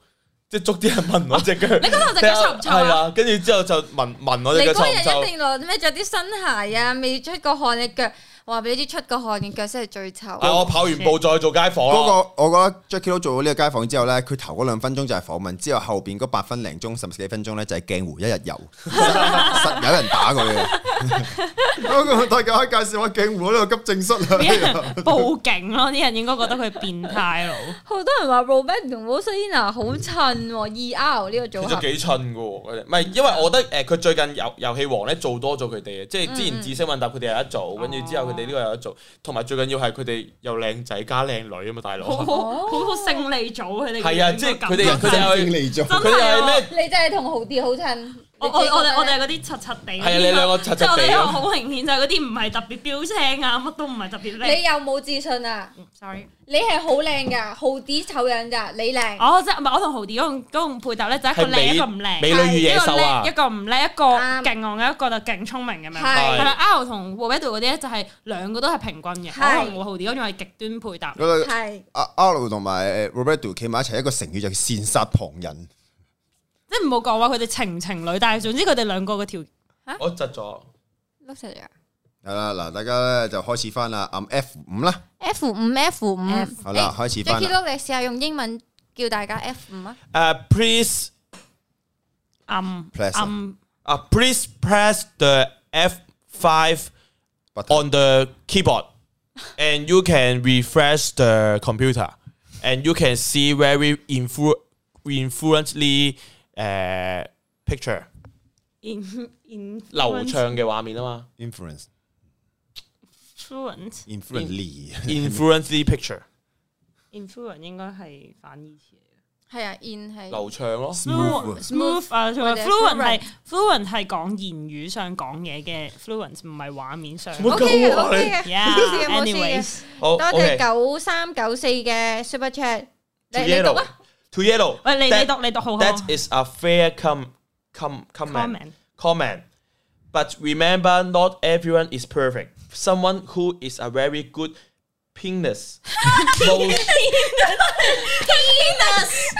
A: 即係捉啲人問我只腳， 你
C: 你嗰度隻腳臭唔臭啊
A: 係啊，跟住之後就問問我
B: 你
A: 只腳臭
B: 嗰日
A: 唔臭
B: 一。定攞咩着啲新鞋啊，未出過汗嘅腳，我話俾你知出過汗嘅腳先係最臭。
A: 啊，我跑完步再做街啊訪啦。
D: 嗰個我覺得 Jackie Lou 做咗呢個街訪之後咧，佢頭嗰兩分鐘就係訪問，之後後邊嗰八分零鐘、十幾分鐘咧就係鏡湖一 日遊，實有人打佢嘅。咁大家可以介紹下鏡湖呢個急症室
C: 啲
D: 啊！
C: 人報警咯，啲人應該覺得佢係變態佬。
B: 好多人話 Robert 同 Rosalina 好襯喎，ER 呢個
A: 其
B: 組
A: 實
B: 合。
A: 幾襯嘅喎，佢哋唔係因為我覺得誒佢最近遊遊戲王咧做多咗佢哋嘅，啊即係之前知識問答佢哋有得做，跟住之後佢哋呢個有得做，同埋最緊要係佢哋又靚仔加靚女啊嘛，大佬
C: 好好
B: 哦
C: 好好勝利組佢哋
A: 係啊
C: 嗰種
A: 即係
C: 感
A: 佢哋
C: 覺
A: 佢哋係
D: 嚟咗
A: 佢哋係咩？
B: 你真係同豪啲好襯。
C: 我我我哋我哋係嗰啲柒柒地，
A: 係啊你兩個柒柒地
C: 即係我哋
A: 咯
C: 兩個好明顯就係嗰啲唔係特別標青啊，乜都唔係特別
B: 你
C: 靚。
B: 有冇自信啊？
C: sorry，
B: 你係好靚噶，豪啲醜樣咋，你靚。
C: 我即係唔係我同豪迪嗰種嗰種配搭咧，就係一個靚一個唔靚，
A: 美女與野獸啊
C: 一個叻一個唔叻，一個
B: 啱
C: 勁戇嘅，一個就勁聰明咁樣。
B: 係
C: 係啦，R 同 w a d 嗰啲咧就係兩個都係平均嘅，
B: 係
C: 我同豪迪嗰種係極端配搭。
D: 嗰個
B: 係
D: 阿 R 同埋誒 Roberto 企埋一齊，一個成語就係羨殺旁人。
C: 即係唔好講話佢哋情唔情侶，但係總之佢哋兩個嘅條
A: 我窒咗，
B: 碌實咗。
D: 係啦，嗱，大家咧就開始翻啦，按 F 五啦，
B: F 五 ừ, F 五，
D: 係啦，開始翻
B: Jackie
D: 啦。
B: Lou，你試下用英文叫大家 F 五啊。
A: 誒 please
C: 暗
D: Pleasant
C: 暗
A: 啊 please press the F five on the keyboard and you can refresh the computer and you can see very influ influently 誒 picture 流暢嘅畫面啊嘛。
D: influence
C: influence
D: influently
A: influence picture
C: influence 應該係反義詞
B: 係啊，in 係
A: 流暢咯，
C: 嚟嘅
D: smooth
C: smooth 啊，同埋
B: 或者
C: fluent 係
B: fluent
C: fluent 係講言語上講嘢嘅 fluent，唔係畫面上。
A: 冇
B: OK 嘅
A: 夠啊
B: ，OK 嘅，
C: Yeah，
B: 冇事嘅，冇事嘅。
C: anyways，
A: 好
B: 多謝
A: OK
B: 九三九四嘅 Super Chat，
A: To
B: 你你
A: yellow
B: 讀啊。
A: to yellow，
C: 喂你
A: That-
C: 你讀你讀好好
A: That is a fair com com comment
C: comment
A: comment. But remember, not everyone is perfect. Someone who is a very good penis, knows-
C: penis，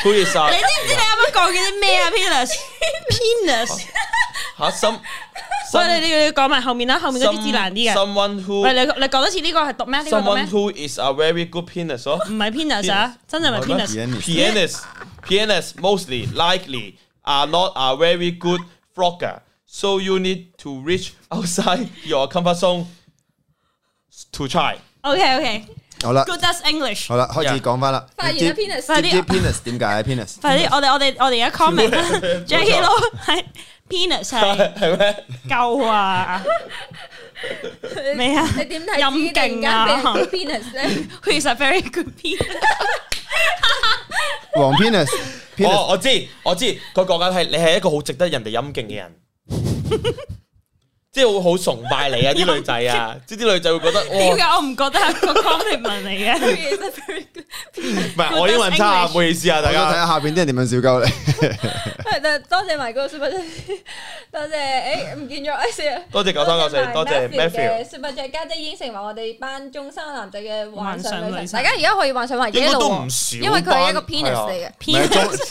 A: who is uh, a
C: 你知唔知你啱啱講嘅啲咩啊？penis，penis，
A: 吓 some
C: 喂
A: some
C: 你你要講埋後面啦，後面嗰啲字難啲嘅。
A: someone who
C: 喂你你講多次呢個係讀咩？呢個讀
A: someone
C: 咩？
A: who is a very good penis 咯。
C: 唔係 penis 啊，真係唔係 penis。
A: Pianists, pianists mostly likely are not a very good frogger, so you need to reach outside your comfort zone to try.
C: OK OK，good
D: 好啦，
C: as English。
D: 好啦，開始講翻啦。
B: 發
A: 啊
B: 現啦，penis
D: 知唔知 penis 點解 penis？
C: 快啲，我哋我哋我哋而家 comment 啦，Jackie
A: 冇錯
C: 佬係 penis 係
A: 係咩？
C: 夠啊！ 咩啊？
B: 你點睇自己突然間
C: à.
B: 俾人 叫 penis 咧？
C: 佢其實 very good p
D: 黃 penis penis
A: 我我知我知，oh, 佢講緊係你係一個好值得人哋陰敬嘅 人，即係會好崇拜你啊！啲女仔 啊，即係啲女仔會覺得
C: 點解
A: 哇，
C: 我唔覺得係個 compliment 嚟嘅？
B: 其實 very good，
A: 唔係我英文差啊，唔好意思啊，大
D: 大家睇
A: 家。
D: 下下邊啲人點樣笑鳩你。
B: 多謝埋嗰個 super chat，多謝誒唔見咗誒死啦！
A: 多謝九三九四，多謝 Matthew。
B: 嘅 super chat，家姐已經成為我哋班中生男仔嘅幻想
C: 幻想
B: 女
C: 女
B: 神。
C: 神
B: 大家而家可以幻想埋
A: 應該
B: yellow，
A: 都
B: 喎
A: 唔少啊
B: 因為佢係一個
A: 班
B: penis 嚟嘅。
D: 唔係中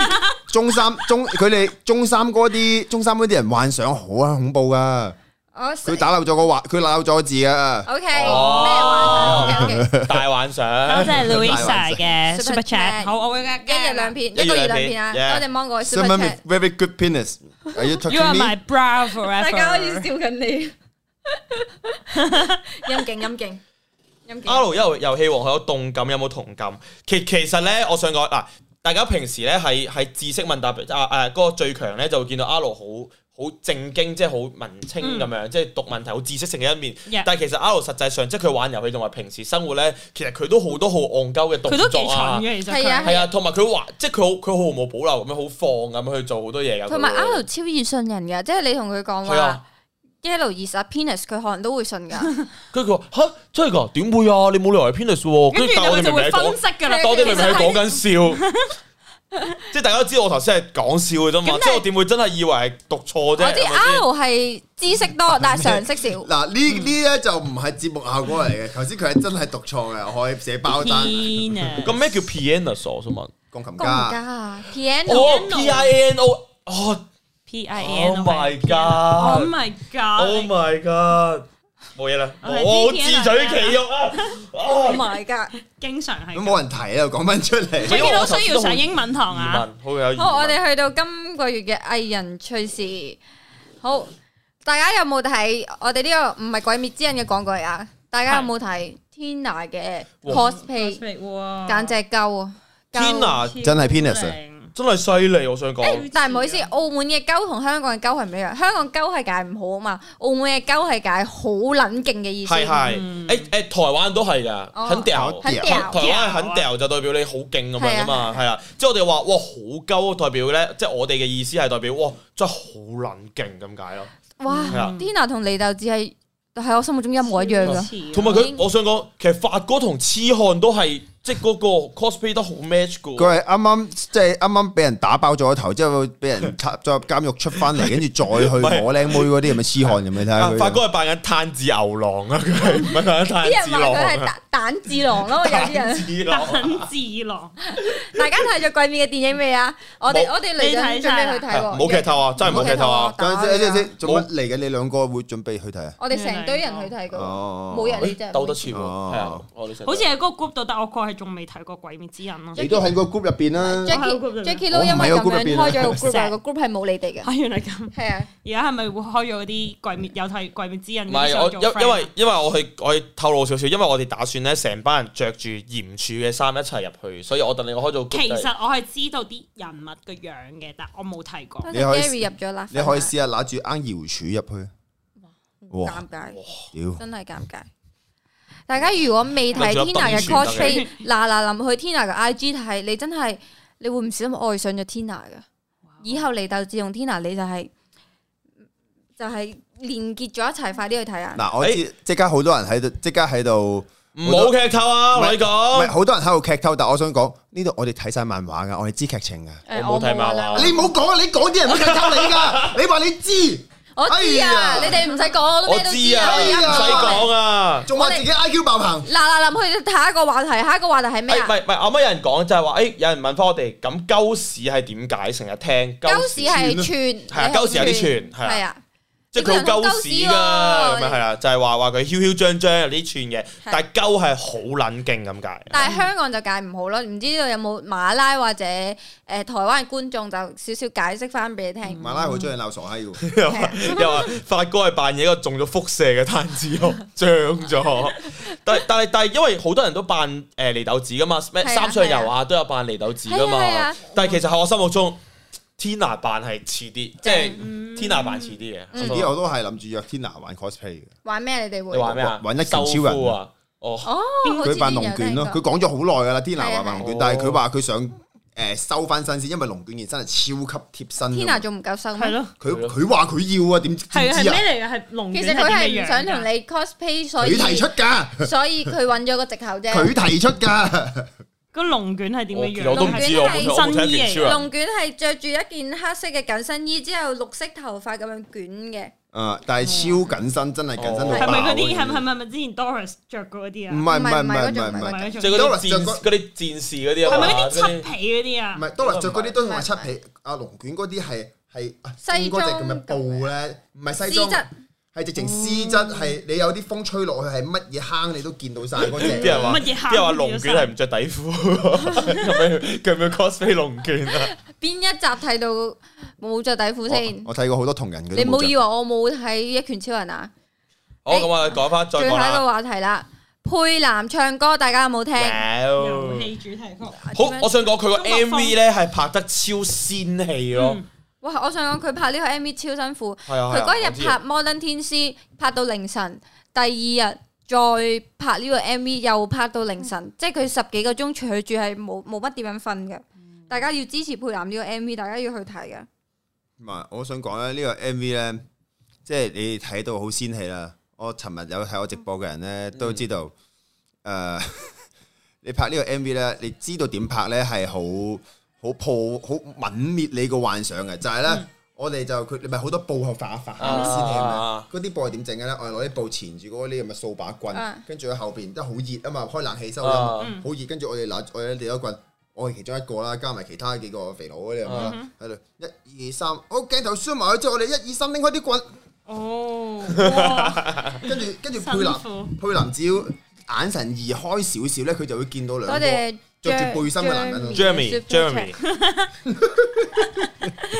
D: 中三中佢哋中三嗰啲中三嗰啲人幻想好啊恐怖噶，
B: 我
D: 佢打漏咗個畫，佢打漏咗個字啊！
B: OK
A: 哦
B: 咩幻想？OK OK，
A: 大幻想，
C: 多謝
D: Louisa
C: Louisa 嘅
B: Super
C: super
B: Chat
C: chat，好，我會加
B: 一日兩片，
A: 一
B: 一個
A: 日
B: 月兩
A: 兩
B: 片啊！
A: 片，yeah
B: 多謝芒果嘅 super
D: Someone
B: chat
D: with。very good penis. Are you
C: You are
D: talking me?
C: my bra forever。
B: 大家可以笑緊你，陰勁陰勁陰
A: 阿
B: 勁，
A: 盧遊遊戲王佢有動感有冇同感？其其實咧，我想講嗱，大家平時咧係係知識問答啊啊嗰個最強咧，就會見到阿盧好好正經，即係好文青咁樣，即係讀問題好知識性嘅一面。
C: 嗯 Yeah
A: 但係其實阿盧實際上即係佢玩遊戲同埋平時生活咧，其實佢都好多好戇鳩嘅
C: 佢
A: 動
C: 都幾
A: 作
C: 蠢
A: 啊。
C: 嘅，其實
B: 係啊
C: 佢
A: 係啊，同埋佢話，即係佢好佢好毫無保留咁樣，好放咁樣去做好多嘢㗎。
B: 同埋
A: 佢
B: L
A: 會
B: 超易信人嘅，即係你同佢講
A: 係啊
B: 話。yellow 二十 penis 佢可能都會信噶，
A: 跟住佢話吓真係㗎？點會啊？你冇理由係 penis 喎。
C: 跟住
A: 但係我
C: 佢
A: 哋
C: 就
A: 明明係
C: 會
A: 講
C: 分析㗎啦。
A: 但我哋明明係
C: 其實
A: 講緊笑， 即係大家都知道我頭先係講笑嘅啫嘛，
B: 咁但係
A: 即係我點會真係以為係讀錯啫？
B: 我知
A: 係咪先
C: 啊
B: L 係知識多，但係常識少。
D: 嗱呢呢咧就唔係節目效果嚟嘅，頭先佢係真係讀錯嘅，我可以寫包單。
C: 天啊！
A: 咁咩叫 pianist？我想問，
D: 鋼琴
B: 公家
D: 家，
B: 啊
A: 哦
B: piano，
A: ，P I A N O，哦
C: P I
A: ，Oh
C: N
A: my
C: Oh
A: god，Oh
C: my god！
A: my god，冇嘢啦，
C: 我係
A: 我自
C: PNR
A: 取其辱啊！
B: Oh
A: 啊
B: my god！
C: 經常係
D: 咁。冇人提啊，講翻出嚟。
C: 所以
A: 因為我
C: 都
A: 頭
C: 需
A: 先
C: 要
A: 都好
C: 上英文堂
A: 疑
C: 啊！
A: 問，好有疑問
B: 好，我哋去到今個月嘅藝人趣事。好，大家有冇睇我哋呢個唔係鬼滅之刃嘅廣告嚟啊？大家有冇睇 Tina 嘅
A: 哇
B: cosplay？
C: 哇
B: 簡直鳩啊！鳩
A: Tina
D: 真係 penis
A: à?
D: 啊
A: 真係犀利，我想講。
B: 但係唔好意思，澳門嘅鳩同香港嘅鳩係唔一樣。香港鳩係解唔好啊嘛，澳門嘅鳩係解好撚勁嘅意思。
A: 係係，
C: 嗯
A: 誒誒，台灣都係噶，
B: 哦
A: 肯掉，
D: 肯掉
A: 台台灣肯掉就代表你好勁咁樣噶嘛，係啊，即係我哋話哇好鳩，代表咧，即係我哋嘅意思係代表哇真係好撚勁咁解咯。
B: 哇
A: 係啊
B: ！Tina 同李豆子係喺我心目中一模一樣噶。
C: 㗎
A: 同埋
B: 已經
A: 佢，我想講，其實發哥同痴漢都係即係嗰個 cosplay 得好啊 match 噶。
D: 佢係啱啱即係啱啱俾人打爆咗個頭之後，俾 人插咗入監獄出翻嚟，跟住再去摸靚妹嗰啲，係咪痴漢咁？你睇下
A: 啊
D: 佢，
A: 發哥係扮緊炭治牛郎啊，佢 係唔係扮緊炭
B: 啲人
A: 治
B: 話
A: 郎
B: 佢係
A: 啊？
B: 蛋蛋治郎咯，有啲
A: 炭
B: 人。
A: 治郎啊，
C: 等智郎，
B: 大家睇咗《鬼滅》嘅電影未啊？我哋
A: 冇
B: 我哋嚟緊準備去睇
A: 係
B: 喎。
A: 冇劇透啊，真係冇劇透啊！
B: 打
D: 等
B: 佢
D: 陣先等陣
B: 啊！
D: 先做乜嚟嘅？你兩個會準備去睇啊？
B: 我哋成堆人去睇噶，
D: 哦
B: 冇人你就
A: 鬥得切喎，
D: 哦
A: 係啊，我哋成日
C: 好似喺嗰個 group 度，但我個係仲未睇過《鬼滅之刃》咯。
D: 你都喺個 group 入邊啦。
C: 我喺個 group 入
B: Jackie
C: 邊
B: Jackie Lou 因為咁樣
D: 我唔喺個
B: 開
D: group 入邊
B: 咗個 group 啊，
C: 成
B: 個 group 係冇你哋嘅。
C: 啊，原來咁！
B: 係啊，
C: 而家係咪會開咗嗰啲鬼滅有睇鬼滅之刃
A: 唔
C: 嗰啲
A: 係我
C: 想做 friend 啊？
A: 因因為因為我去我去透露少少，因為我哋打算咧成班人着住嚴處嘅衫一齊入去，所以我等你我開咗個 group
C: 其
A: 就係
C: 實我係知道啲人物嘅樣嘅，但我冇睇過。
B: 但
D: 你可以
B: Gary 入咗啦，
D: 你可以試下揦住啱搖柱入去。哇
B: 尷尬。
D: 屌！
B: 真係尷尬。大家如果未睇
A: 咪仲有
B: Tina 嘅
A: 冬選
B: cosplay，嗱嗱臨去 Tina 嘅 IG 睇，你真係你會唔小心愛上咗 Tina 噶。以後嚟到自用 Tina，你就係、就係、連結咗一齊，快啲去睇啊！
D: 嗱，我
A: 哎
D: 知即刻好多人喺度，即刻喺度，
A: 唔好劇透啊！我同你
D: 唔係
A: 講，
D: 好多人喺度劇透，但我想講呢度我哋睇晒漫畫噶，我哋知劇情噶。
B: 誒
A: 我冇啊睇漫畫
B: 啦
D: 你唔好講啊！你講啲人會劇透你噶， 你話你知，
B: 我知啊，
D: 哎呀
B: 你哋唔使講，我都
A: 我
B: 咩都
A: 知
B: 啊
A: 啊，
B: 我
A: 唔
B: 而家
A: 使講啊。
D: 仲話自己 I Q 爆棚。
B: 嗱嗱臨去下一個話題，下一個話題係咩
A: 哎誒唔
B: 啊？
A: 係唔係，啱啱有人講就係話，誒有人問翻我哋，咁鳩屎係點解？成日聽
B: 鳩屎係
A: 串
B: 串，
A: 係啊鳩屎有啲串係啊
B: 係啊，
A: 即係佢好鳩屎㗎，咁
B: 你
A: 樣係啦，就係話話佢囂囂張張有啲串嘅，
B: 係
A: 但係鳩係好撚勁咁解。
B: 但係香港就解唔好咯，唔知道有冇馬拉或者誒、呃台灣嘅觀眾就少少解釋翻俾你聽。啊
D: 馬拉好中意鬧傻閪喎，
A: 又話 又話發哥係扮嘢一個中咗輻射嘅炭治 郎，脹咗。但係但係但係，因為好多人都扮誒離豆子噶嘛，咩
B: 係啊
A: 三上悠亞都有扮離豆子噶
B: 係啊係
A: 嘛
B: 啊。
A: 但係其實喺我心目中， Tina 扮係似啲，即係 Tina 扮似啲嘅。
B: 嗯
D: 呢我都係諗住約 Tina 玩 cosplay 嘅，
B: 玩咩？你哋會
A: 你玩咩啊？
D: 玩一拳超人
A: 收夫啊！哦，
B: 哦，好似
D: 佢
B: 之前
D: 扮龍
B: 有
D: 卷
B: 聽
D: 咯，
B: 過
D: 佢講咗好耐噶啦，Tina 話扮龍
A: 係
D: 卷，
A: 係
D: 但係佢話佢想誒收翻身先，因為龍卷件真係超級貼身㗎嘛。
B: Tina 仲唔夠啊瘦咩
C: 係？咯，
D: 佢佢話佢要啊，點知
C: 係
D: 點
C: 係
D: 知啊
C: 咩？嚟嘅？係龍
B: 其
C: 卷
B: 實
C: 係
B: 佢
C: 點
B: 係
C: 嘅
B: 唔
C: 樣啊
B: 想同你啊 cosplay，所以
D: 佢提出㗎，
B: 所以佢揾咗個藉口啫。
D: 佢提出㗎，
C: 個龍卷係點
A: 我
C: 嘅
A: 其
C: 樣？
A: 實我都唔知我冇睇啊我冇睇拳超人。
B: 龍卷係着住一件黑色嘅緊身衣，之後綠色頭髮咁樣捲嘅。
D: 啊！但係超緊身，真係緊身到
C: 係
D: 爆
C: 咪
D: 啊
C: 嗰啲係咪係咪係咪之前 Doris 着過嗰啲
D: 唔
C: 啊？
D: 係唔係唔
B: 唔係
D: 係唔
B: 唔係
D: 係
B: 嗰
D: 唔
B: 種
D: 係
B: 唔。
A: 即係嗰啲
D: Doris 着
A: 戰
D: 嗰
A: 嗰啲戰士嗰啲啊
C: 係
A: 嘛，
C: 咪嗰
A: 嗰啲
C: 啲漆皮嗰啲啊
D: 唔？係，多倫着嗰啲都係話漆皮，阿龍卷嗰啲係係啊
B: 西裝
D: 嗰隻咁嘅布咧，唔係西
B: 絲
D: 裝
B: 質，哦
D: 係直情絲質，係你有啲風吹落去係乜嘢坑你都見到晒嗰
A: 啲人
D: 只。
A: 話
C: 乜嘢
A: 啲人話龍捲係唔着底褲，咁 樣佢咪 cosplay 龍捲啊？
B: 邊一集睇到冇着底褲先？
D: 我睇過好多同人
B: 你
D: 嘅，
B: 唔好以為我冇睇《一拳超人》啊！
A: 好，咁我哋講翻再
B: 最後
A: 講
B: 一個
A: 啦。
B: 話題啦，佩蘭唱歌，大家有冇聽？
A: 有
C: 遊戲主題曲。
A: 好
B: 點，樣
A: 我想講佢個
C: 中國風
A: MV 咧係拍得超仙氣咯，
C: 嗯
B: 哇！我想講佢拍呢個 MV 超辛苦，
A: 係啊，
D: 哦
A: 係啊
B: 佢嗰日
A: 我知
B: 拍《Modern 天師》拍到凌晨，第二日再拍呢個 MV 又拍到凌晨，即係佢十幾個鐘除住係冇冇乜點樣瞓嘅。大家要支持佩蘭呢個 MV，大家要去睇嘅。
D: 唔係，我想講咧，呢個 MV 咧，即係你睇到好仙氣啦。我尋日有睇我直播嘅
A: 嗯
D: 人咧，都知道誒、呃 你拍呢個 MV 咧，你知道點拍咧係好好破好泯滅你個幻想嘅，就係、咧。我哋就佢，你咪好多布後發一發
A: 嗯啊
D: 先氣嘛。嗰啲布係點整嘅咧？我哋攞啲布纏住嗰啲咁嘅掃把棍
B: 啊，
D: 跟住喺後邊，即係好熱啊嘛，開冷氣收音，
A: 啊
B: 嗯
D: 好熱。跟住我哋拿我哋攞棍，我係其中一個啦，加埋其他幾個肥佬嗰啲咁樣
B: 嗯
D: 啦，喺度一二三，好鏡頭 zoom 埋佢之後，我哋一二三拎開啲棍，
C: 哦，哇
D: 跟住跟住
C: 辛
D: 佩蘭
C: 苦。
D: 佩蘭只要眼神移開少少咧，佢就會見到兩
B: 多
D: 個
B: 謝
D: 着住背心嘅男人啊
A: Jeremy Jeremy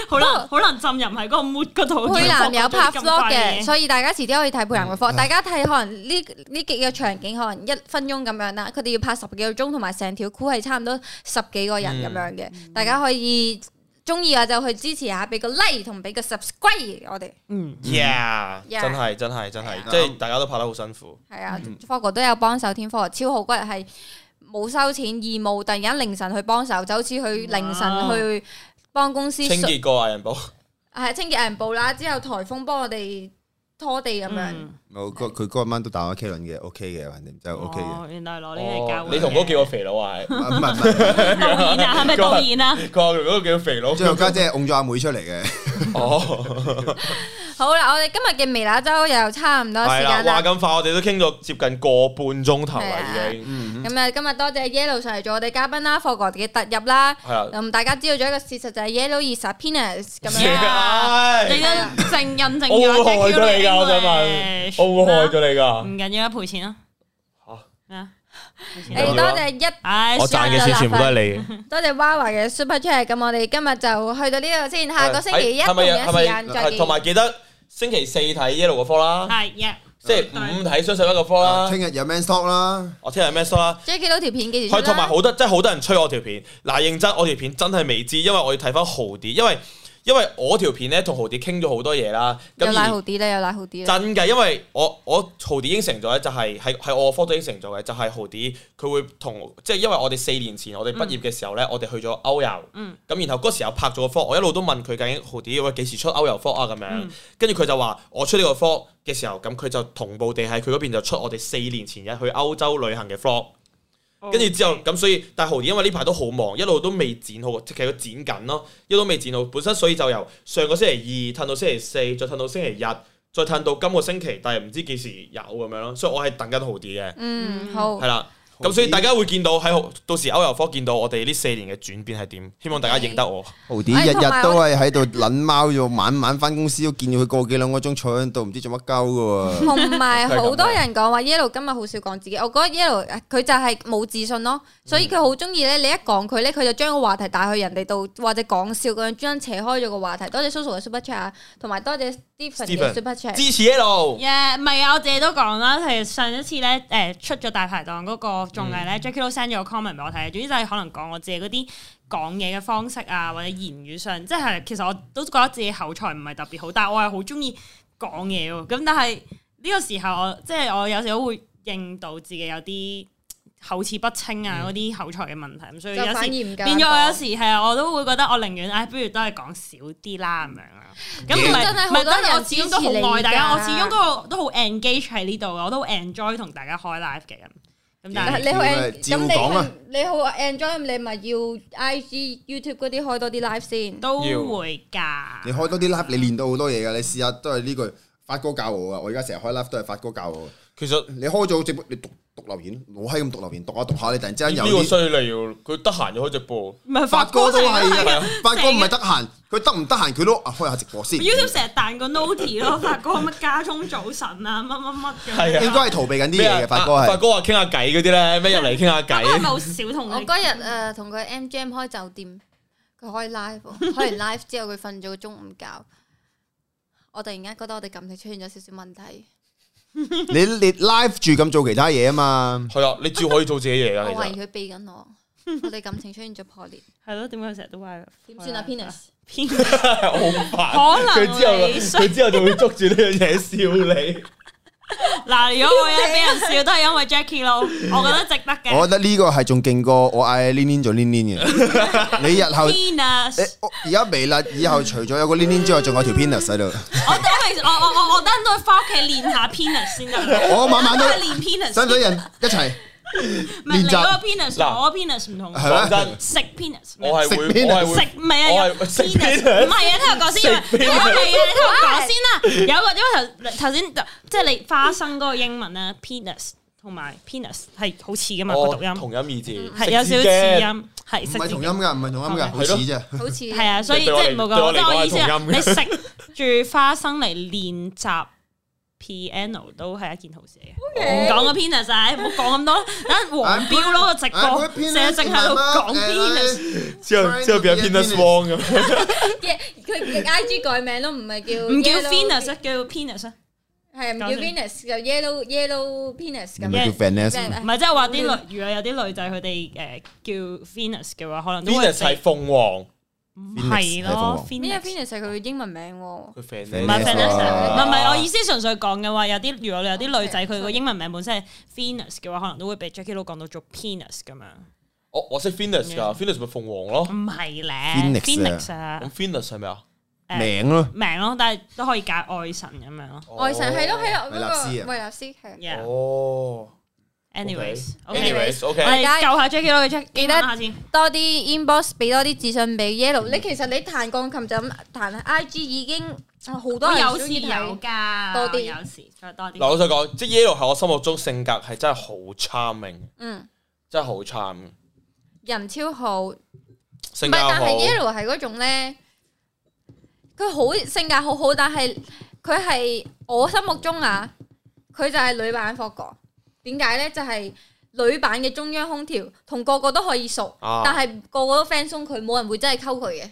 C: 好難好難浸淫喺嗰個 mood 嗰度。
B: 佩蘭有拍 vlog 嘅，
C: 以
B: 所以大家遲啲可以睇佩蘭嘅 vlog。
D: 嗯
B: 大家睇可能呢呢幾個場景可能一分鐘咁樣啦，佢哋要拍十幾個鐘，同埋成條 crew 係差唔多十幾個
C: 嗯
B: 人咁樣嘅。大家可以中意啊就去支持下，俾個 like 同俾個 subscribe 我哋。
C: 嗯，
A: ，Yeah，
B: Yeah
A: 真係真係真係，
D: Yeah
A: 即係大家都拍得好辛苦。
B: 係啊，
C: 嗯
B: 科哥都有幫手添。科哥超好嗰日係冇收錢義務，突然間凌晨去幫手，就好似去凌晨
C: 哇
B: 去幫公司
A: 清潔過藝人部，
B: 係清潔人部啦，之後颱風幫我哋拖地咁樣。
C: 嗯
D: 冇佢佢嗰晚都打咗 K 輪嘅，OK 嘅，反正就 OK 嘅。
C: 哦原來攞呢啲教
A: 哦
C: 會
A: 你同嗰幾個肥佬啊？係
D: 唔係唔係，
C: 導 演啊，係咪導演啊？
A: 佢話佢嗰幾個肥 佬
D: 最後家姐㧬咗阿妹出嚟嘅。
A: 哦，
B: 好啦，我哋今日嘅微辣周又差唔多時
A: 係啦，
B: 間
A: 話
B: 啦。
A: 咁快，我哋都傾咗接近個半鐘頭啦，已經
D: 嗯
B: 咁啊，今日多謝 Yellow 上嚟做我哋嘉賓啦，科哥嘅突入啦。
A: 係啦。
B: 咁大家知道咗一個事實就係 Yellow 二十 penis 咁 樣。
A: 係
C: Yeah 你都證印證
A: 我會
C: 咗
A: 害咗你㗎，我想問，我會害
C: 你。
A: 咗你㗎。
C: 唔緊要啊，賠錢啊。
A: 嚇
C: 咩啊？賠錢啊
B: 誒，多謝一
C: 唉，
A: 我賺嘅錢全部都係你
B: 多謝 Wawa 嘅 Super Chat，咁我哋今日就去到呢度先，下個星期一
A: 係
B: 同
A: 咪
B: 一
A: 係
B: 時間
A: 咪啊
B: 再
A: 係
B: 見。
A: 同埋記得星期四睇 Yellow 嗰科啦，
C: 係嘅，
A: 星期五睇雙十一嗰科啦，
D: 聽日有 Man Talk 啦，
A: 我聽日咩 show 啦？
B: Jackie 嗰條片幾時出
A: 係
B: 啦？
A: 同埋好多，真係好多人吹我條片。嗱，認真我條片真係未知，因為我要睇翻豪啲，因為因為我條片咧同豪啲傾咗好多嘢啦。咁
B: 又拉
A: 而
B: 好啲咧，又拉好
C: 啊
B: 啲咧。
A: 真嘅，因為我我豪啲應承咗咧，就係係係我科都應承咗嘅，就係豪啲佢會同即係因為我哋四年前我哋畢業嘅時候咧，我哋去咗歐遊，咁、
C: 嗯
A: 然後嗰時候拍咗個科，我一路都問佢究竟豪啲喂幾時出歐遊科啊咁樣
C: 嗯，
A: 跟住佢就話我出呢個科嘅時候，咁佢就同步地喺佢嗰邊就出我哋四年前日去歐洲旅行嘅 f l o g
B: 哦
A: 跟住之後咁，所以但係豪啲因為呢排都好忙，一路都未剪好，其實佢剪緊咯，一路都未剪好。本身所以就由上個星期二褪到星期四，再褪到星期日，再褪到今個星期，但係唔知幾時有咁樣咯。所以我係等緊豪啲嘅，
B: 嗯，好
A: 係。啦。咁所以大家會見到喺豪到時歐遊科見到我哋呢四年嘅轉變係點，希望大家認得我。
D: 豪啲
B: 哎
D: 日
B: 同
D: 日
B: 埋
D: 都
B: 我
D: 係喺度撚貓咗，晚晚翻公司都見佢個幾兩個鐘坐喺度，唔知做乜鳩嘅喎。
B: 同埋好多人講話 Yellow 今日好少講自己，我覺得 Yellow 啊佢就係冇自信咯，所
C: 嗯
B: 以佢好中意咧。你一講佢咧，佢就將個話題帶去人哋度，或者講笑咁樣，專登扯開咗個話題。多謝 Susu 嘅 Super Chat，啊同埋多謝 Stephen 嘅
A: Stephen
B: super chat，
A: 支持一路，
C: 耶，唔係啊！我自己都講啦，係上一次咧，誒、出咗大排檔嗰個綜藝咧、j
B: 嗯
C: a c k i e 都 send 咗個 comment 俾我睇，總之就係可能講我自己嗰啲講嘢嘅方式啊，或者言語上，即係其實我都覺得自己口才唔係特別好，但係我係好中意講嘢喎。咁但係呢個時候我即係我有時都會認到自己有啲口齒不清啊，嗰啲、口才嘅問題，咁所以有
B: 嗯就反而
C: 時。
B: 唔
C: 變咗我有時係啊我都會覺得我寧願唉，不如都係講少啲啦咁樣啦。咁唔
B: 真係
C: 係唔
B: 好
C: 係，
B: 多人
C: 但係我始終都好愛大家，我
B: 支
C: 始
B: 持你㗎
C: 終都都好 engage 喺呢度嘅，我都好 enjoy 同大家開 live 嘅咁。咁但係
B: 你好
D: 照
B: en-
D: 照
B: 咁你
D: 講啊
B: 係你好 enjoy，你咪要 IG、YouTube 嗰啲開多啲 live 先。
C: 都
A: 要
C: 會㗎
D: 你。開多啲 live，你練到好多嘢噶。你試下都係呢句發哥教我噶。我而家成日開 live 都係發哥教我㗎。
A: 其實
D: 你開咗直播，你讀讀留言，我閪咁讀留言，讀啊下讀下，你突然之間
A: 呢
D: 有
A: 個
D: 啲
A: 犀利喎，佢得閒就開直播，
C: 唔係
D: 發哥都
C: 成日
D: 係啊，發哥
C: 成
D: 唔係
C: 日
D: 得閒，佢得唔得閒佢都啊開下直播先。應
C: YouTube 成日彈個 noti 咯， 發哥乜家中早晨啊，乜乜乜咁樣。
A: 係啊
D: 該係逃避緊啲
A: 咩
D: 嘢嘅，
A: 啊
D: 發哥
A: 啊發
D: 係。
A: 哥話傾下偈嗰啲咧，咩入嚟傾下
C: 發 哥係咪
A: 偈，
C: 好少同
B: 我
C: 你？
B: 嗰日誒同佢 M Jam 開酒店，佢開 live，喎 開完 live 之後佢瞓咗個中午覺。我突然間覺得我哋感情出現咗少少問題，
D: 你你 live 住咁做其他嘢啊嘛。
A: 係啊，你照可以做自己嘢
B: 我
A: 㗎，其
B: 懷
A: 實
B: 疑佢避緊我，我哋感情出現咗破裂，
C: 係咯，點解佢成日都話？
B: 點算啊？Penis，
C: 偏
A: 我好
C: 可
A: 煩。
C: 能
A: 佢之後
C: 你衰
A: 佢之後就會捉住呢樣嘢笑你。
C: 嗱，如果我有俾人笑都係因為 Jackie 咯，我覺得值得
D: 我
C: 嘅。
D: 覺得呢個係仲勁過我嗌 Lin Lin 做 Lin Lin 嘅。 你日後
C: Penis
D: 誒，我而家微辣以後除咗有個 Lin Lin 之外，仲有條 penis 喺度。
C: 我 都係我我我我等陣都去翻屋企練下 penis 先 得。
D: 我晚 晚都
C: 我去練 penis，
D: 使唔使人一齊
C: 唔係你
D: 練
C: 嗰
D: 習？
C: 個 penis
A: 嗱
C: 同我個 penis 唔同，
A: 講
D: 係
A: 真
D: 咩？，
C: 食 penis，
A: 我係
D: 食
A: 會，我
D: 邊
A: 係會
C: 食唔係啊？
A: 我
C: 有
A: 係食
C: penis，
A: penis
C: 唔係啊，聽我講先，因為
A: 食
C: 因為係啊，你 聽我講先啦。有個因為頭頭先就即係你花生嗰個英文咧，penis 同埋 penis 係好似噶嘛個
A: 我
C: 啊讀音，
A: 哦同音異字，
C: 係有少少似音，係
D: 唔
C: 食
D: 係同音
C: 字。
D: 噶，唔係同音噶，
C: 哦係
D: 好似啫。
B: 好似
C: 係啊，所以即
A: 對我嚟
C: 係冇
A: 對我
C: 講，
A: 嚟
C: 即係我
A: 講
C: 意思
A: 係
C: 係
A: 同音嘅
C: 你食住花生嚟練習 piano 都係一件好事嚟嘅。唔講個 penis 仔，唔好講咁多。等黃標咯個直
D: 啊
C: 播，哦成日淨喺度講 penis。
A: 之後之後變咗 Penis Wong 咁。
B: 嘅，佢 I G 改名都唔係叫
C: 唔叫
B: Yellow
C: penis 啊，叫 penis 啊，
B: 係唔叫
C: 講先
B: Venus 就 Yellow Yellow Penis 咁啊
D: 你咪叫
B: 樣。
D: Vanessa？
C: 唔係即係話啲女，如果有啲女仔佢哋誒叫 penis 嘅話，可能都會
A: Penis 係鳳凰，
C: 唔係咯
D: Venus，
B: 咩
C: ，penis。
B: Venus 係佢英文名喎，
A: 佢 f
C: 唔
A: a
C: 係啊
D: Vanessa
C: Vanessa，唔係唔係，我意思純粹講嘅話，有啲如果你有啲女仔佢個英文名本身係 Venus 嘅話，可能都會被 Jackie Lou 講到做 penis 咁樣，
A: 我我識 Venus
C: 啊
A: 㗎，Venus 咪鳳凰咯。
C: 唔係咧
D: Phoenix
C: ，Phoenix 啊
A: 咁 Venus 係咪啊？
C: 誒
D: 名咯，
C: 名咯，但係都可以解愛神咁樣咯。
B: 外神係咯係咯，嗰
D: 維納斯啊
B: 個維納斯係。
C: Yeah，
A: 哦
C: anyways，OK，
B: Anyways，
A: ，anyways，OK，
C: 我哋救下 Jackie Lou 嘅 Jack，
B: 記
C: 記
B: 得
C: 得下先。
B: 多啲 inbox 俾多啲資訊俾 Yellow。你其實你彈鋼琴就咁彈 IG 已經好多
C: 我
B: 人
C: 有
B: 中
C: 時
B: 意
C: 有
B: 睇。
C: 㗎，
B: 多啲
C: 我有時再多
A: 嗱，
C: 啲。
A: 我想講，即係 Yellow 係我心目中性格係真係好 charming，
B: 嗯，
A: 真係好 charming，
B: 人超好，唔
A: 性
B: 係
A: 格又
B: 但
A: 好
B: 係。Yellow 係嗰種咧，佢好性格好好，但係佢係我心目中啊，佢就係女版霍哥。點解咧？就係、女版嘅中央空調，同個個都可以熟，
A: 啊
B: 但係個個都 friend 鬆佢，冇人會真係溝佢嘅。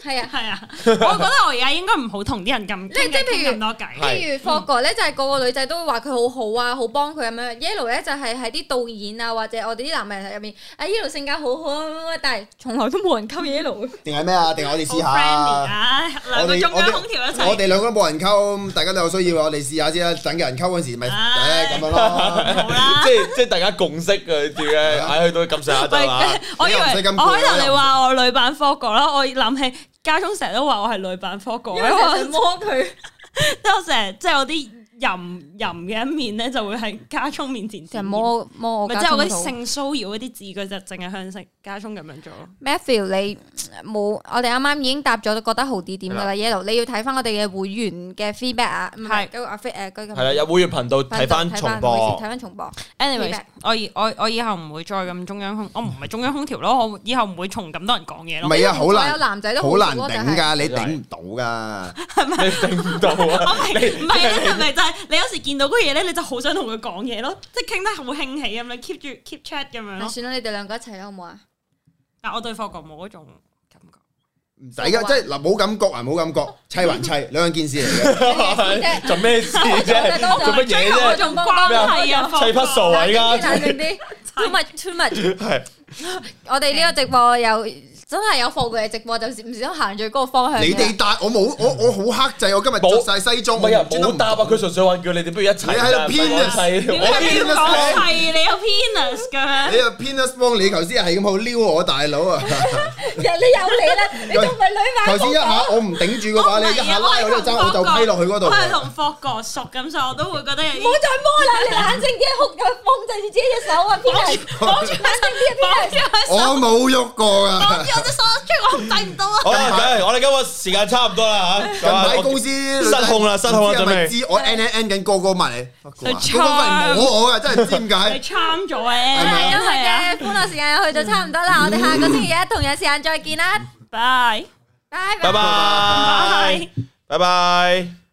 B: 係啊。
C: 係 啊，我覺得我而家應該唔好同啲人咁
B: 即
C: 傾偈
B: 係譬如
C: 傾咁多偈。
A: 係
B: 譬如霍哥咧，就係個個女仔都會話佢好好啊，好幫佢咁樣。Yellow 咧就係喺啲導演啊，或者我哋啲男人入面，啊 Yellow 性格好好啊，乜乜乜但係從來都冇人溝 Yellow。
D: 定係咩啊？定係我哋
C: 好
D: 試
C: friendly
D: 下。
C: 啊！兩個中央空調一
D: 我
C: 齊。
D: 哋兩個都冇人溝，大家都有需要，我哋試下先啦。等有人溝嗰時咪誒
C: 唉
D: 咁樣咯。
C: 好啦
A: 即，係即係大家共識啊佢自己，唉，去到咁上下
C: 啊
A: 得啦。
C: 我以為
D: 你又唔使咁攰
C: 我開頭你話我女版科哥啦，我諗起家中成日都話我係女版科哥，因為我
B: 想摸佢，
C: 即係我成日即係我啲淫淫嘅一面咧，就會喺家中面前
B: 成日摸摸我
C: 咪即係我嗰啲性騷擾嗰啲字句就淨係向食家中咁樣做咯。
B: Matthew，你冇我哋啱啱已經答咗，覺得好啲點噶啦，Yellow，你要睇翻我哋嘅會員嘅 feedback 啊，唔係
C: 係
B: 嗰個阿飛誒嗰個
A: 係啦，有會員頻道睇翻重播
B: 睇。翻重播。
C: anyways，
B: Feedback
C: 我以我我以後唔會再咁中央空，我唔係中央空調咯，我以後唔會從咁多人講嘢
D: 唔
C: 咯。
D: 係啊，好
B: 有
D: 難
B: 男仔都
D: 好
B: 難
D: 難頂㗎，你頂唔到㗎。
A: 你頂唔到啊！
C: 我明唔係啊？係咪就係你有時見到嗰嘢咧，你就好想同佢講嘢咯，即係傾得好興起咁樣，keep 住 keep chat 咁樣
B: 係
C: 咯。
B: 算啦，你哋兩個一齊啦，好唔好啊？
C: 但我對霍國冇嗰種感覺，
D: 唔使噶，即係嗱冇感覺啊，冇感覺，砌還砌，兩件事嚟嘅。
B: 啫
A: 做咩事啫？
B: 多謝
A: 做乜嘢
C: 我
A: 啫？
C: 仲關係啊，
A: 砌匹 數啊！依家
B: 冷靜啲冷靜啲，too much too much。
A: 係
B: 我哋呢個直播有真係有貨嘅直播，就唔小心行咗嗰個方向嘅。
D: 你哋答我冇，我我好克制，我今日着晒西裝，
A: 唔係啊？
D: 專登
A: 冇答啊！佢純粹話叫你哋不如一齊啊。
D: 你喺度編啊
A: 唔係
C: 點
A: 我 砌
C: 解你
D: 邊
C: 要
D: 個
C: 講
D: 聲
C: 係你有 penis 嘅咩？
D: 你又 Penis Wong，你頭先係咁好撩我大佬啊！
B: 你有你啦，你仲唔係女
D: 頭
B: 版？
D: 先一下我唔頂住嘅
C: 哦
D: 話，
C: 啊
D: 你一下拉我呢度爭，我就批落去嗰
C: 我係
D: 度。
C: 同霍哥熟咁，所以我都會覺得有
B: 唔好
C: 啲
B: 再摸啦！你冷靜啲，控控制住自己隻手啊！邊係
C: 綁住
B: 冷靜啲啊！邊係
D: 我冇喐過啊！
C: 我隻手出，我制唔到啊！
A: 好啦，咁我哋今日時間差唔多啦嚇。 啊
D: 近排公
A: 司
D: 司失
A: 失控啦失控啦
D: 係
A: 準
D: 咪
A: 備
D: 知我 N N N 緊個個埋嚟，個個
C: 佢
D: 翻嚟摸我啊！真係唔知點
C: 你
D: 解。
C: charm 咗咧，
D: 係咪啊
B: 今日
C: 係啊
B: 嘅歡樂時間又去到差唔多啦，我哋下個星期一同樣時間再見啦，
C: ，bye。
B: 拜拜
A: 拜。拜，拜拜。